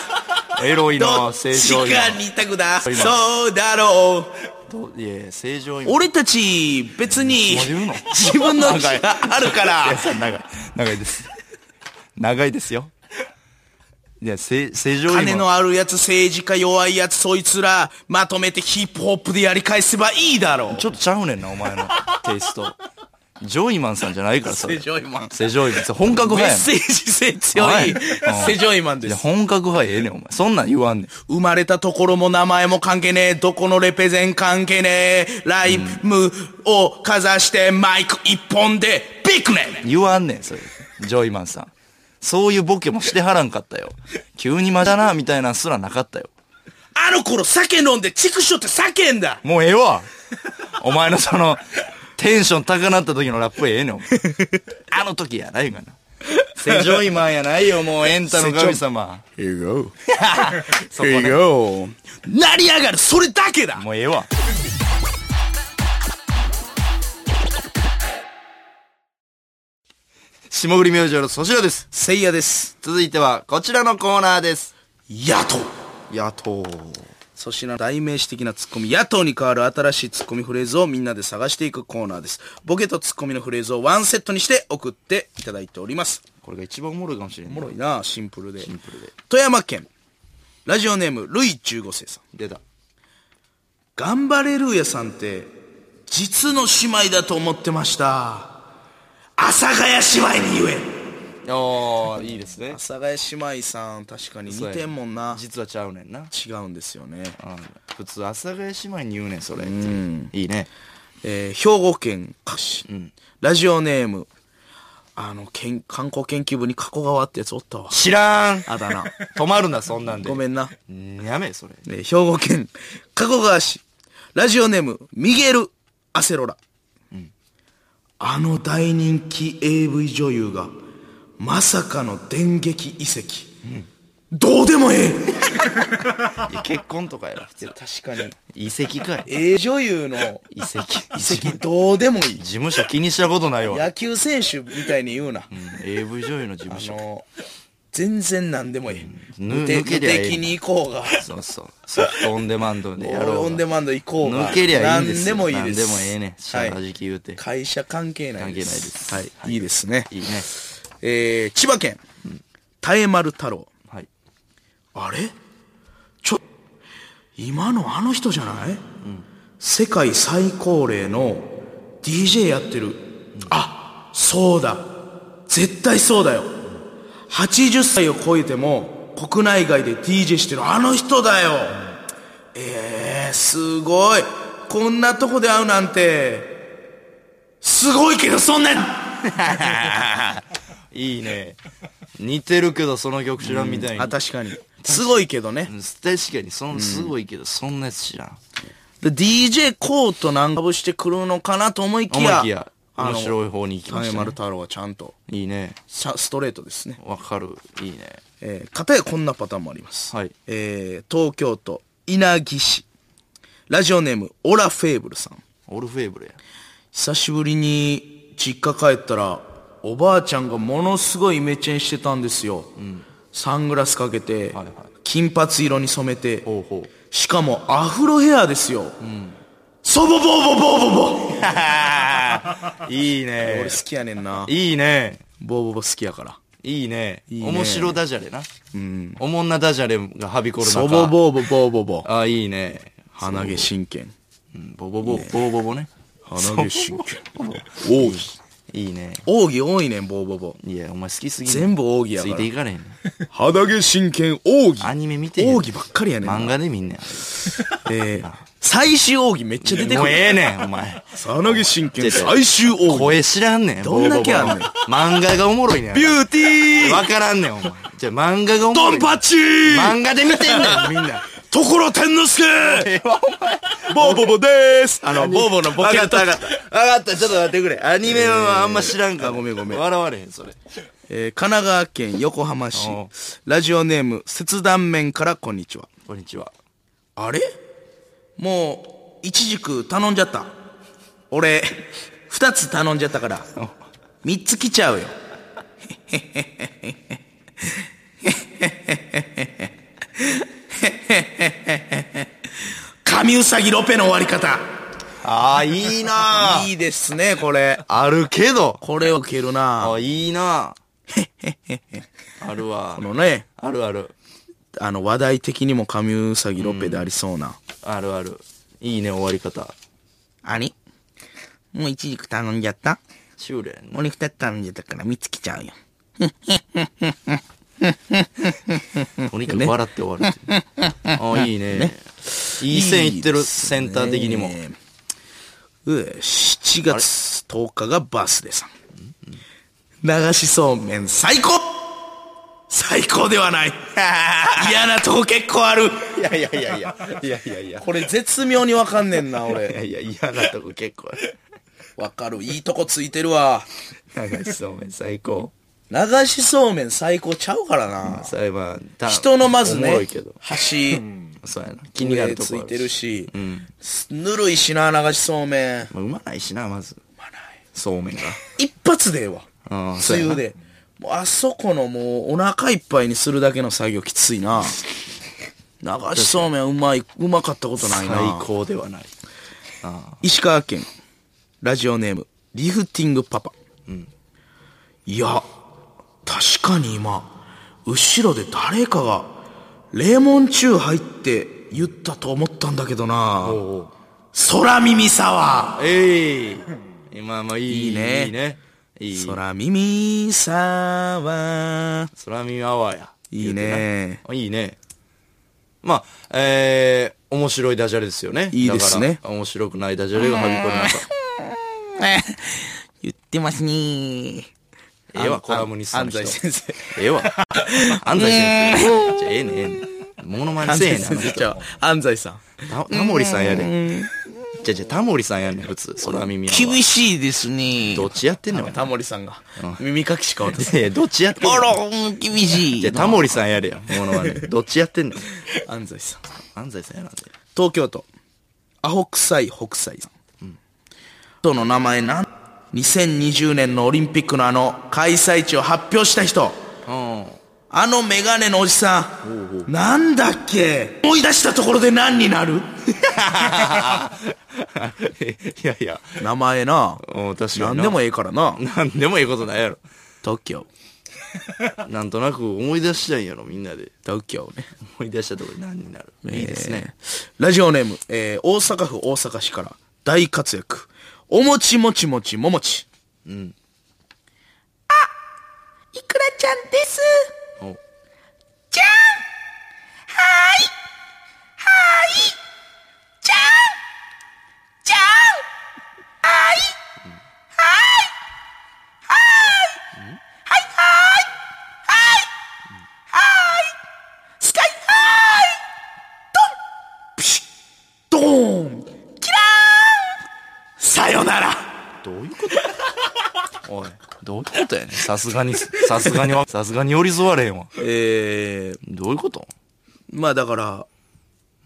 [SPEAKER 1] エロい
[SPEAKER 2] ど
[SPEAKER 1] な、
[SPEAKER 2] っ
[SPEAKER 1] セ
[SPEAKER 2] ち
[SPEAKER 1] ジョイ
[SPEAKER 2] か
[SPEAKER 1] マ
[SPEAKER 2] 二択だ
[SPEAKER 1] 今
[SPEAKER 2] そうだろう
[SPEAKER 1] ンと。いやいや、セジョイマン。
[SPEAKER 2] 俺たち別に
[SPEAKER 1] もう言 うの
[SPEAKER 2] 自分の気がある から
[SPEAKER 1] いや、それ長い。長いです。長いですよ。いや、せ、正常
[SPEAKER 2] 金のあるやつ政治家弱いやつそいつらまとめてヒップホップでやり返せばいいだろう
[SPEAKER 1] ちょっとちゃうねんな、お前のテイスト。ジョイマンさんじゃないから、それ。
[SPEAKER 2] セジョイマン
[SPEAKER 1] セジョイマン。それ本格
[SPEAKER 2] メッ
[SPEAKER 1] 派や
[SPEAKER 2] セージ性強
[SPEAKER 1] はいい
[SPEAKER 2] セジョイマン
[SPEAKER 1] ねん。い
[SPEAKER 2] で
[SPEAKER 1] や、
[SPEAKER 2] す
[SPEAKER 1] 本格派ええねん、お前。そんなん言わんねん。
[SPEAKER 2] 生まれたところも名前も関係ねえ。どこのレペゼン関係ねえ。ライムをかざしてマイク一本でビッグネーム
[SPEAKER 1] 言わんねん、それ。ジョイマンさん。そういうボケもしてはらんかったよ。急に間だな、みたいなんすらなかったよ。
[SPEAKER 2] あの頃酒飲んでチクショって叫んだ
[SPEAKER 1] もうええわお前のその、テンション高なった時のラップええねん、お前あの時やないがな。セジョイマンやないよ、もうエンタの神様。
[SPEAKER 2] Here you
[SPEAKER 1] そこね
[SPEAKER 2] go. 成り上がるそれだけだ
[SPEAKER 1] もうええわ。霜降り明星の粗品です。
[SPEAKER 2] せいやです。
[SPEAKER 1] 続いてはこちらのコーナーです。
[SPEAKER 2] 野党。
[SPEAKER 1] 野党。
[SPEAKER 2] 粗品代名詞的なツッコミ、野党に代わる新しいツッコミフレーズをみんなで探していくコーナーです。ボケとツッコミのフレーズをワンセットにして送っていただいております。
[SPEAKER 1] これが一番おもろいかもしれん
[SPEAKER 2] お
[SPEAKER 1] な
[SPEAKER 2] も
[SPEAKER 1] い。
[SPEAKER 2] ろいなシンプルで。シ
[SPEAKER 1] ンプルで。
[SPEAKER 2] 富山県、ラジオネーム、ルイ15世さん。
[SPEAKER 1] 出た。
[SPEAKER 2] 頑張れルーヤさんって、実の姉妹だと思ってました。阿佐ヶ谷姉妹に言え。
[SPEAKER 1] ああ、いいですね
[SPEAKER 2] 阿。佐ヶ谷姉妹さん、確かに似てんもんな。
[SPEAKER 1] 実はちゃうねんな。
[SPEAKER 2] 違うんですよね。
[SPEAKER 1] うん普通、阿佐ヶ谷姉妹に言うねん、それ。いいね。
[SPEAKER 2] えー兵庫県歌詞、うんラジオネーム、あの、けん観光研究部に加古川ってやつおったわ。
[SPEAKER 1] 知らん。
[SPEAKER 2] あだ名。
[SPEAKER 1] 止まるな、そんなんで。
[SPEAKER 2] ごめんな。
[SPEAKER 1] ん。やめ、それ。
[SPEAKER 2] えー兵庫県加古川市ラジオネームミゲル・アセロラ、あの大人気 AV 女優がまさかの電撃移籍、どうでもえ
[SPEAKER 1] いや結婚とかやろ、普
[SPEAKER 2] え
[SPEAKER 1] 通。
[SPEAKER 2] 確かに
[SPEAKER 1] 遺跡かい。
[SPEAKER 2] A 女優の
[SPEAKER 1] 遺 跡。
[SPEAKER 2] 移籍どうでもいい
[SPEAKER 1] 事務所気にしたことないわ。
[SPEAKER 2] 野球選手みたいに言うな、
[SPEAKER 1] AV 女優の事務
[SPEAKER 2] あ
[SPEAKER 1] 所。
[SPEAKER 2] の全然何でもいい
[SPEAKER 1] ぬ
[SPEAKER 2] 無敵
[SPEAKER 1] 抜けりゃええ
[SPEAKER 2] 無敵に行こうが
[SPEAKER 1] そうそう。ソフトオンデマンドでやろうが。
[SPEAKER 2] オンデマンド行こうが
[SPEAKER 1] 抜けりゃいいんです
[SPEAKER 2] 何
[SPEAKER 1] よ
[SPEAKER 2] でもいいで
[SPEAKER 1] 何
[SPEAKER 2] す
[SPEAKER 1] でもええねんしゃあじき言うて
[SPEAKER 2] 会社関係ないです
[SPEAKER 1] 関係ないです
[SPEAKER 2] はい、いいですね
[SPEAKER 1] いいね。
[SPEAKER 2] えー、千葉県、たえまる太郎。
[SPEAKER 1] はい。
[SPEAKER 2] あれちょ、今のあの人じゃない、世界最高齢の DJ やってる。あ、そうだ。絶対そうだよ。80歳を超えても国内外で DJ してるあの人だよ。えー、すごい。こんなとこで会うなんて。すごいけどそんなん
[SPEAKER 1] いいね。似てるけど、その曲知らんみたいに。
[SPEAKER 2] あ、確かに。すごいけどね
[SPEAKER 1] う。ん確かに、その、すごいけど、そんなやつ知らん。
[SPEAKER 2] で DJ コートなんかぶしてくるのかなと思いき
[SPEAKER 1] 思い
[SPEAKER 2] や、
[SPEAKER 1] きや、
[SPEAKER 2] あ
[SPEAKER 1] 面
[SPEAKER 2] の、
[SPEAKER 1] 白い方に行きま
[SPEAKER 2] 金
[SPEAKER 1] した
[SPEAKER 2] 丸
[SPEAKER 1] ね。
[SPEAKER 2] 太郎はちゃんと、
[SPEAKER 1] いいね。
[SPEAKER 2] シャストレートですね。
[SPEAKER 1] わかる。いいね。
[SPEAKER 2] えー、片やこんなパターンもあります。
[SPEAKER 1] はい
[SPEAKER 2] えー、東京都稲城市。ラジオネーム、オラフェーブルさん。
[SPEAKER 1] オルフェーブルや。
[SPEAKER 2] 久しぶりに実家帰ったら、おばあちゃんがものすごいイメチェンしてたんですよ。サングラスかけて、
[SPEAKER 1] はいはい
[SPEAKER 2] 金髪色に染めて、
[SPEAKER 1] ほうほう。
[SPEAKER 2] しかもアフロヘアですよ。そぼぼぼぼぼぼ
[SPEAKER 1] いいね
[SPEAKER 2] 俺好。きやねんな。
[SPEAKER 1] いいね。
[SPEAKER 2] ボーボボ好きやから。
[SPEAKER 1] いいね。
[SPEAKER 2] いいね
[SPEAKER 1] 面白ダジャレな。うん。おもんなダジャレがはびこる中。
[SPEAKER 2] そぼぼぼぼぼぼ。
[SPEAKER 1] あ、いいね。
[SPEAKER 2] 鼻毛真剣。
[SPEAKER 1] うんボボボ、ボボボね。
[SPEAKER 2] 鼻毛真剣。奥義。
[SPEAKER 1] いいね。
[SPEAKER 2] 奥義多いねん、ボーボボ。
[SPEAKER 1] いや、お前好きすぎる
[SPEAKER 2] 全部奥義や
[SPEAKER 1] つ
[SPEAKER 2] か
[SPEAKER 1] い
[SPEAKER 2] ら
[SPEAKER 1] て。いかれへんね。
[SPEAKER 2] 鼻毛真剣、奥義。
[SPEAKER 1] アニメ見てへん
[SPEAKER 2] 奥義ばっかりやねんな。
[SPEAKER 1] 漫画でみんな。
[SPEAKER 2] えー最終奥義めっちゃ出て
[SPEAKER 1] も
[SPEAKER 2] く
[SPEAKER 1] う
[SPEAKER 2] る。
[SPEAKER 1] ええねん、お前。
[SPEAKER 2] 鼻毛真
[SPEAKER 1] ちょ
[SPEAKER 2] 剣、
[SPEAKER 1] ちょ
[SPEAKER 2] 最終奥義。
[SPEAKER 1] 声知らんねん。
[SPEAKER 2] どんだけあんねん
[SPEAKER 1] ボーボーボーの漫画がおもろいねん。
[SPEAKER 2] ビューティー
[SPEAKER 1] わからんねん、お前。じゃあ漫画がおもろ
[SPEAKER 2] ド
[SPEAKER 1] いね
[SPEAKER 2] ン
[SPEAKER 1] ん。
[SPEAKER 2] パチー
[SPEAKER 1] 漫画で見てんねん、みんな。
[SPEAKER 2] 所天之助ボーボボでーすあの、ボーボのボケ
[SPEAKER 1] わかった、わかった。わかった、ちょっと待ってくれ。アニメはあんま知らんから。
[SPEAKER 2] えーあごめんごめん
[SPEAKER 1] 笑われへん、それ。
[SPEAKER 2] えー神奈川県横浜市
[SPEAKER 1] おう
[SPEAKER 2] ラジオネーム切断面からこんにちは
[SPEAKER 1] こんにちは。
[SPEAKER 2] あれもういちじく頼んじゃった俺2つ頼んじゃったから3つ来ちゃうよ神うさぎロペの終わり方
[SPEAKER 1] ああ、いいなあ
[SPEAKER 2] いいですねこれ
[SPEAKER 1] あるけど。
[SPEAKER 2] これを受けるな
[SPEAKER 1] あ、いいなああるわ
[SPEAKER 2] こ。のね
[SPEAKER 1] あるある。
[SPEAKER 2] あの話題的にも神うさぎロペでありそうな、
[SPEAKER 1] あるある。いいね、終わり方。
[SPEAKER 2] あれもう一軸頼んじゃった
[SPEAKER 1] シュールやんな
[SPEAKER 2] 俺二つ頼んじゃったから三つ来ちゃうよ。
[SPEAKER 1] とにかく笑って終わるって いう。あ、いいね。いい線いってる、センター的にも。
[SPEAKER 2] うえ7月10日がバースデーさん。流しそうめん最高最高ではない 嫌なとこ結構ある
[SPEAKER 1] いやいやいやいや。いやいやいや。
[SPEAKER 2] これ絶妙にわかんねんな、
[SPEAKER 1] いや
[SPEAKER 2] 俺。
[SPEAKER 1] いや、嫌なとこ結構ある。
[SPEAKER 2] わかる。いいとこついてるわ。
[SPEAKER 1] 流しそうめん最高。
[SPEAKER 2] 流しそうめん最高ちゃうからな。
[SPEAKER 1] それは、た
[SPEAKER 2] 人のまず
[SPEAKER 1] おもろ
[SPEAKER 2] ね
[SPEAKER 1] いけど、。
[SPEAKER 2] 端、
[SPEAKER 1] そうやな。気になるとこ
[SPEAKER 2] つ
[SPEAKER 1] あ
[SPEAKER 2] いてるし、
[SPEAKER 1] ん
[SPEAKER 2] ぬるいしな、流しそうめん。
[SPEAKER 1] まあうまないしな、まず。そうめんが。
[SPEAKER 2] 一発でええわ。
[SPEAKER 1] うんそう
[SPEAKER 2] 梅
[SPEAKER 1] やな
[SPEAKER 2] 雨で。もうあそこのもうお腹いっぱいにするだけの作業きついな。流しそうめんうまい、うまかったことない
[SPEAKER 1] 最
[SPEAKER 2] な。
[SPEAKER 1] 高ではない。
[SPEAKER 2] 石川県、ラジオネーム、リフティングパパ。いや、確かに今、後ろで誰かが、レモンチュー入って言ったと思ったんだけどな。空耳サワ
[SPEAKER 1] えい今もいい
[SPEAKER 2] いいね
[SPEAKER 1] いいね。いい
[SPEAKER 2] ー。。空耳サワー。
[SPEAKER 1] 空耳アワーや。
[SPEAKER 2] いいね。
[SPEAKER 1] いいね。まあ、えー、面白いダジャレですよね。
[SPEAKER 2] いいですね
[SPEAKER 1] だから面白くないダジャレがはびこる中。
[SPEAKER 3] 言ってますね。
[SPEAKER 1] ええわ、コラムニストの人。
[SPEAKER 2] 安西先
[SPEAKER 1] ええわ。安西先生。じゃあええねんええねん。モノマネ
[SPEAKER 2] 安
[SPEAKER 1] せえ
[SPEAKER 2] 西
[SPEAKER 1] へんねんあの
[SPEAKER 2] 先生
[SPEAKER 1] 人
[SPEAKER 2] ちゃう安西さん
[SPEAKER 1] たタモリさんやで。じゃあじゃあタモリさんやねん、普通。空耳やわ。
[SPEAKER 3] 厳しいですね。
[SPEAKER 1] どっちやってんのよ。
[SPEAKER 2] タモリさんが耳かきしか渡 さ
[SPEAKER 1] いやいやどっちやってんの
[SPEAKER 3] あら、うん厳しい。
[SPEAKER 1] じゃあタモリさんやれよ、モノマネ。どっちやってんの
[SPEAKER 2] ない安西さん
[SPEAKER 1] 安西さんやなんて。
[SPEAKER 2] 東京都アホ臭い北斎さん、人の名前なん2020年のオリンピックのあの開催地を発表した人 あのメガネのおじさんなんだっけ思い出したところで何になる
[SPEAKER 1] いやいや、
[SPEAKER 2] 名前な
[SPEAKER 1] うん確かにな。
[SPEAKER 2] 何でもええからな
[SPEAKER 1] なんでもええことないやろ。
[SPEAKER 2] 東京
[SPEAKER 1] なんとなく思い出したいんやろ、みんなで。
[SPEAKER 2] 東京ね
[SPEAKER 1] 思い出したところで何になる。いいですね。
[SPEAKER 2] えーラジオネーム、えー大阪府大阪市から大活躍おもちもちもちももち
[SPEAKER 3] いくらちゃんです。
[SPEAKER 1] お
[SPEAKER 3] じゃんはーいはーいじゃんじゃんはーいはーいはーいはいはーいはーいはーいスカイハイ
[SPEAKER 2] ドーンキラーンさよなら
[SPEAKER 1] どういうことおい、どういうことやねんさすがに、さすがに、さすがに寄り添われへんわ。
[SPEAKER 2] えー、
[SPEAKER 1] どういうこと
[SPEAKER 2] まあだから、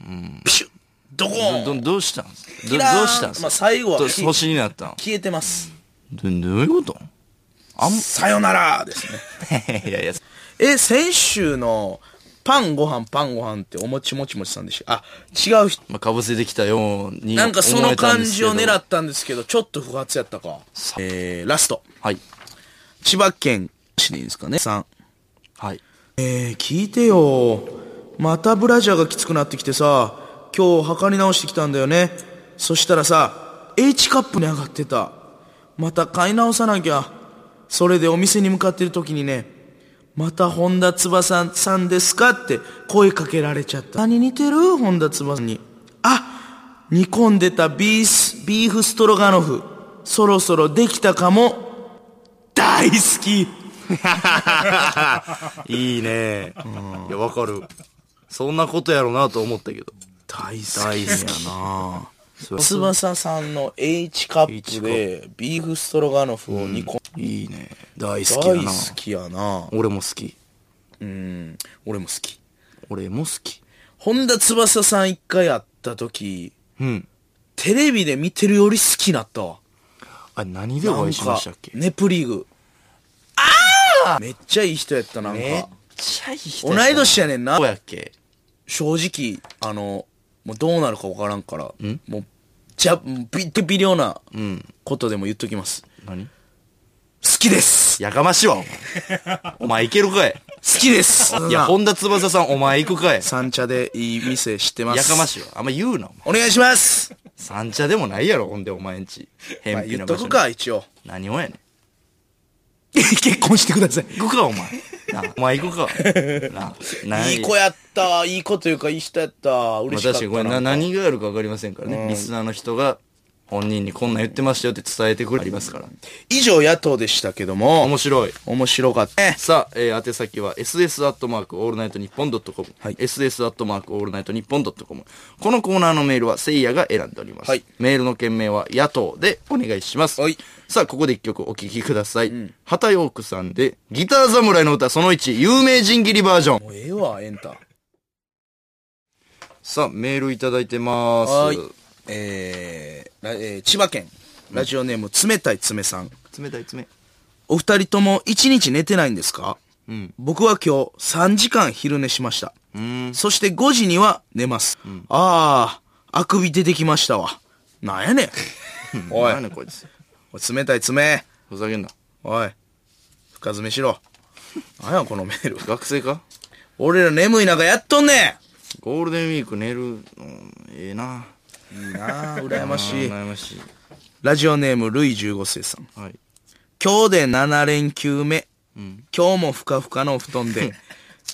[SPEAKER 2] うん、ピシュッドコーン
[SPEAKER 1] ど、どうしたんすど、ど
[SPEAKER 2] キ
[SPEAKER 1] う
[SPEAKER 2] ラーン
[SPEAKER 1] したんす
[SPEAKER 2] まあ最後は
[SPEAKER 1] ど
[SPEAKER 2] き
[SPEAKER 1] 星になったん
[SPEAKER 2] 消えてます
[SPEAKER 1] ど、どういうこと あん、
[SPEAKER 2] さよならですね
[SPEAKER 1] いやいや、
[SPEAKER 2] え先週のパンご飯パンご飯っておもちもちもちさんでしたあ違う人
[SPEAKER 1] まあ、かぶせてきたように。
[SPEAKER 2] なんかその感じを狙
[SPEAKER 1] っ
[SPEAKER 2] ったんですけどちょっと不発やったかえー、ラスト
[SPEAKER 1] はい。
[SPEAKER 2] 千葉県市でいいんですかねさん
[SPEAKER 1] はい。
[SPEAKER 2] えー、聞いてよまたブラジャーがきつくなってきてさ今日測り直してきたんだよねそしたらさ H カップに上がってたまた買い直さなきゃそれでお店に向かってる時にねまた本田翼さんですかって声かけられちゃった何似てる本田翼にあ煮込んでたビースビーフストロガノフそろそろできたかも大好き
[SPEAKER 1] いいね。いや、わかる。そんなことやろうなと思ったけど。
[SPEAKER 2] 大好き
[SPEAKER 1] 大好きやな
[SPEAKER 2] 翼さんの H カッ
[SPEAKER 1] H
[SPEAKER 2] プ
[SPEAKER 1] カ
[SPEAKER 2] でビーフストロガノフを2個、
[SPEAKER 1] いいね。大好きや
[SPEAKER 2] 大
[SPEAKER 1] な
[SPEAKER 2] 好きやな
[SPEAKER 1] 俺も好き。
[SPEAKER 2] うん俺も好き
[SPEAKER 1] 俺も好き。
[SPEAKER 2] 本田翼さん一回会った時
[SPEAKER 1] うん。
[SPEAKER 2] テレビで見てるより好きなったわ
[SPEAKER 1] あ、何でお会いしましたっけ
[SPEAKER 2] なんかネプリーグああめっちゃいい人やったなん
[SPEAKER 1] めっ
[SPEAKER 2] か
[SPEAKER 1] ちゃいい人
[SPEAKER 2] 同
[SPEAKER 1] やった
[SPEAKER 2] い年やねんな
[SPEAKER 1] そうやっけ
[SPEAKER 2] 正直あのもうどうなるか分からんからもうじゃビッて微量なことでも言っときます、
[SPEAKER 1] 何
[SPEAKER 2] 好きです
[SPEAKER 1] やかましい わ、お前。お前いけるかい
[SPEAKER 2] 好き です
[SPEAKER 1] いや、本田翼さん、お前行くかい
[SPEAKER 2] 三茶でいい店知ってます。
[SPEAKER 1] やかましいわ。あんま言うな、お前。
[SPEAKER 2] お願いします。
[SPEAKER 1] 三茶でもないやろ、ほんで、お前んち。
[SPEAKER 2] まあ
[SPEAKER 1] 偏僻
[SPEAKER 2] 言っ
[SPEAKER 1] な
[SPEAKER 2] と
[SPEAKER 1] 場所
[SPEAKER 2] く
[SPEAKER 1] に。
[SPEAKER 2] か、一応。
[SPEAKER 1] 何をやねん。
[SPEAKER 2] 結婚してください。
[SPEAKER 1] 行くか、お前。なあお前行くか。なあ、ない
[SPEAKER 2] い子やったわ。いい子というか、いい人やった。嬉
[SPEAKER 1] まあ、
[SPEAKER 2] しか
[SPEAKER 1] 確
[SPEAKER 2] った
[SPEAKER 1] かにこれな何があるか分かりませんからね、リスナーの人が本人にこんなん言ってましたよって伝えてくれありますから
[SPEAKER 2] 以上、野党でしたけど
[SPEAKER 1] 面
[SPEAKER 2] も、
[SPEAKER 1] 白い
[SPEAKER 2] 面白かった。
[SPEAKER 1] さあ、えー宛先は ss アットマークオールナイトニッポンドットコム
[SPEAKER 2] はい
[SPEAKER 1] ss アットマークオールナイトニッポンドットコムこのコーナーのメールはせいやが選んでおります、
[SPEAKER 2] はい
[SPEAKER 1] メールの件名は野党でお願いします、
[SPEAKER 2] はい
[SPEAKER 1] さあここで一曲お聴きください、畑陽区さんでギター侍の歌その1有名人斬りバージョン
[SPEAKER 2] もうええわ、エンタ。
[SPEAKER 1] さあメールいただいてます
[SPEAKER 2] はい。えーらえー、千葉県、ラジオネーム、冷たい爪さん。
[SPEAKER 1] 冷たい爪
[SPEAKER 2] お二人とも一日寝てないんですか
[SPEAKER 1] うん
[SPEAKER 2] 僕は今日3時間昼寝しました。
[SPEAKER 1] うーん
[SPEAKER 2] そして5時には寝ます。ああ、あくび出てきましたわ。なんやねん。おい
[SPEAKER 1] 何やねんこいつ
[SPEAKER 2] おい冷たい爪。
[SPEAKER 1] ふざけんな
[SPEAKER 2] おい、深爪しろ。なんやこのメール。
[SPEAKER 1] 学生か
[SPEAKER 2] 俺ら眠い中やっとんね。
[SPEAKER 1] ゴールデンウィーク寝るのええなん
[SPEAKER 2] いいなあ、羨ましい。
[SPEAKER 1] 悩ましい
[SPEAKER 2] ラジオネーム、ルイ15世さん。
[SPEAKER 1] はい
[SPEAKER 2] 今日で7連休目。今日もふかふかのお布団で、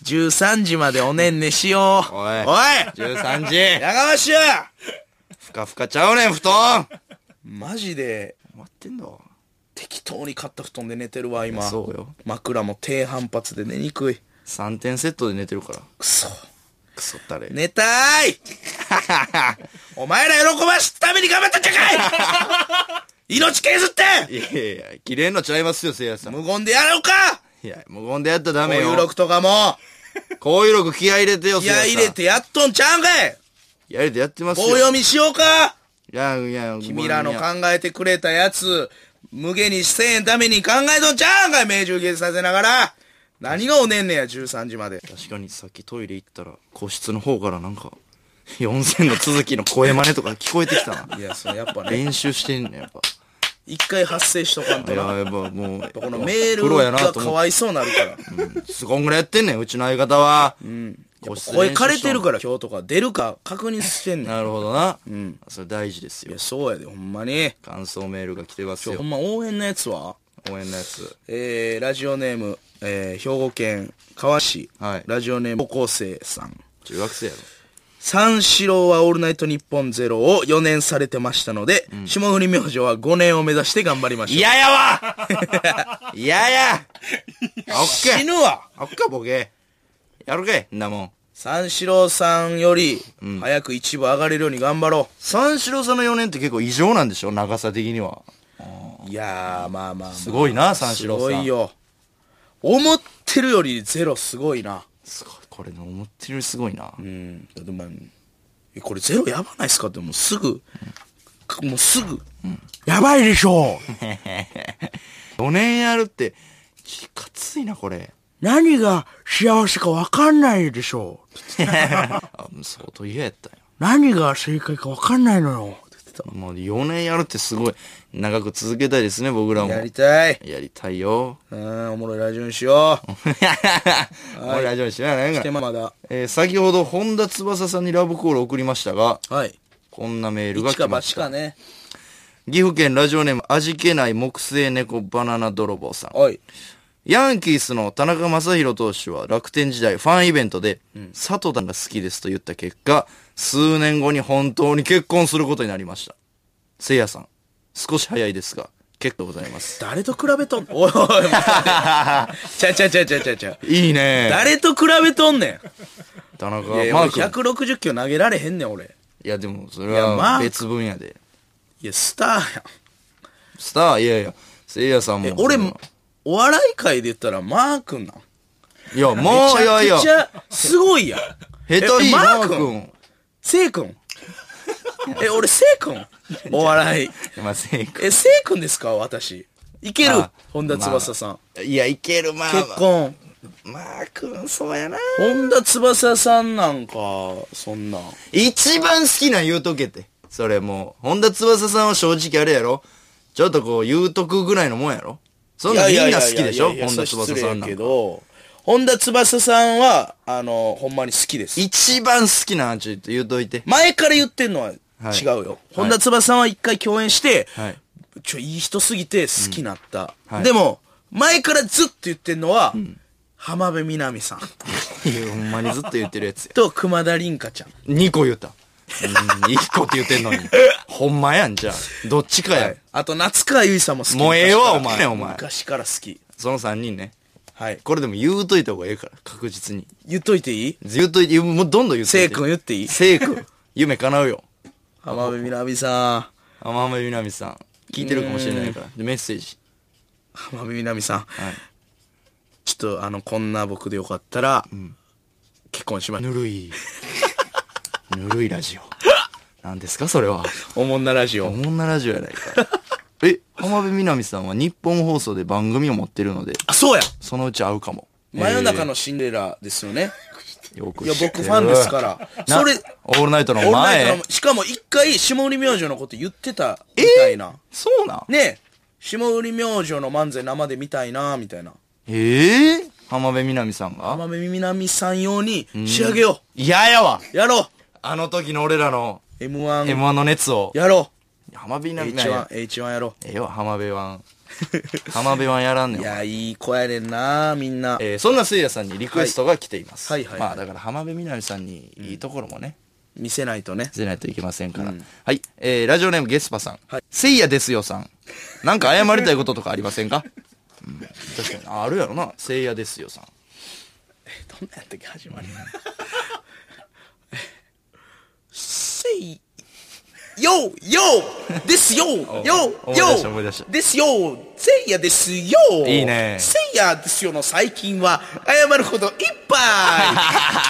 [SPEAKER 2] 13時までおねんねしよう。
[SPEAKER 1] おい
[SPEAKER 2] おい
[SPEAKER 1] 13時
[SPEAKER 2] やがましや
[SPEAKER 1] ふかふかちゃうねん布団
[SPEAKER 2] マジで、
[SPEAKER 1] 待ってんだ
[SPEAKER 2] 適当に買った布団で寝てるわ、今。
[SPEAKER 1] そうよ
[SPEAKER 2] 枕も低反発で寝にくい。
[SPEAKER 1] 3点セットで寝てるから
[SPEAKER 2] くそ。
[SPEAKER 1] クソったれ
[SPEAKER 2] 寝たー いお前ら喜ばすために頑張ったんじゃかい命削って
[SPEAKER 1] いやいやいや切れんのちゃいますよせいやさん
[SPEAKER 2] 無言でやろうか
[SPEAKER 1] いや無言でやったらダ
[SPEAKER 2] こう
[SPEAKER 1] メ
[SPEAKER 2] い
[SPEAKER 1] よ
[SPEAKER 2] う録とかも、
[SPEAKER 1] こういう録気合入れてよ
[SPEAKER 2] 気合
[SPEAKER 1] せ
[SPEAKER 2] い
[SPEAKER 1] いや
[SPEAKER 2] 入れてやっとんちゃうんかい
[SPEAKER 1] 気合入れてやってます
[SPEAKER 2] 棒
[SPEAKER 1] よ
[SPEAKER 2] 読みしようか
[SPEAKER 1] いやいや
[SPEAKER 2] 君らの考えてくれたやつ、無限にせえんために考えとんちゃうんかい命中消させながら何がおねんねや、13時まで。
[SPEAKER 1] 確かにさっきトイレ行ったら個室の方からなんか4000の続きの声真似とか聞こえてきた ない
[SPEAKER 2] や、そのやっぱね、
[SPEAKER 1] 練習してんねんやっぱ
[SPEAKER 2] 一回発生しとかんと
[SPEAKER 1] いや
[SPEAKER 2] な。
[SPEAKER 1] やっぱもう
[SPEAKER 2] このメー
[SPEAKER 1] プ
[SPEAKER 2] ル
[SPEAKER 1] ロやな
[SPEAKER 2] が
[SPEAKER 1] と
[SPEAKER 2] か
[SPEAKER 1] 思っ
[SPEAKER 2] わいそうなる から。
[SPEAKER 1] てすごいぐらいやってんねんうちの相方は個室で
[SPEAKER 2] 声
[SPEAKER 1] 練習しとん
[SPEAKER 2] 枯れてるから今日とか出るか確認してんねん。
[SPEAKER 1] なるほどなそれ大事です
[SPEAKER 2] い
[SPEAKER 1] よ
[SPEAKER 2] や、そうやで、ほんまに。
[SPEAKER 1] 感想メールが来てます
[SPEAKER 2] ちょ、ほ
[SPEAKER 1] よ
[SPEAKER 2] んま応援のやつは
[SPEAKER 1] 応援のやつ
[SPEAKER 2] えー、ラジオネーム、えー、兵庫県川市、
[SPEAKER 1] はい
[SPEAKER 2] ラジオネーム高校生さん。
[SPEAKER 1] 中学生やろ
[SPEAKER 2] 三四郎はオールナイトニッポンゼロを4年されてましたので、霜降り明星は5年を目指して頑張りましょう。
[SPEAKER 1] 嫌やわ 嫌やあおっ
[SPEAKER 2] 死
[SPEAKER 1] け
[SPEAKER 2] ぬわ
[SPEAKER 1] あおっかボケやるけんなもん
[SPEAKER 2] 三四郎さんより、早く一部上がれるように頑張ろ
[SPEAKER 1] 三四郎さんの4年って結構異常なんでしょ長さ的には
[SPEAKER 2] う。いやー、まあまあまあ。す
[SPEAKER 1] ごいな三四郎さん
[SPEAKER 2] すごいよ。思ってるよりゼロすごいな。
[SPEAKER 1] すごいこれね思ってるよりすごいな、
[SPEAKER 2] うん。だってまあ、えこれゼロやばないっすかってもうすぐ、もうすぐ、やばいでしょ
[SPEAKER 1] 4年やるってきかついなこれ
[SPEAKER 2] 何が幸せかわかんないでしょう
[SPEAKER 1] あ相当嫌やったよ
[SPEAKER 2] 何が正解かわかんないのよ。
[SPEAKER 1] もう4年やるってすごい長く続けたいですね僕らも
[SPEAKER 2] やりたい。
[SPEAKER 1] やりたいよ
[SPEAKER 2] うん、おもろいラジオにしよ う。
[SPEAKER 1] 俺ラジオ知らない
[SPEAKER 2] 来
[SPEAKER 1] か
[SPEAKER 2] て
[SPEAKER 1] ら、
[SPEAKER 2] ままだ。
[SPEAKER 1] えー先ほど本田翼さんにラブコール送りましたが
[SPEAKER 2] はい。
[SPEAKER 1] こんなメールが
[SPEAKER 2] 一
[SPEAKER 1] 来
[SPEAKER 2] か
[SPEAKER 1] まし
[SPEAKER 2] 八
[SPEAKER 1] た
[SPEAKER 2] かね。
[SPEAKER 1] 岐阜県ラジオネーム味気ない木製猫バナナ泥棒さん
[SPEAKER 2] おい。
[SPEAKER 1] ヤンキースの田中将大投手は楽天時代ファンイベントで、佐藤が好きですと言った結果、数年後に本当に結婚することになりました。せいやさん、少し早いですが、結構ございます。
[SPEAKER 2] 誰と比べとんねん。おいおいおい。待ってちゃちゃちゃちゃちゃちゃ。
[SPEAKER 1] いいね
[SPEAKER 2] 誰と比べとんね
[SPEAKER 1] 田中
[SPEAKER 2] ん。いや、
[SPEAKER 1] マ
[SPEAKER 2] 俺
[SPEAKER 1] ー君。
[SPEAKER 2] 160キロ投げられへんねん、俺。
[SPEAKER 1] いや、でもそれ
[SPEAKER 2] いやマー
[SPEAKER 1] は
[SPEAKER 2] 君
[SPEAKER 1] 別分野で。
[SPEAKER 2] いや、スターやん。
[SPEAKER 1] スター、いやいや、せいやさんも
[SPEAKER 2] え。俺
[SPEAKER 1] い
[SPEAKER 2] もお笑い界で言ったらマー君なん
[SPEAKER 1] や、もう、いやいや、
[SPEAKER 2] めち
[SPEAKER 1] 下
[SPEAKER 2] ゃくちゃすごいやん
[SPEAKER 1] 手い
[SPEAKER 2] え
[SPEAKER 1] い
[SPEAKER 2] マ
[SPEAKER 1] マ
[SPEAKER 2] ー
[SPEAKER 1] ー
[SPEAKER 2] 君
[SPEAKER 1] 君。
[SPEAKER 2] せい君え俺せ い君お笑い
[SPEAKER 1] まあ、せい君
[SPEAKER 2] えせい君ですか私いける
[SPEAKER 1] あ
[SPEAKER 2] 本田翼さん、。
[SPEAKER 1] まあいや、いける、まあ。
[SPEAKER 2] 結婚
[SPEAKER 1] マー君、そうやな。
[SPEAKER 2] 本田翼さんなんかそんなん
[SPEAKER 1] 一番好きなん言うとけって。それもう、本田翼さんは正直あれやろちょっとこう言うとくぐらいのもんやろそんなんみんな好きでしょ
[SPEAKER 2] いやいやいやいや
[SPEAKER 1] 本田翼
[SPEAKER 2] 失
[SPEAKER 1] さ
[SPEAKER 2] 礼
[SPEAKER 1] ん
[SPEAKER 2] や
[SPEAKER 1] な
[SPEAKER 2] け
[SPEAKER 1] んか。
[SPEAKER 2] ど本田翼さんはあのほんまに好きです
[SPEAKER 1] 一番好きなんちょっと言うといて。
[SPEAKER 2] 前から言ってんのは違うよ、
[SPEAKER 1] はい
[SPEAKER 2] 本田翼さんは一回共演して、
[SPEAKER 1] はい
[SPEAKER 2] ちょいい人すぎて好きになった、
[SPEAKER 1] はい
[SPEAKER 2] でも前からずっと言ってんのは、浜辺美波さん
[SPEAKER 1] いやほんまにずっと言ってるやつや。
[SPEAKER 2] と熊田凛香ちゃん
[SPEAKER 1] 2個言 った。うん、1個って言ってんのに。ほんまやん、じゃあ。どっちかや。
[SPEAKER 2] あと夏川由衣さんも好き
[SPEAKER 1] もうええわ
[SPEAKER 2] 昔から
[SPEAKER 1] お前お前
[SPEAKER 2] 昔から好き
[SPEAKER 1] その3人ね。
[SPEAKER 2] はい
[SPEAKER 1] これでも言うといた方がええから、確実に。
[SPEAKER 2] 言っといていい
[SPEAKER 1] 言うといて、もうどんどん言うと
[SPEAKER 2] せ
[SPEAKER 1] い
[SPEAKER 2] い
[SPEAKER 1] て。
[SPEAKER 2] 君言っていい
[SPEAKER 1] 聖君。夢叶うよ。
[SPEAKER 2] 浜辺美波さん
[SPEAKER 1] 浜辺美波さん。聞いてるかもしれないから。でメッセージ。
[SPEAKER 2] 浜辺美波さん、
[SPEAKER 1] はい。
[SPEAKER 2] ちょっとあのこんな僕でよかったら、結婚しましょう
[SPEAKER 1] ぬるい。ぬるいラジオ。なんですかそれは。
[SPEAKER 2] おもんなラジ
[SPEAKER 1] お
[SPEAKER 2] オ
[SPEAKER 1] もんなラジオやないか。え、浜辺美波さんは日本放送で番組を持ってるので、
[SPEAKER 2] あそうや
[SPEAKER 1] そのうち会うかも。
[SPEAKER 2] 真夜中のシンデレラですよね。
[SPEAKER 1] えー、よく
[SPEAKER 2] いや、
[SPEAKER 1] 知ってる
[SPEAKER 2] 僕ファンですから。
[SPEAKER 1] な
[SPEAKER 2] それ、
[SPEAKER 1] オールナイトの
[SPEAKER 2] 俺な
[SPEAKER 1] 前
[SPEAKER 2] んか。しかも一回、下売り明星のこと言ってたみたいな。
[SPEAKER 1] そうなん
[SPEAKER 2] ねえ、下売り明星の漫才生で見たいな、みたいな。
[SPEAKER 1] ええ浜辺美波さん
[SPEAKER 2] 浜
[SPEAKER 1] が
[SPEAKER 2] 辺美波さん用に仕上げよ
[SPEAKER 1] 嫌やわ
[SPEAKER 2] う。やろ
[SPEAKER 1] あの時の俺らの
[SPEAKER 2] う。M1、
[SPEAKER 1] M1 の熱を。
[SPEAKER 2] やろ
[SPEAKER 1] 浜辺
[SPEAKER 2] う。
[SPEAKER 1] 美波
[SPEAKER 2] H1、H1 やろ
[SPEAKER 1] ええわ、浜辺湾。
[SPEAKER 2] う。
[SPEAKER 1] 浜辺はやらんねん
[SPEAKER 4] い。や、いい子やねんな、みんな。
[SPEAKER 1] えーそんなせいやさんにリクエストが来ています。
[SPEAKER 4] はいはいはい
[SPEAKER 1] まあだから浜辺美波さんにいいところもね、
[SPEAKER 4] 見せないとね。
[SPEAKER 1] 出ないといけませんから。はい。えー、ラジオネームゲスパさん。
[SPEAKER 4] はい
[SPEAKER 1] せいやですよさん。なんか謝りたいこととかありませんかうん。確かに。あるやろな。せいやですよさん。
[SPEAKER 4] どんなやったっけ始まり。 せい。よよですよよ
[SPEAKER 1] 思い出した思い
[SPEAKER 4] よ
[SPEAKER 1] 出した
[SPEAKER 4] ですよせいやですよ
[SPEAKER 1] いいね
[SPEAKER 4] せいやですよの最近は謝ることいっ ぱ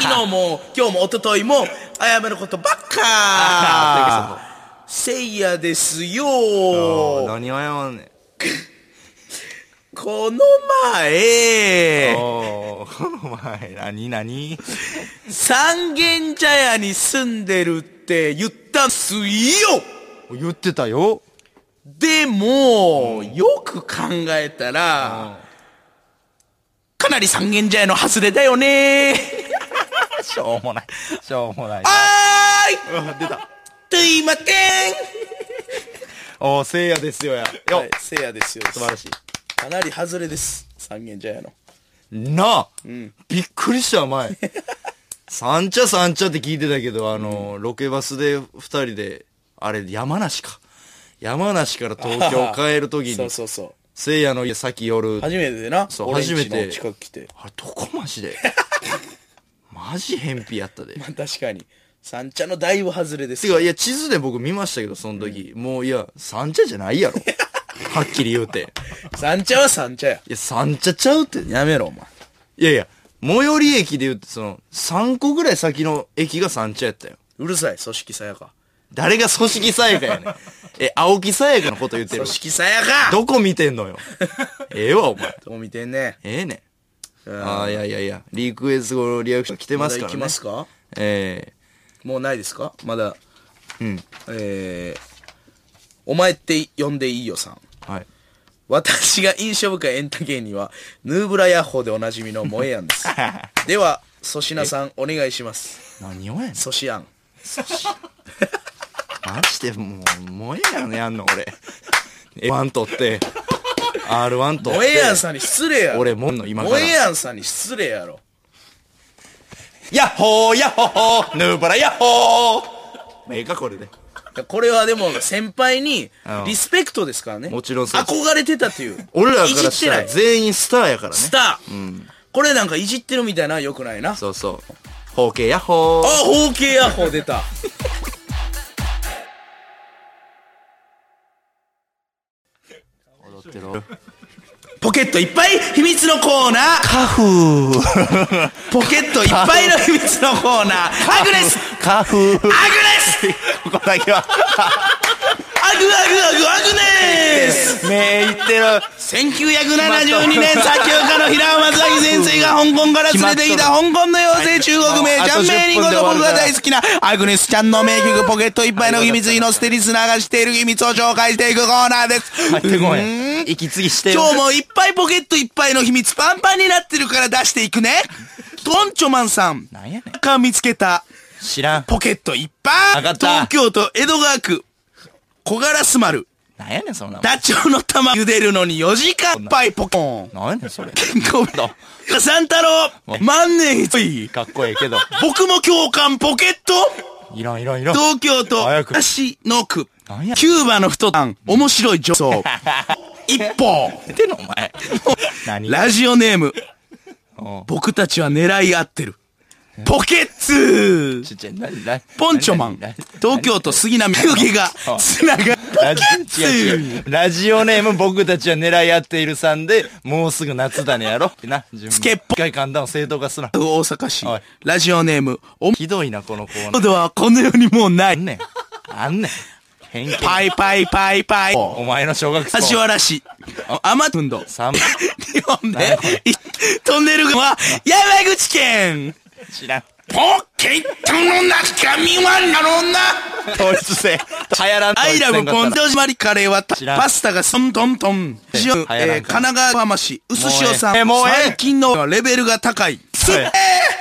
[SPEAKER 4] い昨日も今日も一昨日も謝ることばっかせいやですよ
[SPEAKER 1] 何謝んねん。
[SPEAKER 4] この前
[SPEAKER 1] おーこの前、何何
[SPEAKER 4] 三軒茶屋に住んでるって言ったんすよ
[SPEAKER 1] 言ってたよ。
[SPEAKER 4] でも、よく考えたら、かなり三軒茶屋の外れだよね
[SPEAKER 1] しょうもない。しょうもない。
[SPEAKER 4] あーい
[SPEAKER 1] 出た。
[SPEAKER 4] といません
[SPEAKER 1] おー、せいやですよや。よ、
[SPEAKER 4] はいせいやですよ。
[SPEAKER 1] 素晴らしい。
[SPEAKER 4] かなり外れです。三軒茶屋の。
[SPEAKER 1] なあ、びっくりした、前。 三茶三茶って聞いてたけど、あの、ロケバスで二人で、あれ、山梨か。山梨から東京帰るとき
[SPEAKER 4] そ
[SPEAKER 1] に
[SPEAKER 4] う、そうそう。
[SPEAKER 1] せいやの家先寄る。あれ、
[SPEAKER 4] 初めてでな。
[SPEAKER 1] そう
[SPEAKER 4] 俺んちの
[SPEAKER 1] 初めて
[SPEAKER 4] 近く来て。
[SPEAKER 1] どこマジで マジ偏僻やったで。
[SPEAKER 4] まあ確かに。三茶のだいぶ外れです
[SPEAKER 1] て。か、いや、地図で僕見ましたけど、その時。もう、いや、三茶じゃないや ろ。はっきり言うて。
[SPEAKER 4] 三茶は三茶や。
[SPEAKER 1] いや、三茶ちゃうって。
[SPEAKER 4] やめろ、お前。
[SPEAKER 1] いやいや、最寄り駅で言うと、その、3個ぐらい先の駅が三茶やったよ。
[SPEAKER 4] うるさい、組織さやか。
[SPEAKER 1] 誰が組織さやかやねん。え、青木さやかのこと言ってる
[SPEAKER 4] 組。織さやか
[SPEAKER 1] どこ見てんの よ。ええわ、お前。
[SPEAKER 4] どう見てんね。
[SPEAKER 1] ええねん。
[SPEAKER 4] ん
[SPEAKER 1] ああ、いやいやいや、リクエストのリアクション来てま
[SPEAKER 4] まだ
[SPEAKER 1] すか
[SPEAKER 4] 行
[SPEAKER 1] らね。
[SPEAKER 4] きますか
[SPEAKER 1] え
[SPEAKER 4] もうないですかまだ。
[SPEAKER 1] えうん。
[SPEAKER 4] えー、お前って呼んでいいよさん。
[SPEAKER 1] はい。
[SPEAKER 4] 私が印象深いエンタ芸人は、ヌーブラヤッホーでおなじみの萌えや んです。では、粗品さん、お願いします。
[SPEAKER 1] 何をやねん。
[SPEAKER 4] 粗品やん。
[SPEAKER 1] マジでもう、もえやんやんの、俺。F1 取って、R1 取って。
[SPEAKER 4] 萌えやんさんに失礼やろ。
[SPEAKER 1] 俺もんの今から
[SPEAKER 4] 萌えやんさんに失礼やろ。
[SPEAKER 1] ヤッホーヤッホーヌーバラヤッホーええか、これで。
[SPEAKER 4] これはでも、先輩に
[SPEAKER 1] うん、
[SPEAKER 4] リスペクトですからね。
[SPEAKER 1] もちろんそうです
[SPEAKER 4] 憧れてた という。
[SPEAKER 1] 俺らからしたら
[SPEAKER 4] いじってない
[SPEAKER 1] 全員スターやからね。
[SPEAKER 4] スター、これなんかいじってるみたいな良くないな。
[SPEAKER 1] そうそう。ホーケーヤッホ
[SPEAKER 4] あ、
[SPEAKER 1] ー。
[SPEAKER 4] 方形ヤッホー出た。
[SPEAKER 1] 踊ってろ。
[SPEAKER 4] ポケットいっぱい秘密のコーナー
[SPEAKER 1] カフー。
[SPEAKER 4] ポケットいっぱいの秘密のコーナーアグレス
[SPEAKER 1] カフー。
[SPEAKER 4] アグレス
[SPEAKER 1] ここだけは。
[SPEAKER 4] アグアグアグアグネス
[SPEAKER 1] 目いってる。
[SPEAKER 4] 1972年作曲家の平尾正明先生が香港から連れてきた香港の妖精中国名ちゃんメーリンゴと僕が大好きなアグネスちゃんの名曲ポケットいっぱいの秘密にのステリスナーがしている秘密を紹介していくコーナーです
[SPEAKER 1] 入ってこへん。息継ぎしてよ
[SPEAKER 4] 今日もいっぱいポケットいっぱいの秘密パンパンになってるから出していくねトンチョマンさん
[SPEAKER 1] なんやねん。
[SPEAKER 4] が見つけた
[SPEAKER 1] 知らん。
[SPEAKER 4] ポケットいっぱい
[SPEAKER 1] わかった
[SPEAKER 4] 東京都江戸川区小ガラス丸
[SPEAKER 1] なんやねん、そんなもん。
[SPEAKER 4] ダチョウの玉茹でるのに4時間パイポコン
[SPEAKER 1] なんやねん、それ。
[SPEAKER 4] 健康弁当三太郎万年一人
[SPEAKER 1] かっこええけど。
[SPEAKER 4] 僕も共感ポケット
[SPEAKER 1] いらん、いらん、いらん。
[SPEAKER 4] 東京都
[SPEAKER 1] 早く
[SPEAKER 4] 足の区
[SPEAKER 1] なんや
[SPEAKER 4] キューバの太たん面白い女 装一歩
[SPEAKER 1] 言ってんの、お前。何
[SPEAKER 4] ラジオネーム
[SPEAKER 1] おう
[SPEAKER 4] 僕たちは狙い合ってるポケッツ
[SPEAKER 1] ちっちゃい、なに、なに
[SPEAKER 4] ポンチョマン
[SPEAKER 1] なになに
[SPEAKER 4] 東京都杉並区議 がつながる
[SPEAKER 1] ラジ違う違うラジオネーム僕たちは狙い合っているさんで、もうすぐ夏だねやろ。な、準備。
[SPEAKER 4] スケッポ
[SPEAKER 1] 一回寒暖を正当化すな。
[SPEAKER 4] 大阪市
[SPEAKER 1] はい、
[SPEAKER 4] ラジオネーム、おも
[SPEAKER 1] ひどいな、このコーナ
[SPEAKER 4] こ
[SPEAKER 1] ー。
[SPEAKER 4] どはこの世にもうな
[SPEAKER 1] あん
[SPEAKER 4] い。
[SPEAKER 1] ねん。あんねん。偏見。
[SPEAKER 4] パイパイパイパイ。
[SPEAKER 1] お前の小学
[SPEAKER 4] 柏
[SPEAKER 1] 生。
[SPEAKER 4] 原市、アマトゥンド。
[SPEAKER 1] 三
[SPEAKER 4] 日本で、いトンネル群は山口県。
[SPEAKER 1] 知らん。
[SPEAKER 4] ポケットの中身はなろうな。
[SPEAKER 1] 統一性。流行らん
[SPEAKER 4] ア
[SPEAKER 1] 統
[SPEAKER 4] イ
[SPEAKER 1] 一
[SPEAKER 4] ラ
[SPEAKER 1] 戦
[SPEAKER 4] ブ
[SPEAKER 1] があ
[SPEAKER 4] ポ
[SPEAKER 1] っ
[SPEAKER 4] ン
[SPEAKER 1] たら
[SPEAKER 4] と締まりカレーは
[SPEAKER 1] 知らん
[SPEAKER 4] パスタがトントントン。
[SPEAKER 1] え
[SPEAKER 4] 塩、え
[SPEAKER 1] 流行らん
[SPEAKER 4] ー
[SPEAKER 1] から
[SPEAKER 4] 神奈川市、うすしお
[SPEAKER 1] も
[SPEAKER 4] さん。
[SPEAKER 1] うええもうええ
[SPEAKER 4] 最近のレベルが高い。す
[SPEAKER 1] ええ
[SPEAKER 4] え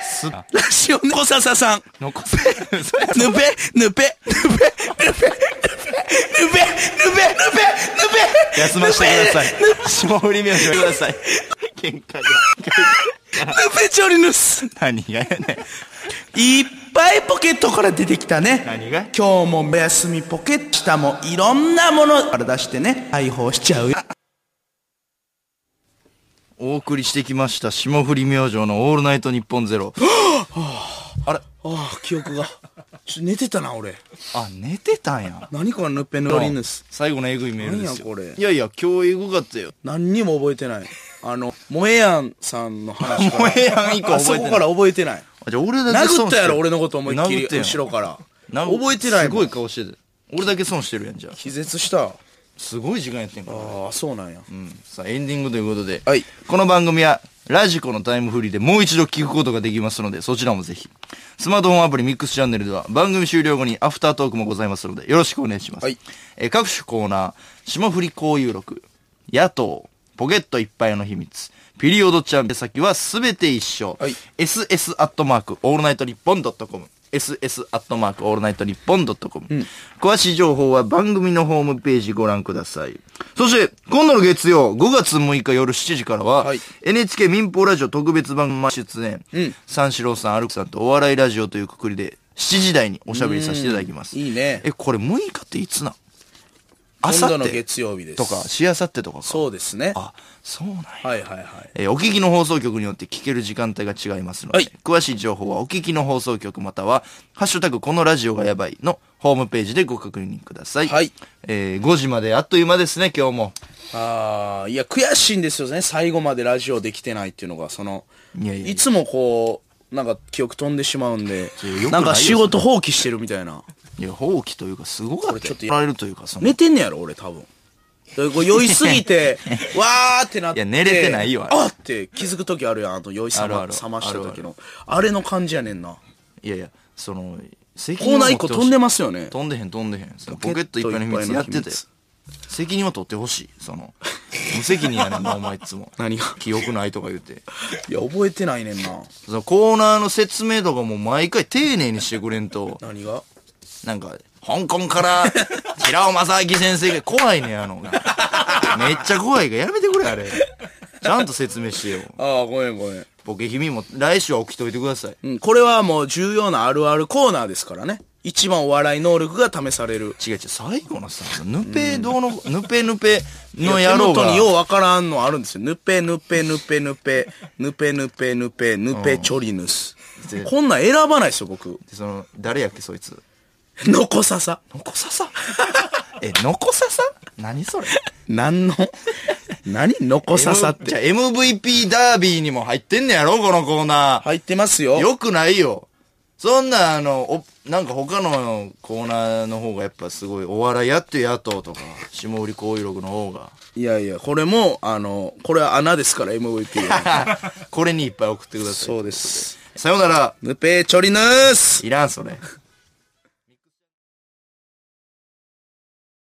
[SPEAKER 4] ー
[SPEAKER 1] すった。
[SPEAKER 2] ラジオネコササさん。
[SPEAKER 5] 残せ、そうやろ。
[SPEAKER 2] ぬべ、ぬべ、ぬべ、ぬべ、ぬべ、ぬべ、ぬべ、ぬべ、ぬべ、
[SPEAKER 5] 休ませてください。霜降り明星ください。
[SPEAKER 1] 喧嘩が。
[SPEAKER 2] ぬべちょりぬす。
[SPEAKER 5] 何がやね
[SPEAKER 2] いっぱいポケットから出てきたね。
[SPEAKER 5] 何が
[SPEAKER 2] 今日もお休みポケット下もいろんなものから出してね、解放しちゃうよ。
[SPEAKER 1] お送りしてきました、霜降り明星のオールナイト日本ゼロ。
[SPEAKER 2] ああ、記憶が。ちょ、寝てたな、俺。
[SPEAKER 1] あ、寝てたんや。
[SPEAKER 2] 何このぬっぺぬべりぬす。
[SPEAKER 1] 最後のエグいメールです
[SPEAKER 2] 何
[SPEAKER 1] よ。
[SPEAKER 2] やこれ
[SPEAKER 1] いやいや、今日エグかったよ。
[SPEAKER 2] 何にも覚えてない。あの、萌えやんさんの話から。
[SPEAKER 1] 萌えやん以降
[SPEAKER 2] あそ
[SPEAKER 1] 覚えてない
[SPEAKER 2] こから覚えてない。
[SPEAKER 1] あじゃあ俺だけ
[SPEAKER 2] 殴
[SPEAKER 1] 損した
[SPEAKER 2] っ
[SPEAKER 1] てる
[SPEAKER 2] やろ、俺のこと思いっき
[SPEAKER 1] 殴
[SPEAKER 2] り、
[SPEAKER 1] ってん
[SPEAKER 2] 後ろから。
[SPEAKER 1] な
[SPEAKER 2] 覚えてない
[SPEAKER 1] す
[SPEAKER 2] も
[SPEAKER 1] ご
[SPEAKER 2] ん
[SPEAKER 1] い。顔してて俺だけ損してるやんじゃあ
[SPEAKER 2] 気絶した。
[SPEAKER 1] すごい時間やってんから
[SPEAKER 2] ああ、そうなんや。
[SPEAKER 1] うんさあエンディングということで、
[SPEAKER 2] はい
[SPEAKER 1] この番組はラジコのタイムフリーでもう一度聞くことができますのでそちらもぜひスマートフォンアプリミックスチャンネルでは番組終了後にアフタートークもございますのでよろしくお願いします、
[SPEAKER 2] はい
[SPEAKER 1] えー各種コーナー霜降り交友録野党ポケットいっぱいの秘密ピリオドチャンピ先は全て一緒、
[SPEAKER 2] はい
[SPEAKER 1] SS アットマークオールナイトニッポンドットコム SS アットマークオールナイトニッポンドットコム詳しい情報は番組のホームページご覧くださいそして今度の月曜5月6日夜7時からは、
[SPEAKER 2] はい
[SPEAKER 1] NHK 民放ラジオ特別番組出演、
[SPEAKER 2] ん
[SPEAKER 1] 三四郎さんアルクさんとお笑いラジオというくくりで7時台におしゃべりさせていただきます
[SPEAKER 2] うんいいね
[SPEAKER 1] えこれ6日っていつなん
[SPEAKER 2] 今度の
[SPEAKER 1] 明後日
[SPEAKER 2] 月曜日です。
[SPEAKER 1] とかしあさってとかか
[SPEAKER 2] そうですね。は
[SPEAKER 1] あそうなんや
[SPEAKER 2] いはいはい。
[SPEAKER 1] えーお聞きの放送局によって聞ける時間帯が違いますので、
[SPEAKER 2] はい
[SPEAKER 1] 詳しい情報はお聞きの放送局または、ハッシュタグこのラジオがやばいのホームページでご確認ください。
[SPEAKER 2] はい
[SPEAKER 1] えー5時まであっという間ですね、今日も。
[SPEAKER 2] ああ、いや、悔しいんですよね。最後までラジオできてないっていうのが、その、
[SPEAKER 1] いやいやいや
[SPEAKER 2] つもこう、なんか記憶飛んでしまうんで
[SPEAKER 1] いやよくないよ、
[SPEAKER 2] なんか仕事放棄してるみたいな。
[SPEAKER 1] いや、放棄というか、すごか
[SPEAKER 2] これ
[SPEAKER 1] った
[SPEAKER 2] ちょ
[SPEAKER 1] よ
[SPEAKER 2] っ。と
[SPEAKER 1] 取られるというか、その、
[SPEAKER 2] 寝てんねやろ、俺多分。でこう酔いす ぎて、わーってなって。
[SPEAKER 1] いや寝れてないよあれ
[SPEAKER 2] あって気づく時あるやん、あの酔いさ
[SPEAKER 1] あ
[SPEAKER 2] ま、
[SPEAKER 1] るある
[SPEAKER 2] 冷ました時の。あれの感じやねんな。
[SPEAKER 1] いやいや、その、責
[SPEAKER 2] コーナー一
[SPEAKER 1] 持
[SPEAKER 2] 個
[SPEAKER 1] ってほしい
[SPEAKER 2] 飛んでますよね。
[SPEAKER 1] 飛んでへん、飛んでへん。そのポケットいっぱいの秘密やってたよ。責任は取ってほしい。その、無責任やねんな、お前いつも。
[SPEAKER 2] 何が
[SPEAKER 1] 記憶ないとか言って。
[SPEAKER 2] いや、覚えてないねんな。
[SPEAKER 1] そのコーナーの説明とかも毎回丁寧にしてくれんと。
[SPEAKER 2] 何が
[SPEAKER 1] なんか、香港から、平尾正明先生が怖いね、あの。めっちゃ怖いから、やめてくれ、あれ。ちゃんと説明してよ。
[SPEAKER 2] ああ、ごめんごめん。
[SPEAKER 1] ボケ君も、来週は起きといてください。
[SPEAKER 2] うん、これはもう重要なあるあるコーナーですからね。一番お笑い能力が試される。
[SPEAKER 1] 違う違う、最後のさ、ヌペどうの、ヌペヌペの
[SPEAKER 2] いや
[SPEAKER 1] 野郎
[SPEAKER 2] 手元によう
[SPEAKER 1] が、
[SPEAKER 2] わからんのあるんですよ。ぬぺぬぺぬぺぬぺ、ぬぺぬぺぬぺ、ぬぺちょりぬす。こんなん選ばないですよ、僕。
[SPEAKER 1] その、誰やっけ、そいつ。
[SPEAKER 2] のこささ。
[SPEAKER 1] のこささえ、のこささ何それ
[SPEAKER 2] 何の何のこささっ
[SPEAKER 1] M- じ
[SPEAKER 2] て。
[SPEAKER 1] ゃあ MVP ダービーにも入ってんねやろ、このコーナー。
[SPEAKER 2] 入ってますよ。
[SPEAKER 1] よくないよ。そんな、あの、お、なんか他のコーナーの方がやっぱすごい、お笑いやって野党と か、霜降り交友録の方が。
[SPEAKER 2] いやいや、これも、あの、これは穴ですから、MVP は。
[SPEAKER 1] これにいっぱい送ってください。
[SPEAKER 2] そうです。
[SPEAKER 1] さよなら。
[SPEAKER 2] ぬぺちょりぬす。
[SPEAKER 1] いらん、それ。